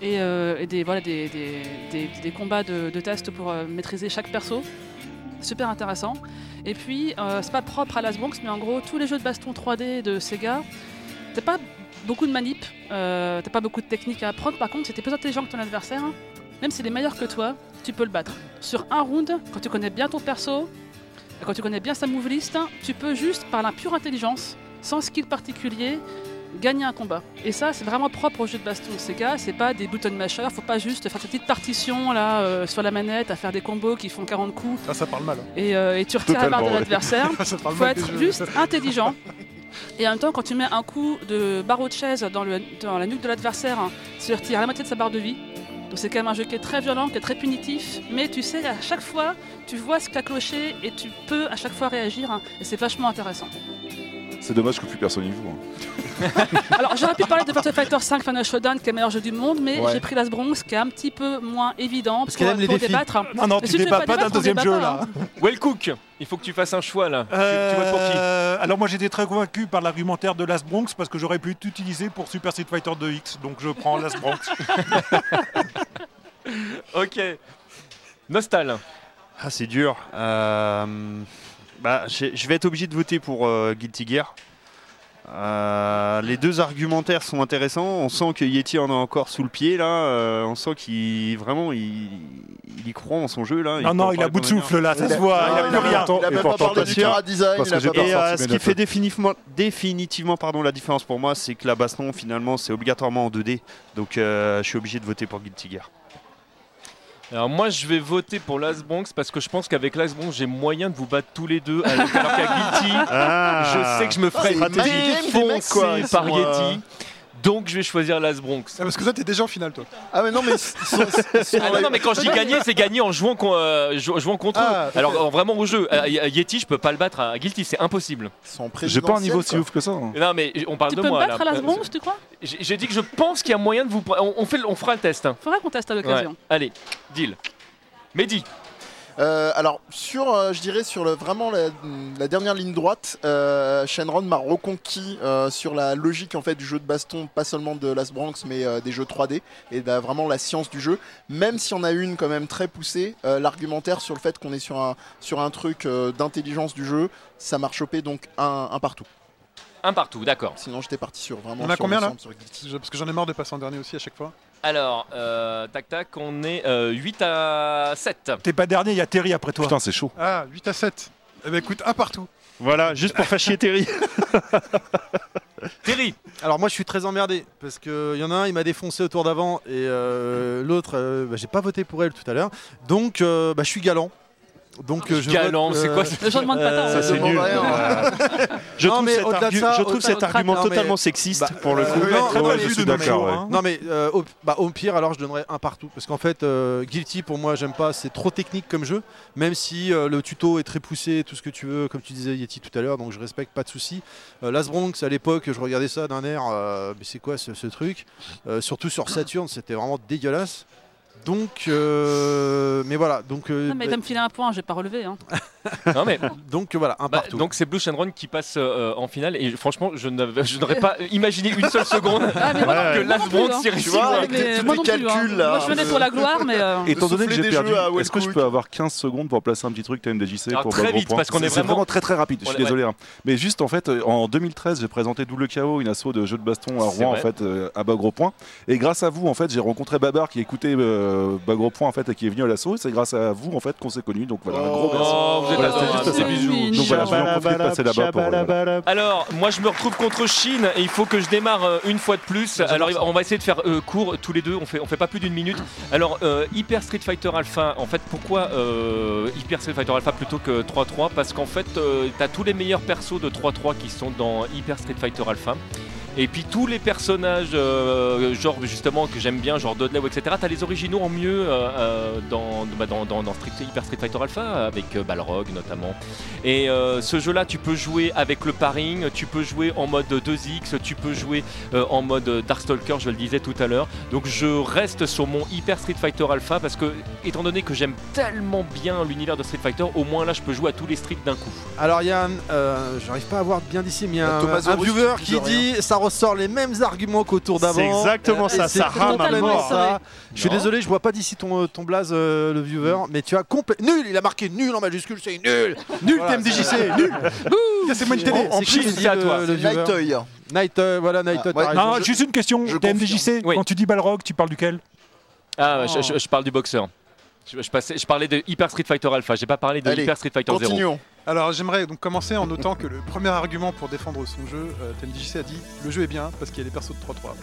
Speaker 8: et, euh, et des, voilà, des, des- des- des combats de, de tests pour euh, maîtriser chaque perso. Super intéressant. Et puis, euh, c'est pas propre à Las Bronx, mais en gros, tous les jeux de baston 3D de Sega, t'as pas beaucoup de manip, euh, t'as pas beaucoup de technique à apprendre. Par contre, si t'es plus intelligent que ton adversaire, même s'il est meilleur que toi, tu peux le battre. Sur un round, quand tu connais bien ton perso, et quand tu connais bien sa move list, tu peux juste, par la pure intelligence, sans skill particulier, gagner un combat. Et ça, c'est vraiment propre au jeu de baston de Sega, c'est pas des button mashers, faut pas juste faire cette petite partition là euh, sur la manette, à faire des combos qui font 40 coups
Speaker 4: Ah, ça parle mal.
Speaker 8: et, euh, et tu retires la barre de
Speaker 6: Totalement, ouais.
Speaker 8: l'adversaire.
Speaker 4: hein. Ça parle
Speaker 8: faut
Speaker 4: mal des
Speaker 8: être
Speaker 4: jeux.
Speaker 8: juste intelligent. Et en même temps, quand tu mets un coup de barreau de chaise dans, le- dans la nuque de l'adversaire, hein, tu lui retires la moitié de sa barre de vie. Donc c'est quand même un jeu qui est très violent, qui est très punitif. Mais tu sais, à chaque fois, tu vois ce qu'a cloché et tu peux à chaque fois réagir. hein, et c'est vachement intéressant. [LAUGHS]
Speaker 6: C'est dommage que plus personne n'y joue. hein.
Speaker 8: Alors j'aurais pu parler de Virtua Fighter 5 Final Showdown, qui est le meilleur jeu du monde, mais
Speaker 1: Ouais.
Speaker 8: j'ai pris Las Bronx, qui est un petit peu moins évident
Speaker 1: Parce
Speaker 8: pour,
Speaker 1: qu'elle aime les
Speaker 8: pour
Speaker 1: défis.
Speaker 8: débattre. hein.
Speaker 5: Non, non,
Speaker 8: Mais
Speaker 5: tu
Speaker 8: si tu veux
Speaker 5: débats
Speaker 8: pas
Speaker 5: pas dans
Speaker 8: débattre,
Speaker 5: le
Speaker 8: on hein.
Speaker 5: deuxième
Speaker 8: débat
Speaker 5: jeu
Speaker 8: pas,
Speaker 5: là.
Speaker 3: Well Cook, il faut que tu fasses un choix là. Tu- Tu, votes pour qui
Speaker 5: Euh, alors moi j'étais très convaincu par l'argumentaire de Last Bronx parce que j'aurais pu t'utiliser pour Super Street Fighter 2X, donc je prends Last Bronx.
Speaker 3: [LAUGHS] Ok. Nostal.
Speaker 9: Ah, c'est dur. Euh, bah, j'ai- je vais être obligé de voter pour euh, Guilty Gear. Euh, les deux argumentaires sont intéressants. On sent que Yeti en a encore sous le pied là. Euh, on sent qu'il vraiment il, il y croit en son jeu là.
Speaker 5: non,
Speaker 9: peut en
Speaker 5: non, il a
Speaker 9: parler
Speaker 5: bout de
Speaker 9: pendant une heure.
Speaker 5: souffle là, ça se
Speaker 7: Il
Speaker 5: voit,
Speaker 7: a-
Speaker 5: il
Speaker 7: il
Speaker 5: a
Speaker 7: a
Speaker 5: plus
Speaker 7: même
Speaker 5: rien.
Speaker 7: pas- il a
Speaker 6: Et
Speaker 7: même pas
Speaker 6: pourtant,
Speaker 7: parlé
Speaker 6: t'as
Speaker 7: du
Speaker 6: sûr.
Speaker 7: cara design,
Speaker 6: Parce
Speaker 7: il a
Speaker 6: que j'ai
Speaker 7: pas
Speaker 6: pas
Speaker 9: Et
Speaker 7: parlé-
Speaker 6: sorti
Speaker 9: euh,
Speaker 6: mes
Speaker 9: ce qui
Speaker 6: notes.
Speaker 9: fait définitivement, définitivement pardon, la différence pour moi, c'est que la baston finalement c'est obligatoirement en 2D. Donc euh, je suis obligé de voter pour Guilty Gear.
Speaker 3: Alors moi je vais voter pour Las Bronx parce que je pense qu'avec Las Bronx j'ai moyen de vous battre tous les deux alors
Speaker 7: [LAUGHS]
Speaker 3: alors qu'à Guilty je sais que je me ferai
Speaker 7: Ah. c'est une magnifique game des mecs, quoi,
Speaker 3: défoncer
Speaker 7: ils
Speaker 3: par
Speaker 7: sont, euh,
Speaker 3: Yeti donc je vais choisir Las Bronx.
Speaker 4: Ah, parce que toi, t'es déjà en finale, toi.
Speaker 7: Ah, mais non, mais [LAUGHS] ils sont- ils sont-
Speaker 3: Ah non, non, mais quand je dis gagner, c'est gagner en jouant, con- euh, jou- jouant contre
Speaker 1: Ah,
Speaker 3: eux. Alors euh, vraiment au jeu, Euh, Y- Yeti, je peux pas le battre à Guilty, c'est impossible.
Speaker 7: ils sont
Speaker 6: J'ai pas un
Speaker 7: présidentiels,
Speaker 6: niveau si
Speaker 7: quoi.
Speaker 6: ouf que ça. hein.
Speaker 3: Non mais on parle
Speaker 8: Tu
Speaker 3: de
Speaker 8: peux me
Speaker 3: moi
Speaker 8: battre à
Speaker 3: là.
Speaker 8: Las Bronx, tu crois
Speaker 3: J'ai j'ai dit que je pense qu'il y a moyen de vous. pr- On, on fait, le- on fera le test. hein.
Speaker 8: Faudra qu'on teste à l'occasion.
Speaker 3: Ouais. Allez, deal. Mehdi,
Speaker 7: Euh, alors sur, euh, je dirais sur le, vraiment la, la dernière ligne droite, euh, Shenron m'a reconquis euh, sur la logique en fait du jeu de baston, pas seulement de Las Bronx, mais euh, des jeux 3D et de la- vraiment la science du jeu. Même si on a une quand même très poussée, euh, l'argumentaire sur le fait qu'on est sur un sur un truc euh, d'intelligence du jeu, ça m'a chopé donc un, un partout.
Speaker 3: un partout, d'accord.
Speaker 7: Sinon j'étais parti sur vraiment.
Speaker 4: On a
Speaker 7: sur
Speaker 4: combien, là
Speaker 7: l'ensemble, sur Guilty.
Speaker 4: Je- Parce que j'en ai marre de passer en dernier aussi à chaque fois.
Speaker 3: Alors, euh, tac tac, on est euh, 8 à 7.
Speaker 5: T'es pas dernier, il y a Terry après toi.
Speaker 6: Putain, c'est chaud.
Speaker 4: Ah, 8 à 7. Eh ben écoute, un partout.
Speaker 9: [LAUGHS] Voilà, juste pour faire chier
Speaker 1: [LAUGHS]
Speaker 9: Terry.
Speaker 3: Terry,
Speaker 1: Alors moi je suis très emmerdé parce que il y en a un il m'a défoncé au tour d'avant et euh, l'autre euh, bah, j'ai pas voté pour elle tout à l'heure donc euh, bah, je suis galant donc euh, je
Speaker 3: galant,
Speaker 1: vote,
Speaker 3: c'est
Speaker 1: euh,
Speaker 3: quoi ce-
Speaker 8: Le jour demande pas
Speaker 1: Euh,
Speaker 8: tard.
Speaker 9: Ça, c'est
Speaker 7: demande
Speaker 9: nul.
Speaker 7: rien,
Speaker 9: Euh, [LAUGHS] je
Speaker 1: Non,
Speaker 9: trouve
Speaker 1: mais
Speaker 9: cet,
Speaker 1: au-delà de
Speaker 9: argu-
Speaker 1: ça,
Speaker 9: je trouve
Speaker 1: au-delà
Speaker 9: cet
Speaker 1: de ça,
Speaker 9: argument
Speaker 1: non, mais-
Speaker 9: totalement sexiste
Speaker 1: Bah,
Speaker 9: pour le
Speaker 1: euh,
Speaker 9: coup.
Speaker 1: non,
Speaker 5: très
Speaker 1: non,
Speaker 5: mal
Speaker 1: mais-
Speaker 5: vu
Speaker 6: je suis
Speaker 5: de nos
Speaker 6: d'accord,
Speaker 5: jours,
Speaker 6: ouais.
Speaker 5: hein.
Speaker 1: Non mais euh, au, bah, au pire alors je donnerais un partout parce qu'en fait euh, Guilty pour moi j'aime pas c'est trop technique comme jeu même si euh, le tuto est très poussé tout ce que tu veux comme tu disais Yeti tout à l'heure donc je respecte pas de souci Euh, Las Bronx à l'époque je regardais ça d'un air euh, mais c'est quoi ce, ce truc Euh, surtout sur Saturn c'était vraiment dégueulasse donc euh, mais voilà donc euh,
Speaker 8: Non, mais il
Speaker 1: bah,
Speaker 8: va me filer un point, je vais pas relever. Hein.
Speaker 3: Non
Speaker 4: [LAUGHS]
Speaker 3: mais
Speaker 1: donc euh, voilà un
Speaker 3: Bah,
Speaker 1: partout
Speaker 3: donc c'est Blue Shenron qui passe euh, en finale et franchement je n'avais- je n'aurais
Speaker 8: [LAUGHS]
Speaker 3: pas imaginé une seule seconde
Speaker 8: Ah, mais moi non
Speaker 3: [LAUGHS] que
Speaker 8: plus, moi
Speaker 3: Las
Speaker 8: non plus,
Speaker 3: Bronx
Speaker 8: hein.
Speaker 3: irait si
Speaker 7: Tu vois,
Speaker 3: loin.
Speaker 7: avec
Speaker 8: mais
Speaker 7: tes- tous
Speaker 8: moi
Speaker 7: tes
Speaker 8: non plus,
Speaker 7: calculs,
Speaker 8: hein.
Speaker 7: là,
Speaker 8: Moi je venais
Speaker 7: de-
Speaker 8: pour la gloire, mais euh,
Speaker 6: Étant
Speaker 7: de
Speaker 6: donné que
Speaker 7: souffler
Speaker 6: j'ai
Speaker 7: des
Speaker 6: perdu,
Speaker 7: jeux à
Speaker 6: est-ce que je
Speaker 7: Westbrook.
Speaker 6: peux avoir 15 secondes pour placer un petit truc TMDJC
Speaker 3: Alors,
Speaker 6: pour
Speaker 3: très
Speaker 6: Bob au
Speaker 3: vite,
Speaker 6: point
Speaker 3: parce qu'on est
Speaker 6: C'est
Speaker 3: vraiment-
Speaker 6: très très rapide, je suis
Speaker 3: Ouais, ouais.
Speaker 6: désolé. hein. Mais juste en fait, euh, en 2013, j'ai présenté Double KO, une assaut de jeux de baston à
Speaker 3: C'est
Speaker 6: Rouen en
Speaker 3: vrai.
Speaker 6: fait, euh, à bas gros point. Et grâce à vous, en fait, j'ai rencontré Babar qui écoutait euh, euh, Bagro Point en fait et qui est venu à l'assaut. Et C'est grâce à vous en fait qu'on s'est connus. Donc voilà, un gros merci.
Speaker 3: Oh, vous êtes
Speaker 6: Voilà, c'était
Speaker 3: adorables.
Speaker 6: juste à ces
Speaker 8: bisous.
Speaker 6: bisous. Donc voilà, je vais en profiter de
Speaker 9: Chabalabalab,
Speaker 6: passer là-bas pour. euh, voilà.
Speaker 9: chabalabalab.
Speaker 3: Alors, moi je me retrouve contre Chine et il faut que je démarre euh, une fois de plus. Alors, on va essayer de faire euh, court tous les deux, on fait, on fait pas plus d'une minute. Alors, euh, Hyper Street Fighter Alpha, en fait, pourquoi euh, Hyper Street Fighter Alpha plutôt que 3-3 Parce qu'en fait, euh, t'as tous les meilleurs persos de 3-3 qui sont dans Hyper Street Fighter Alpha. Et puis tous les personnages, euh, genre justement que j'aime bien, genre Dudley, ou etc. T'as les originaux en mieux euh, euh, dans, bah, dans, dans- dans Street, Hyper Street Fighter Alpha avec euh, Balrog notamment. Et euh, ce jeu-là, tu peux jouer avec le paring, tu peux jouer en mode 2x, tu peux jouer euh, en mode Darkstalker, je le disais tout à l'heure. Donc je reste sur mon Hyper Street Fighter Alpha parce que, étant donné que j'aime tellement bien l'univers de Street Fighter, au moins là, je peux jouer à tous les streets d'un coup.
Speaker 1: Alors il y a un, euh, j'arrive pas à voir bien d'ici, mais il y a un,
Speaker 7: Thomas
Speaker 1: un
Speaker 7: Zorus
Speaker 1: viewer
Speaker 7: qui
Speaker 1: qui
Speaker 7: dit rien.
Speaker 1: dit ça ressort les mêmes arguments qu'au tour d'avant.
Speaker 9: C'est exactement ça,
Speaker 1: C'est
Speaker 9: ça rame à
Speaker 1: complètement
Speaker 9: mort.
Speaker 1: ça. Je suis
Speaker 3: Non.
Speaker 1: désolé, je vois pas d'ici ton, euh, ton blaze, euh, le viewer, mais tu as complet nul. Il a marqué nul en majuscule, c'est nul, nul
Speaker 4: Voilà,
Speaker 1: TMDJC, [LAUGHS] nul.
Speaker 4: Tiens, C'est moi une télé.
Speaker 1: En, en
Speaker 3: C'est
Speaker 1: plus,
Speaker 3: qui,
Speaker 1: il dit
Speaker 3: c'est à
Speaker 1: le-
Speaker 3: toi
Speaker 1: le
Speaker 7: C'est
Speaker 1: viewer.
Speaker 7: Night Oil.
Speaker 1: Night, euh, voilà Night.
Speaker 7: Ah,
Speaker 1: t'as
Speaker 7: ouais.
Speaker 1: raison.
Speaker 5: Non, juste une question.
Speaker 7: je
Speaker 5: TMDJC,
Speaker 3: confirme. Oui.
Speaker 5: quand tu dis Balrog, tu parles duquel
Speaker 3: Ah,
Speaker 4: Oh.
Speaker 3: je, je- je parle du boxeur. Je, je passais- je parlais de Hyper Street Fighter Alpha, j'ai pas parlé de
Speaker 7: Allez,
Speaker 3: Hyper Street Fighter Zero.
Speaker 7: Continuons.
Speaker 4: Alors j'aimerais donc commencer en notant que le premier argument pour défendre son jeu, euh, TMDJC a dit le jeu est bien parce qu'il y a des persos de 3-3.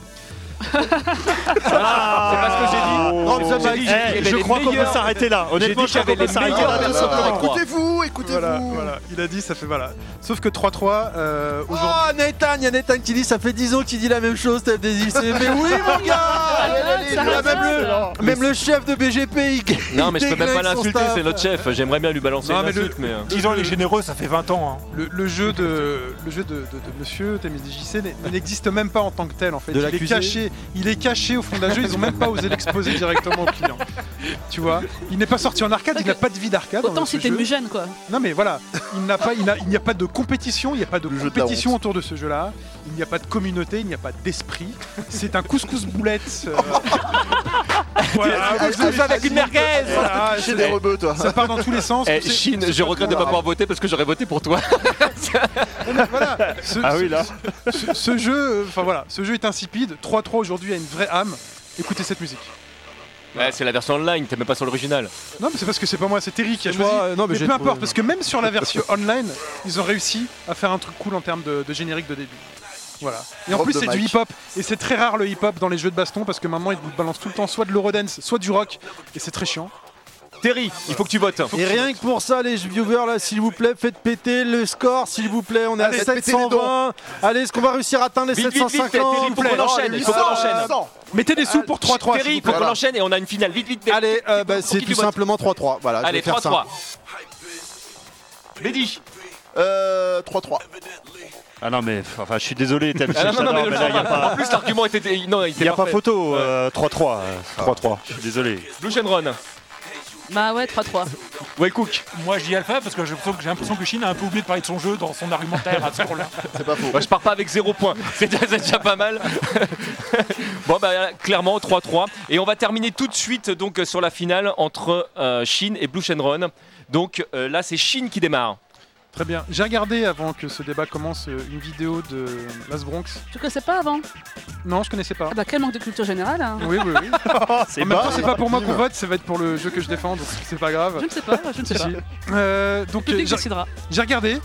Speaker 9: Oh,
Speaker 3: C'est pas ce que j'ai dit.
Speaker 9: Non,
Speaker 3: ça va,
Speaker 9: Eh,
Speaker 3: Oh, il y avait
Speaker 9: je
Speaker 3: les
Speaker 9: crois qu'on peut
Speaker 3: meilleurs-
Speaker 9: s'arrêter là.
Speaker 3: J'ai dit
Speaker 9: Honnêtement,
Speaker 3: qu'il
Speaker 9: je
Speaker 3: y avait
Speaker 9: crois qu'on peut
Speaker 3: les
Speaker 4: Ah,
Speaker 9: s'arrêter
Speaker 3: meilleurs
Speaker 9: là.
Speaker 3: de
Speaker 9: tout
Speaker 3: ce
Speaker 9: simplement.
Speaker 3: plan.
Speaker 7: bah, Écoutez-vous, écoutez-vous.
Speaker 4: Voilà, voilà, il a dit ça fait voilà. Sauf que 3-3 euh, aujourd'hui.
Speaker 1: Oh Nathan, il y a Nathan qui dit ça fait 10 ans qu'il dit la même chose, TMDJC. [LAUGHS] mais oui mon gars,
Speaker 8: Arrête, ça
Speaker 1: il a
Speaker 8: reste
Speaker 1: même le,
Speaker 8: là.
Speaker 1: même le chef de BGP. il-
Speaker 3: Non, mais je peux
Speaker 1: déglingue
Speaker 3: même pas
Speaker 1: son
Speaker 3: l'insulter,
Speaker 1: staff.
Speaker 3: c'est notre chef. J'aimerais bien lui balancer
Speaker 4: Non,
Speaker 3: une
Speaker 4: mais le-
Speaker 3: insulte, mais. euh,
Speaker 5: Disons, il est généreux, ça fait 20 ans. hein.
Speaker 4: Le, le jeu de le jeu de, de- de Monsieur TMDJC n'est- n'existe même pas en tant que tel en fait.
Speaker 1: De
Speaker 4: il est
Speaker 1: l'accuser.
Speaker 4: caché, il est caché au fond d'un jeu. Ils ont même pas osé l'exposer directement au client. Tu vois, il n'est pas sorti en arcade, il n'a pas de vie d'arcade.
Speaker 8: Autant
Speaker 4: euh, ce
Speaker 8: si t'es
Speaker 4: jeu.
Speaker 8: Mugen, quoi.
Speaker 4: Non mais voilà, il n'a pas, il n'a- il n'y a pas de compétition, il n'y a pas de
Speaker 7: Le jeu de la
Speaker 4: compétition autour de ce jeu-là. Il n'y a pas de communauté, il n'y a pas d'esprit. C'est un couscous boulette. euh, voilà,
Speaker 3: Couscous avec une merguez
Speaker 4: voilà,
Speaker 7: Chez
Speaker 4: c'est-
Speaker 7: des rebeux, toi.
Speaker 4: ça part dans tous les sens.
Speaker 3: Eh,
Speaker 4: C'est-
Speaker 3: Chine, je regrette de ne pas pouvoir voter parce que j'aurais voté pour toi.
Speaker 4: voilà, ce,
Speaker 9: Ah oui,
Speaker 4: ce-
Speaker 9: là.
Speaker 4: ce- ce jeu, euh, enfin voilà, ce jeu est insipide. 3-3 aujourd'hui a une vraie âme. Écoutez cette musique.
Speaker 3: Ouais, c'est la version online, t'es même pas sur l'original.
Speaker 4: Non mais c'est parce que c'est pas moi, c'est Terry qui a
Speaker 1: Je
Speaker 4: choisi.
Speaker 1: vois, euh, non, mais
Speaker 4: mais
Speaker 1: j'ai
Speaker 4: peu
Speaker 1: trouvé-
Speaker 4: importe, parce que même sur la version online, ils ont réussi à faire un truc cool en termes de, de générique de début. Voilà. Et en
Speaker 7: Drop
Speaker 4: plus
Speaker 7: de
Speaker 4: c'est du
Speaker 7: mic.
Speaker 4: hip-hop, et c'est très rare le hip-hop dans les jeux de baston, parce que maintenant ils vous balancent tout le temps soit de l'eurodance, soit du rock, et c'est très chiant.
Speaker 3: Terry, il faut que tu votes.
Speaker 1: Et rien que pour ça, les viewers, là, s'il vous plaît, faites péter le score, s'il vous plaît. On est
Speaker 7: Allez,
Speaker 1: à
Speaker 7: faites péter les
Speaker 1: 720. Allez, est-ce qu'on va réussir à atteindre les
Speaker 3: Vite, vite, vite,
Speaker 1: 750
Speaker 3: Terry, faut qu'on enchaîne. Il faut qu'on enchaîne.
Speaker 4: Mettez des sous pour 3-3
Speaker 3: Terry,
Speaker 4: s'il
Speaker 3: il
Speaker 4: vous
Speaker 3: faut
Speaker 4: plaît.
Speaker 3: qu'on enchaîne et on a une finale. Vite, vite, vite.
Speaker 1: Allez, euh, bah,
Speaker 3: Pour
Speaker 1: c'est
Speaker 3: qui
Speaker 1: tout
Speaker 3: tu votes
Speaker 1: simplement 3-3. Voilà, je
Speaker 3: Allez,
Speaker 1: vais faire
Speaker 3: 3-3.
Speaker 1: ça.
Speaker 3: Bédi.
Speaker 7: Euh, 3-3.
Speaker 9: Ah non, mais f- enfin, je suis désolé, TMDJC.
Speaker 3: Ah non, non, non, mais
Speaker 9: j'adore,
Speaker 3: le
Speaker 9: mais là, il n'y a
Speaker 3: En
Speaker 9: pas.
Speaker 3: plus, l'argument était. Non, il était
Speaker 9: Il n'y a pas
Speaker 3: parfait.
Speaker 9: photo, euh, 3-3. euh,
Speaker 6: 3-3.
Speaker 9: Je suis désolé.
Speaker 3: Blue Shenron.
Speaker 8: Bah ouais, 3-3.
Speaker 3: Ouais, Cook.
Speaker 5: Moi, je dis Alpha parce que j'ai l'impression que- j'ai l'impression que Chine a un peu oublié de parler de son jeu dans son argumentaire à ce là
Speaker 7: [LAUGHS] C'est pas faux.
Speaker 3: Bah, je pars pas avec zéro point, [LAUGHS] c'est déjà, c'est déjà pas mal. [LAUGHS] bon, bah clairement 3-3. Et on va terminer tout de suite donc sur la finale entre euh, Chine et Blue Shenron. Donc euh, là, c'est Chine qui démarre.
Speaker 4: Très bien. J'ai regardé avant que ce débat commence euh, une vidéo de Las Bronx.
Speaker 8: Tu connaissais pas avant
Speaker 4: Non, je connaissais pas.
Speaker 8: Ah bah quel manque de culture générale, hein.
Speaker 4: Oui, oui,
Speaker 9: [LAUGHS]
Speaker 4: oui.
Speaker 9: Oh, C'est
Speaker 4: En même
Speaker 9: bas.
Speaker 4: temps, c'est pas pour moi qu'on vote, ça va être pour le jeu que je défends, donc c'est pas grave.
Speaker 8: Je ne sais pas, je ne sais
Speaker 4: Si,
Speaker 8: pas.
Speaker 4: si.
Speaker 8: Le
Speaker 4: Euh, donc,
Speaker 8: public
Speaker 4: j'ai-
Speaker 8: décidera.
Speaker 4: J'ai regardé.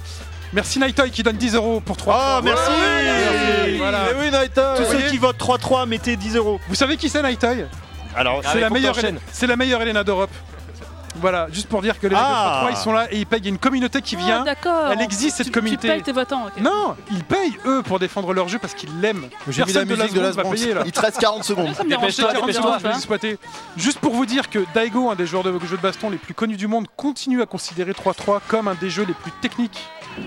Speaker 4: Merci Nightoy qui donne 10 euros pour 3.
Speaker 9: Ah, merci. Eh
Speaker 4: Voilà.
Speaker 1: Mais oui, Nathan
Speaker 9: Tous
Speaker 4: voyez
Speaker 9: ceux qui votent 3-3, mettez 10 euros.
Speaker 4: Vous savez qui c'est Nightoy
Speaker 9: Alors,
Speaker 3: Ah,
Speaker 4: C'est
Speaker 3: mais
Speaker 4: la
Speaker 3: faut que
Speaker 4: meilleure
Speaker 3: t'enchaînes.
Speaker 4: c'est la meilleure Elena d'Europe. Voilà, juste pour dire que les mecs de
Speaker 9: Ah.
Speaker 4: 3 ils sont là et ils payent Il y a une communauté qui
Speaker 8: Ah,
Speaker 4: vient.
Speaker 8: d'accord.
Speaker 4: elle existe, cette
Speaker 8: Tu-
Speaker 4: communauté.
Speaker 8: Tu payes tes votants, ok.
Speaker 4: non, ils payent eux pour défendre leur jeu parce qu'ils l'aiment.
Speaker 1: J'ai mis la
Speaker 4: Personne de
Speaker 1: musique de
Speaker 4: la
Speaker 1: Las
Speaker 4: va
Speaker 1: Bronx.
Speaker 4: payer là.
Speaker 7: Il te reste 40 secondes.
Speaker 8: Ça me dérange
Speaker 3: Dépêche-toi,
Speaker 8: pas,
Speaker 4: Tiens,
Speaker 8: ça me
Speaker 4: tiens,
Speaker 8: dérange
Speaker 3: dépêche-toi.
Speaker 4: je vais
Speaker 8: pas.
Speaker 4: l'exploiter. Juste pour vous dire que Daigo, un des joueurs de jeux de baston les plus connus du monde, continue à considérer 3-3 comme un des jeux les plus techniques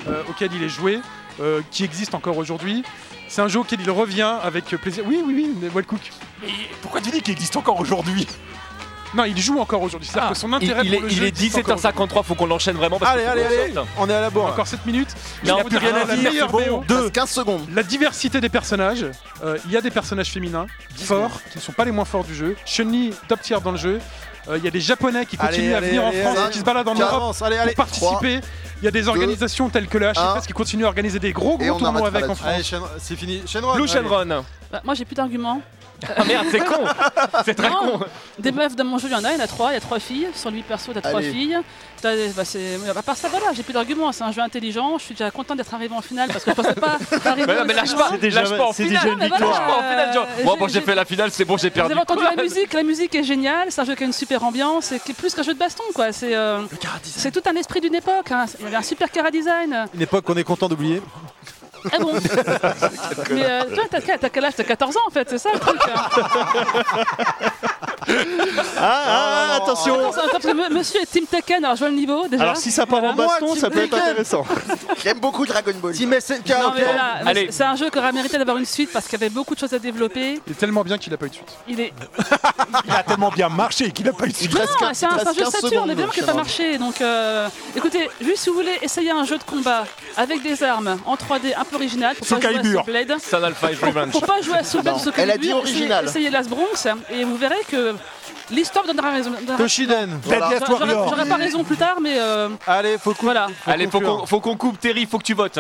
Speaker 4: euh, auxquels il est joué, euh, qui existe encore aujourd'hui. C'est un jeu auquel il revient avec plaisir. Oui, oui, oui, mais Wellcook.
Speaker 5: Pourquoi tu dis qu'il existe encore aujourd'hui Ah.
Speaker 4: Non, il joue encore aujourd'hui. C'est-à-dire que son
Speaker 3: Ah, Il,
Speaker 4: intérêt
Speaker 3: il
Speaker 4: pour
Speaker 3: est,
Speaker 4: le
Speaker 3: il
Speaker 4: jeu
Speaker 3: est
Speaker 4: existe encore
Speaker 3: 17h53, faut qu'on l'enchaîne vraiment. Parce
Speaker 1: Allez,
Speaker 3: que faut
Speaker 1: allez,
Speaker 3: qu'on
Speaker 1: allez.
Speaker 3: sorte.
Speaker 1: On est à la
Speaker 4: aujourd'hui.
Speaker 1: bourre.
Speaker 4: Encore 7 minutes.
Speaker 3: Mais on
Speaker 4: Je
Speaker 3: a
Speaker 4: vais
Speaker 3: plus
Speaker 4: vous dire,
Speaker 3: rien à
Speaker 4: la
Speaker 3: dire,
Speaker 4: meilleure
Speaker 3: c'est bon.
Speaker 4: BO.
Speaker 7: Il te reste 15 secondes.
Speaker 4: La diversité des personnages, euh, il y a des personnages féminins forts, qui ne sont pas les moins forts du jeu. Chun-Li, top tier dans le jeu. Euh, Il y a des japonais qui
Speaker 1: Allez,
Speaker 4: continuent à
Speaker 1: allez,
Speaker 4: venir
Speaker 1: allez,
Speaker 4: en France,
Speaker 7: allez.
Speaker 4: qui se baladent en
Speaker 1: Qui
Speaker 4: Europe.
Speaker 1: avance, allez, allez.
Speaker 4: pour participer. Il y a des organisations telles que la HFS
Speaker 7: un.
Speaker 4: E qui continuent à organiser des gros
Speaker 7: Et
Speaker 4: gros
Speaker 7: on
Speaker 4: tournois
Speaker 7: arrêtera
Speaker 4: avec en
Speaker 7: là-dessus.
Speaker 4: France.
Speaker 1: Allez, Shenron- c'est fini. Shenron,
Speaker 3: Blue
Speaker 1: allez.
Speaker 3: Shenron.
Speaker 8: Bah, moi j'ai plus d'arguments.
Speaker 3: Ah merde, c'est con C'est très
Speaker 8: Non.
Speaker 3: con
Speaker 8: Des meufs dans mon jeu, il y en a, il y en a trois, il y a trois filles. Sur lui perso, t'as trois
Speaker 7: Allez.
Speaker 8: filles. T'as des- bah, c'est- mais à part ça, voilà, j'ai plus d'arguments. C'est un jeu intelligent. Je suis déjà content d'être arrivé en finale parce que je pensais pas arriver.
Speaker 3: [LAUGHS] Mais non, mais
Speaker 8: aussi
Speaker 3: lâche
Speaker 8: loin.
Speaker 3: pas,
Speaker 9: C'est déjà-
Speaker 3: lâche pas en
Speaker 9: c'est
Speaker 3: finale.
Speaker 9: déjà une
Speaker 3: Lâche pas en
Speaker 8: victoire.
Speaker 3: finale, genre,
Speaker 8: Euh,
Speaker 3: Bon, bon,
Speaker 8: j'ai-
Speaker 3: j'ai fait la finale, c'est bon, j'ai
Speaker 8: Vous
Speaker 3: perdu.
Speaker 8: avez entendu la musique, la musique est géniale, c'est un jeu qui a une super ambiance, et qui est plus qu'un jeu de baston quoi, c'est euh, c'est tout un esprit d'une époque, hein. il y avait un super cara design.
Speaker 1: Une époque qu'on est content d'oublier.
Speaker 8: Ah bon [LAUGHS] Mais euh, toi t'as quel- t'as quel âge T'as 14 ans en fait, c'est ça le truc hein. Ah,
Speaker 9: Ah, ah,
Speaker 7: Oh.
Speaker 9: attention
Speaker 8: Attends, attends, parce que me- monsieur est Team Tekken, alors je vois le niveau déjà.
Speaker 9: Alors si ça part en
Speaker 8: Voilà.
Speaker 9: baston,
Speaker 1: Moi,
Speaker 9: ça
Speaker 1: Team
Speaker 9: peut être
Speaker 1: Tekken.
Speaker 9: intéressant.
Speaker 7: J'aime beaucoup Dragon Ball.
Speaker 1: Team SNK,
Speaker 8: Non,
Speaker 1: ok.
Speaker 8: mais voilà, mais
Speaker 3: Allez.
Speaker 8: c'est- c'est un jeu qui aurait mérité d'avoir une suite parce qu'il y avait beaucoup de choses à développer.
Speaker 4: Il est tellement bien qu'il a pas eu de suite.
Speaker 8: Il est.
Speaker 5: [LAUGHS] Il a tellement bien marché qu'il a pas eu
Speaker 7: Il
Speaker 5: de
Speaker 7: te
Speaker 5: suite.
Speaker 7: reste
Speaker 8: Non,
Speaker 7: que-
Speaker 8: c'est un,
Speaker 7: il te
Speaker 8: c'est un
Speaker 7: reste
Speaker 8: jeu
Speaker 7: 15
Speaker 8: Saturn,
Speaker 7: secondes,
Speaker 8: évidemment qui n'a pas
Speaker 7: Charles.
Speaker 8: marché. Donc euh, écoutez, juste si vous voulez essayer un jeu de combat avec des armes en 3D un peu original, pour
Speaker 5: Soul
Speaker 8: pas jouer à
Speaker 5: Calibur.
Speaker 8: Soulblade,
Speaker 3: Sun Alpha is Revenge.
Speaker 8: Faut pas jouer à Soul Blade
Speaker 7: Non,
Speaker 8: ou Soul
Speaker 7: elle a
Speaker 8: Calibur,
Speaker 7: dit
Speaker 8: essayez-
Speaker 7: original.
Speaker 8: Essayez Las Bronx et vous verrez que l'histoire vous donnera raison. donnera-
Speaker 1: Toshiden.
Speaker 7: Voilà.
Speaker 5: Deadliest
Speaker 8: J'aurais
Speaker 5: Warrior.
Speaker 8: j'aurais pas raison plus tard, mais euh,
Speaker 1: Allez, faut qu'on.
Speaker 8: voilà.
Speaker 3: Allez, faut
Speaker 1: conclure.
Speaker 3: qu'on faut qu'on coupe, Terry, faut que tu votes.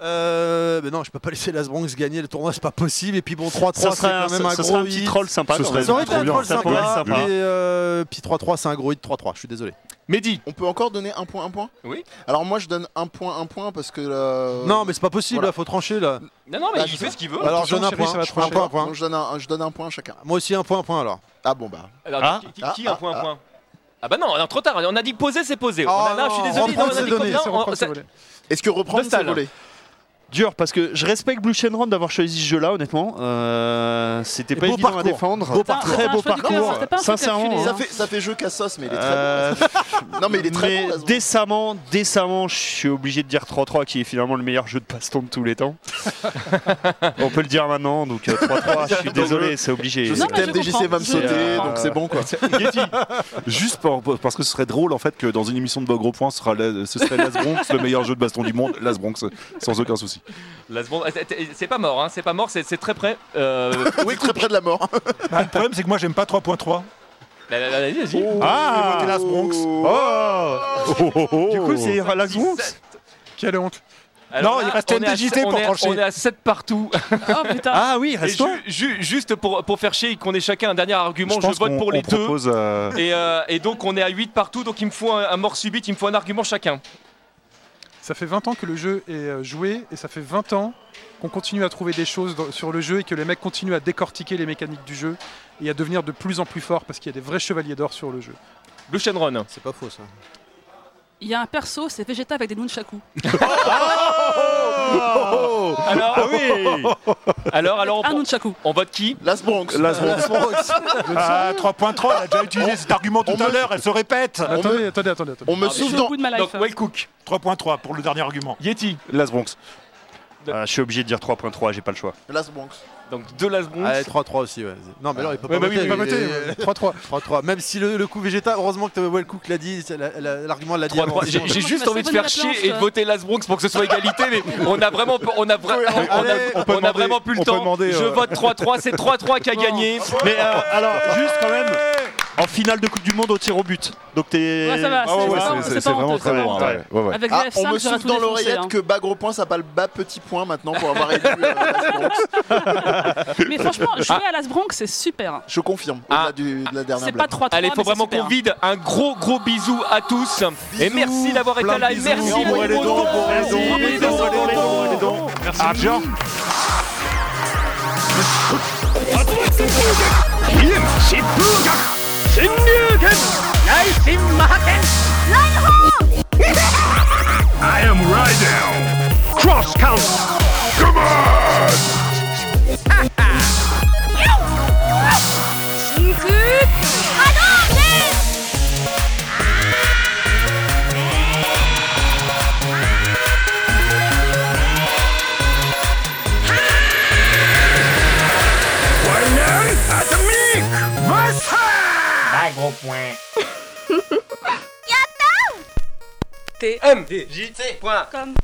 Speaker 1: Euh, mais non, je peux pas laisser Las Bronx gagner le tournoi, c'est pas possible. Et puis bon, 3-3,
Speaker 9: Ça
Speaker 1: c'est
Speaker 9: serait un,
Speaker 1: quand même
Speaker 9: ça-
Speaker 1: un
Speaker 9: ça
Speaker 1: gros
Speaker 9: serait un petit
Speaker 1: hit.
Speaker 9: troll sympa.
Speaker 6: Ce
Speaker 9: quand
Speaker 6: serait
Speaker 9: même.
Speaker 1: Ça aurait été un
Speaker 6: bien,
Speaker 1: troll
Speaker 9: ça pourrait être
Speaker 1: sympa.
Speaker 9: sympa.
Speaker 1: Et euh, puis 3-3, c'est un gros hit 3-3, je suis désolé.
Speaker 3: Mehdi,
Speaker 7: On peut encore donner un point, un point
Speaker 3: Oui.
Speaker 7: Alors moi je donne un point, un point parce que. euh,
Speaker 1: Non, mais c'est pas possible,
Speaker 7: voilà.
Speaker 1: là, faut trancher là.
Speaker 3: non, non, mais
Speaker 7: Bah,
Speaker 3: il
Speaker 7: je
Speaker 3: fait
Speaker 7: sais.
Speaker 3: ce qu'il veut.
Speaker 1: Alors, je donne un
Speaker 4: chérie,
Speaker 1: point.
Speaker 4: ça va
Speaker 1: je prends un
Speaker 4: trancher.
Speaker 1: point, un point.
Speaker 7: Donc je donne un, je donne un point à chacun.
Speaker 1: Moi aussi, un point, un point alors.
Speaker 7: Ah bon bah.
Speaker 3: Alors,
Speaker 5: Hein
Speaker 9: Ah,
Speaker 3: qui,
Speaker 7: ah,
Speaker 3: qui a un
Speaker 7: ah,
Speaker 3: point,
Speaker 7: ah.
Speaker 3: point Ah bah non, alors, trop tard, on a dit poser, c'est poser.
Speaker 1: Oh
Speaker 3: on a, non,
Speaker 1: non,
Speaker 3: je suis désolé,
Speaker 1: reprendre,
Speaker 3: non, on a
Speaker 1: c'est
Speaker 3: dit
Speaker 1: donné,
Speaker 3: non,
Speaker 4: C'est
Speaker 3: on-
Speaker 4: reprendre,
Speaker 3: ça-
Speaker 4: c'est voler.
Speaker 7: Est-ce que reprendre
Speaker 3: Nostal.
Speaker 7: c'est volé
Speaker 9: Dur parce que je respecte Blue Shenron d'avoir choisi ce jeu-là, honnêtement. Euh, C'était
Speaker 1: Et
Speaker 9: pas
Speaker 1: beau
Speaker 9: évident à
Speaker 1: parcours.
Speaker 9: défendre.
Speaker 1: Beau
Speaker 8: parcours.
Speaker 9: Très
Speaker 8: C'était un
Speaker 9: beau
Speaker 8: choix du cœur,
Speaker 9: parcours.
Speaker 8: c'était pas un truc
Speaker 9: Sincèrement.
Speaker 8: calculé,
Speaker 9: hein.
Speaker 7: Ça fait, ça fait jeu qu'à sauce mais il est très
Speaker 9: Euh,
Speaker 7: bon. Non mais il est très
Speaker 9: mais
Speaker 7: bon. Lazlo.
Speaker 9: décemment, décemment, je suis obligé de dire 3-3 qui est finalement le meilleur jeu de baston de tous
Speaker 3: [LAUGHS]
Speaker 9: les temps. On peut le dire maintenant, donc
Speaker 3: [LAUGHS]
Speaker 9: euh, 3-3, je suis désolé, c'est obligé.
Speaker 7: Je
Speaker 8: Non,
Speaker 7: sais que
Speaker 8: mais
Speaker 7: t'aimes
Speaker 8: je
Speaker 7: DJC
Speaker 8: comprends.
Speaker 7: va me
Speaker 8: Je
Speaker 7: sauter
Speaker 9: comprends.
Speaker 7: donc c'est bon quoi.
Speaker 9: Yeti,
Speaker 6: euh, Juste pour- pour- parce que ce serait drôle en fait que dans une émission de Bog au Point, ce, sera la- ce serait Las Bronx, le meilleur jeu de baston du monde, Las Bronx, sans aucun souci.
Speaker 3: la seconde- c'est- C'est pas mort, hein, c'est pas mort, c'est c'est très près. Euh,
Speaker 7: Oui, très près de la mort.
Speaker 5: [LAUGHS] Bah, le problème, c'est que moi, j'aime pas 3.3.
Speaker 3: la- la- la- la- Bah, vas-y.
Speaker 5: Oh,
Speaker 7: Oh.
Speaker 9: Ah.
Speaker 5: J'ai voté Las Bronx.
Speaker 9: Oh Du coup, c'est Las Bronx
Speaker 4: Quelle honte.
Speaker 3: Alors
Speaker 5: Non,
Speaker 3: là,
Speaker 5: il reste
Speaker 3: on est à
Speaker 5: NTJT
Speaker 3: sept-
Speaker 5: pour
Speaker 3: on est à-
Speaker 5: trancher.
Speaker 3: On est à 7
Speaker 5: [LAUGHS]
Speaker 3: partout.
Speaker 8: Oh putain.
Speaker 9: Ah oui,
Speaker 3: Et
Speaker 9: reste-toi
Speaker 3: ju- ju- juste pour, pour faire chier et qu'on ait chacun un dernier argument, je,
Speaker 6: pense
Speaker 3: vote
Speaker 6: qu'on-
Speaker 3: pour les
Speaker 6: on
Speaker 3: deux.
Speaker 6: propose, euh,
Speaker 3: Et, euh, et donc on est à 8 partout, donc il me faut un, un mort subite, il me faut un argument chacun.
Speaker 4: Ça fait 20 ans que le jeu est euh, joué et ça fait 20 ans qu'on continue à trouver des choses dans- sur le jeu et que les mecs continuent à décortiquer les mécaniques du jeu et à devenir de plus en plus forts parce qu'il y a des vrais chevaliers d'or sur le jeu.
Speaker 3: Blue Shenron.
Speaker 1: C'est pas faux ça.
Speaker 8: Il y a un perso, c'est Vegeta avec des
Speaker 5: [LAUGHS]
Speaker 8: nunchaku.
Speaker 9: [LAUGHS]
Speaker 3: Alors, Ah alors, alors,
Speaker 8: Un
Speaker 3: on,
Speaker 8: nunchaku.
Speaker 3: on vote qui
Speaker 7: Oh. Las Bronx.
Speaker 6: Las Bronx.
Speaker 5: Ah, 3.3, elle a déjà utilisé cet argument tout
Speaker 7: on
Speaker 5: à
Speaker 7: me-
Speaker 5: l'heure, elle se répète.
Speaker 4: Mais attendez, attendez, attendez, attendez.
Speaker 7: On me
Speaker 3: Ah,
Speaker 8: C'est
Speaker 7: sauve
Speaker 8: le
Speaker 7: dans.
Speaker 8: coup de ma life.
Speaker 3: Donc Well Cook,
Speaker 5: 3.3 pour le dernier argument.
Speaker 3: Yeti,
Speaker 6: Las Bronx.
Speaker 9: Ah, Je suis obligé de dire 3.3, j'ai pas le choix.
Speaker 7: Las Bronx.
Speaker 3: donc de Las Bronx.
Speaker 1: Allez, 3-3 aussi, ouais. vas-y. Non, mais là, il peut
Speaker 4: Ouais,
Speaker 1: pas
Speaker 4: bah oui,
Speaker 1: voter.
Speaker 4: il peut pas
Speaker 1: il
Speaker 4: voter,
Speaker 1: est-
Speaker 4: ouais. 3-3.
Speaker 1: 3-3. Même si le, le coup Vegeta, heureusement que Wellcook l'a dit, c'est la- la- l'argument l'a dit.
Speaker 3: 3,
Speaker 1: avant.
Speaker 3: 3. J'ai j'ai
Speaker 8: Je
Speaker 3: juste
Speaker 8: pense
Speaker 3: envie de
Speaker 8: que ça
Speaker 3: faire
Speaker 8: fait bonne
Speaker 3: chier et de
Speaker 8: planche,
Speaker 3: voter Las Bronx pour que ce soit égalité, mais on a vraiment, pas- on a vra- on a-
Speaker 1: Allez,
Speaker 6: on peut
Speaker 3: on a
Speaker 6: demander-
Speaker 3: vraiment plus le
Speaker 6: on peut
Speaker 3: temps.
Speaker 6: demander,
Speaker 3: Je
Speaker 6: euh,
Speaker 3: vote 3-3, c'est 3-3 qui a gagné.
Speaker 8: Ah,
Speaker 9: Mais euh,
Speaker 3: [LAUGHS]
Speaker 9: alors, juste quand même, en finale de Coupe du Monde au tir au but. Donc t'es.
Speaker 8: Ouais, ça va,
Speaker 6: Ah ouais,
Speaker 8: c'est
Speaker 6: ouais,
Speaker 8: pas
Speaker 6: c'est-
Speaker 8: honteux,
Speaker 6: c'est
Speaker 8: c'est pas
Speaker 6: vraiment
Speaker 8: honteux,
Speaker 6: très
Speaker 8: c'est pas
Speaker 6: bon.
Speaker 9: hein,
Speaker 8: honteux.
Speaker 6: ouais, ouais, ouais.
Speaker 8: Avec
Speaker 7: Ah,
Speaker 8: le F5,
Speaker 7: on me
Speaker 8: j'aurais
Speaker 7: souffle
Speaker 8: tout
Speaker 7: dans
Speaker 8: défoncé,
Speaker 7: l'oreillette
Speaker 8: hein.
Speaker 7: que Bagro Point ça pas le bas petit point maintenant
Speaker 8: [LAUGHS]
Speaker 7: pour avoir élu euh, Las Bronx.
Speaker 8: Mais franchement, jouer à Las Bronx, c'est super.
Speaker 7: Je confirme,
Speaker 3: Ah.
Speaker 7: au-delà du- de la dernière
Speaker 8: C'est pas
Speaker 7: blague.
Speaker 8: 3-3.
Speaker 3: Allez,
Speaker 8: mais
Speaker 3: faut vraiment
Speaker 8: c'est super.
Speaker 3: qu'on vide un gros gros bisou à tous. et
Speaker 7: Bisous,
Speaker 3: merci d'avoir été
Speaker 7: plein de
Speaker 3: là. Et
Speaker 7: bisous.
Speaker 3: merci
Speaker 7: Et
Speaker 3: beaucoup.
Speaker 7: bourrez les dents, bourrez les dents,
Speaker 3: Merci,
Speaker 7: bourrez les dents,
Speaker 3: bourrez les
Speaker 7: bourrez les
Speaker 3: dents.
Speaker 5: Ah, bien.
Speaker 3: Point.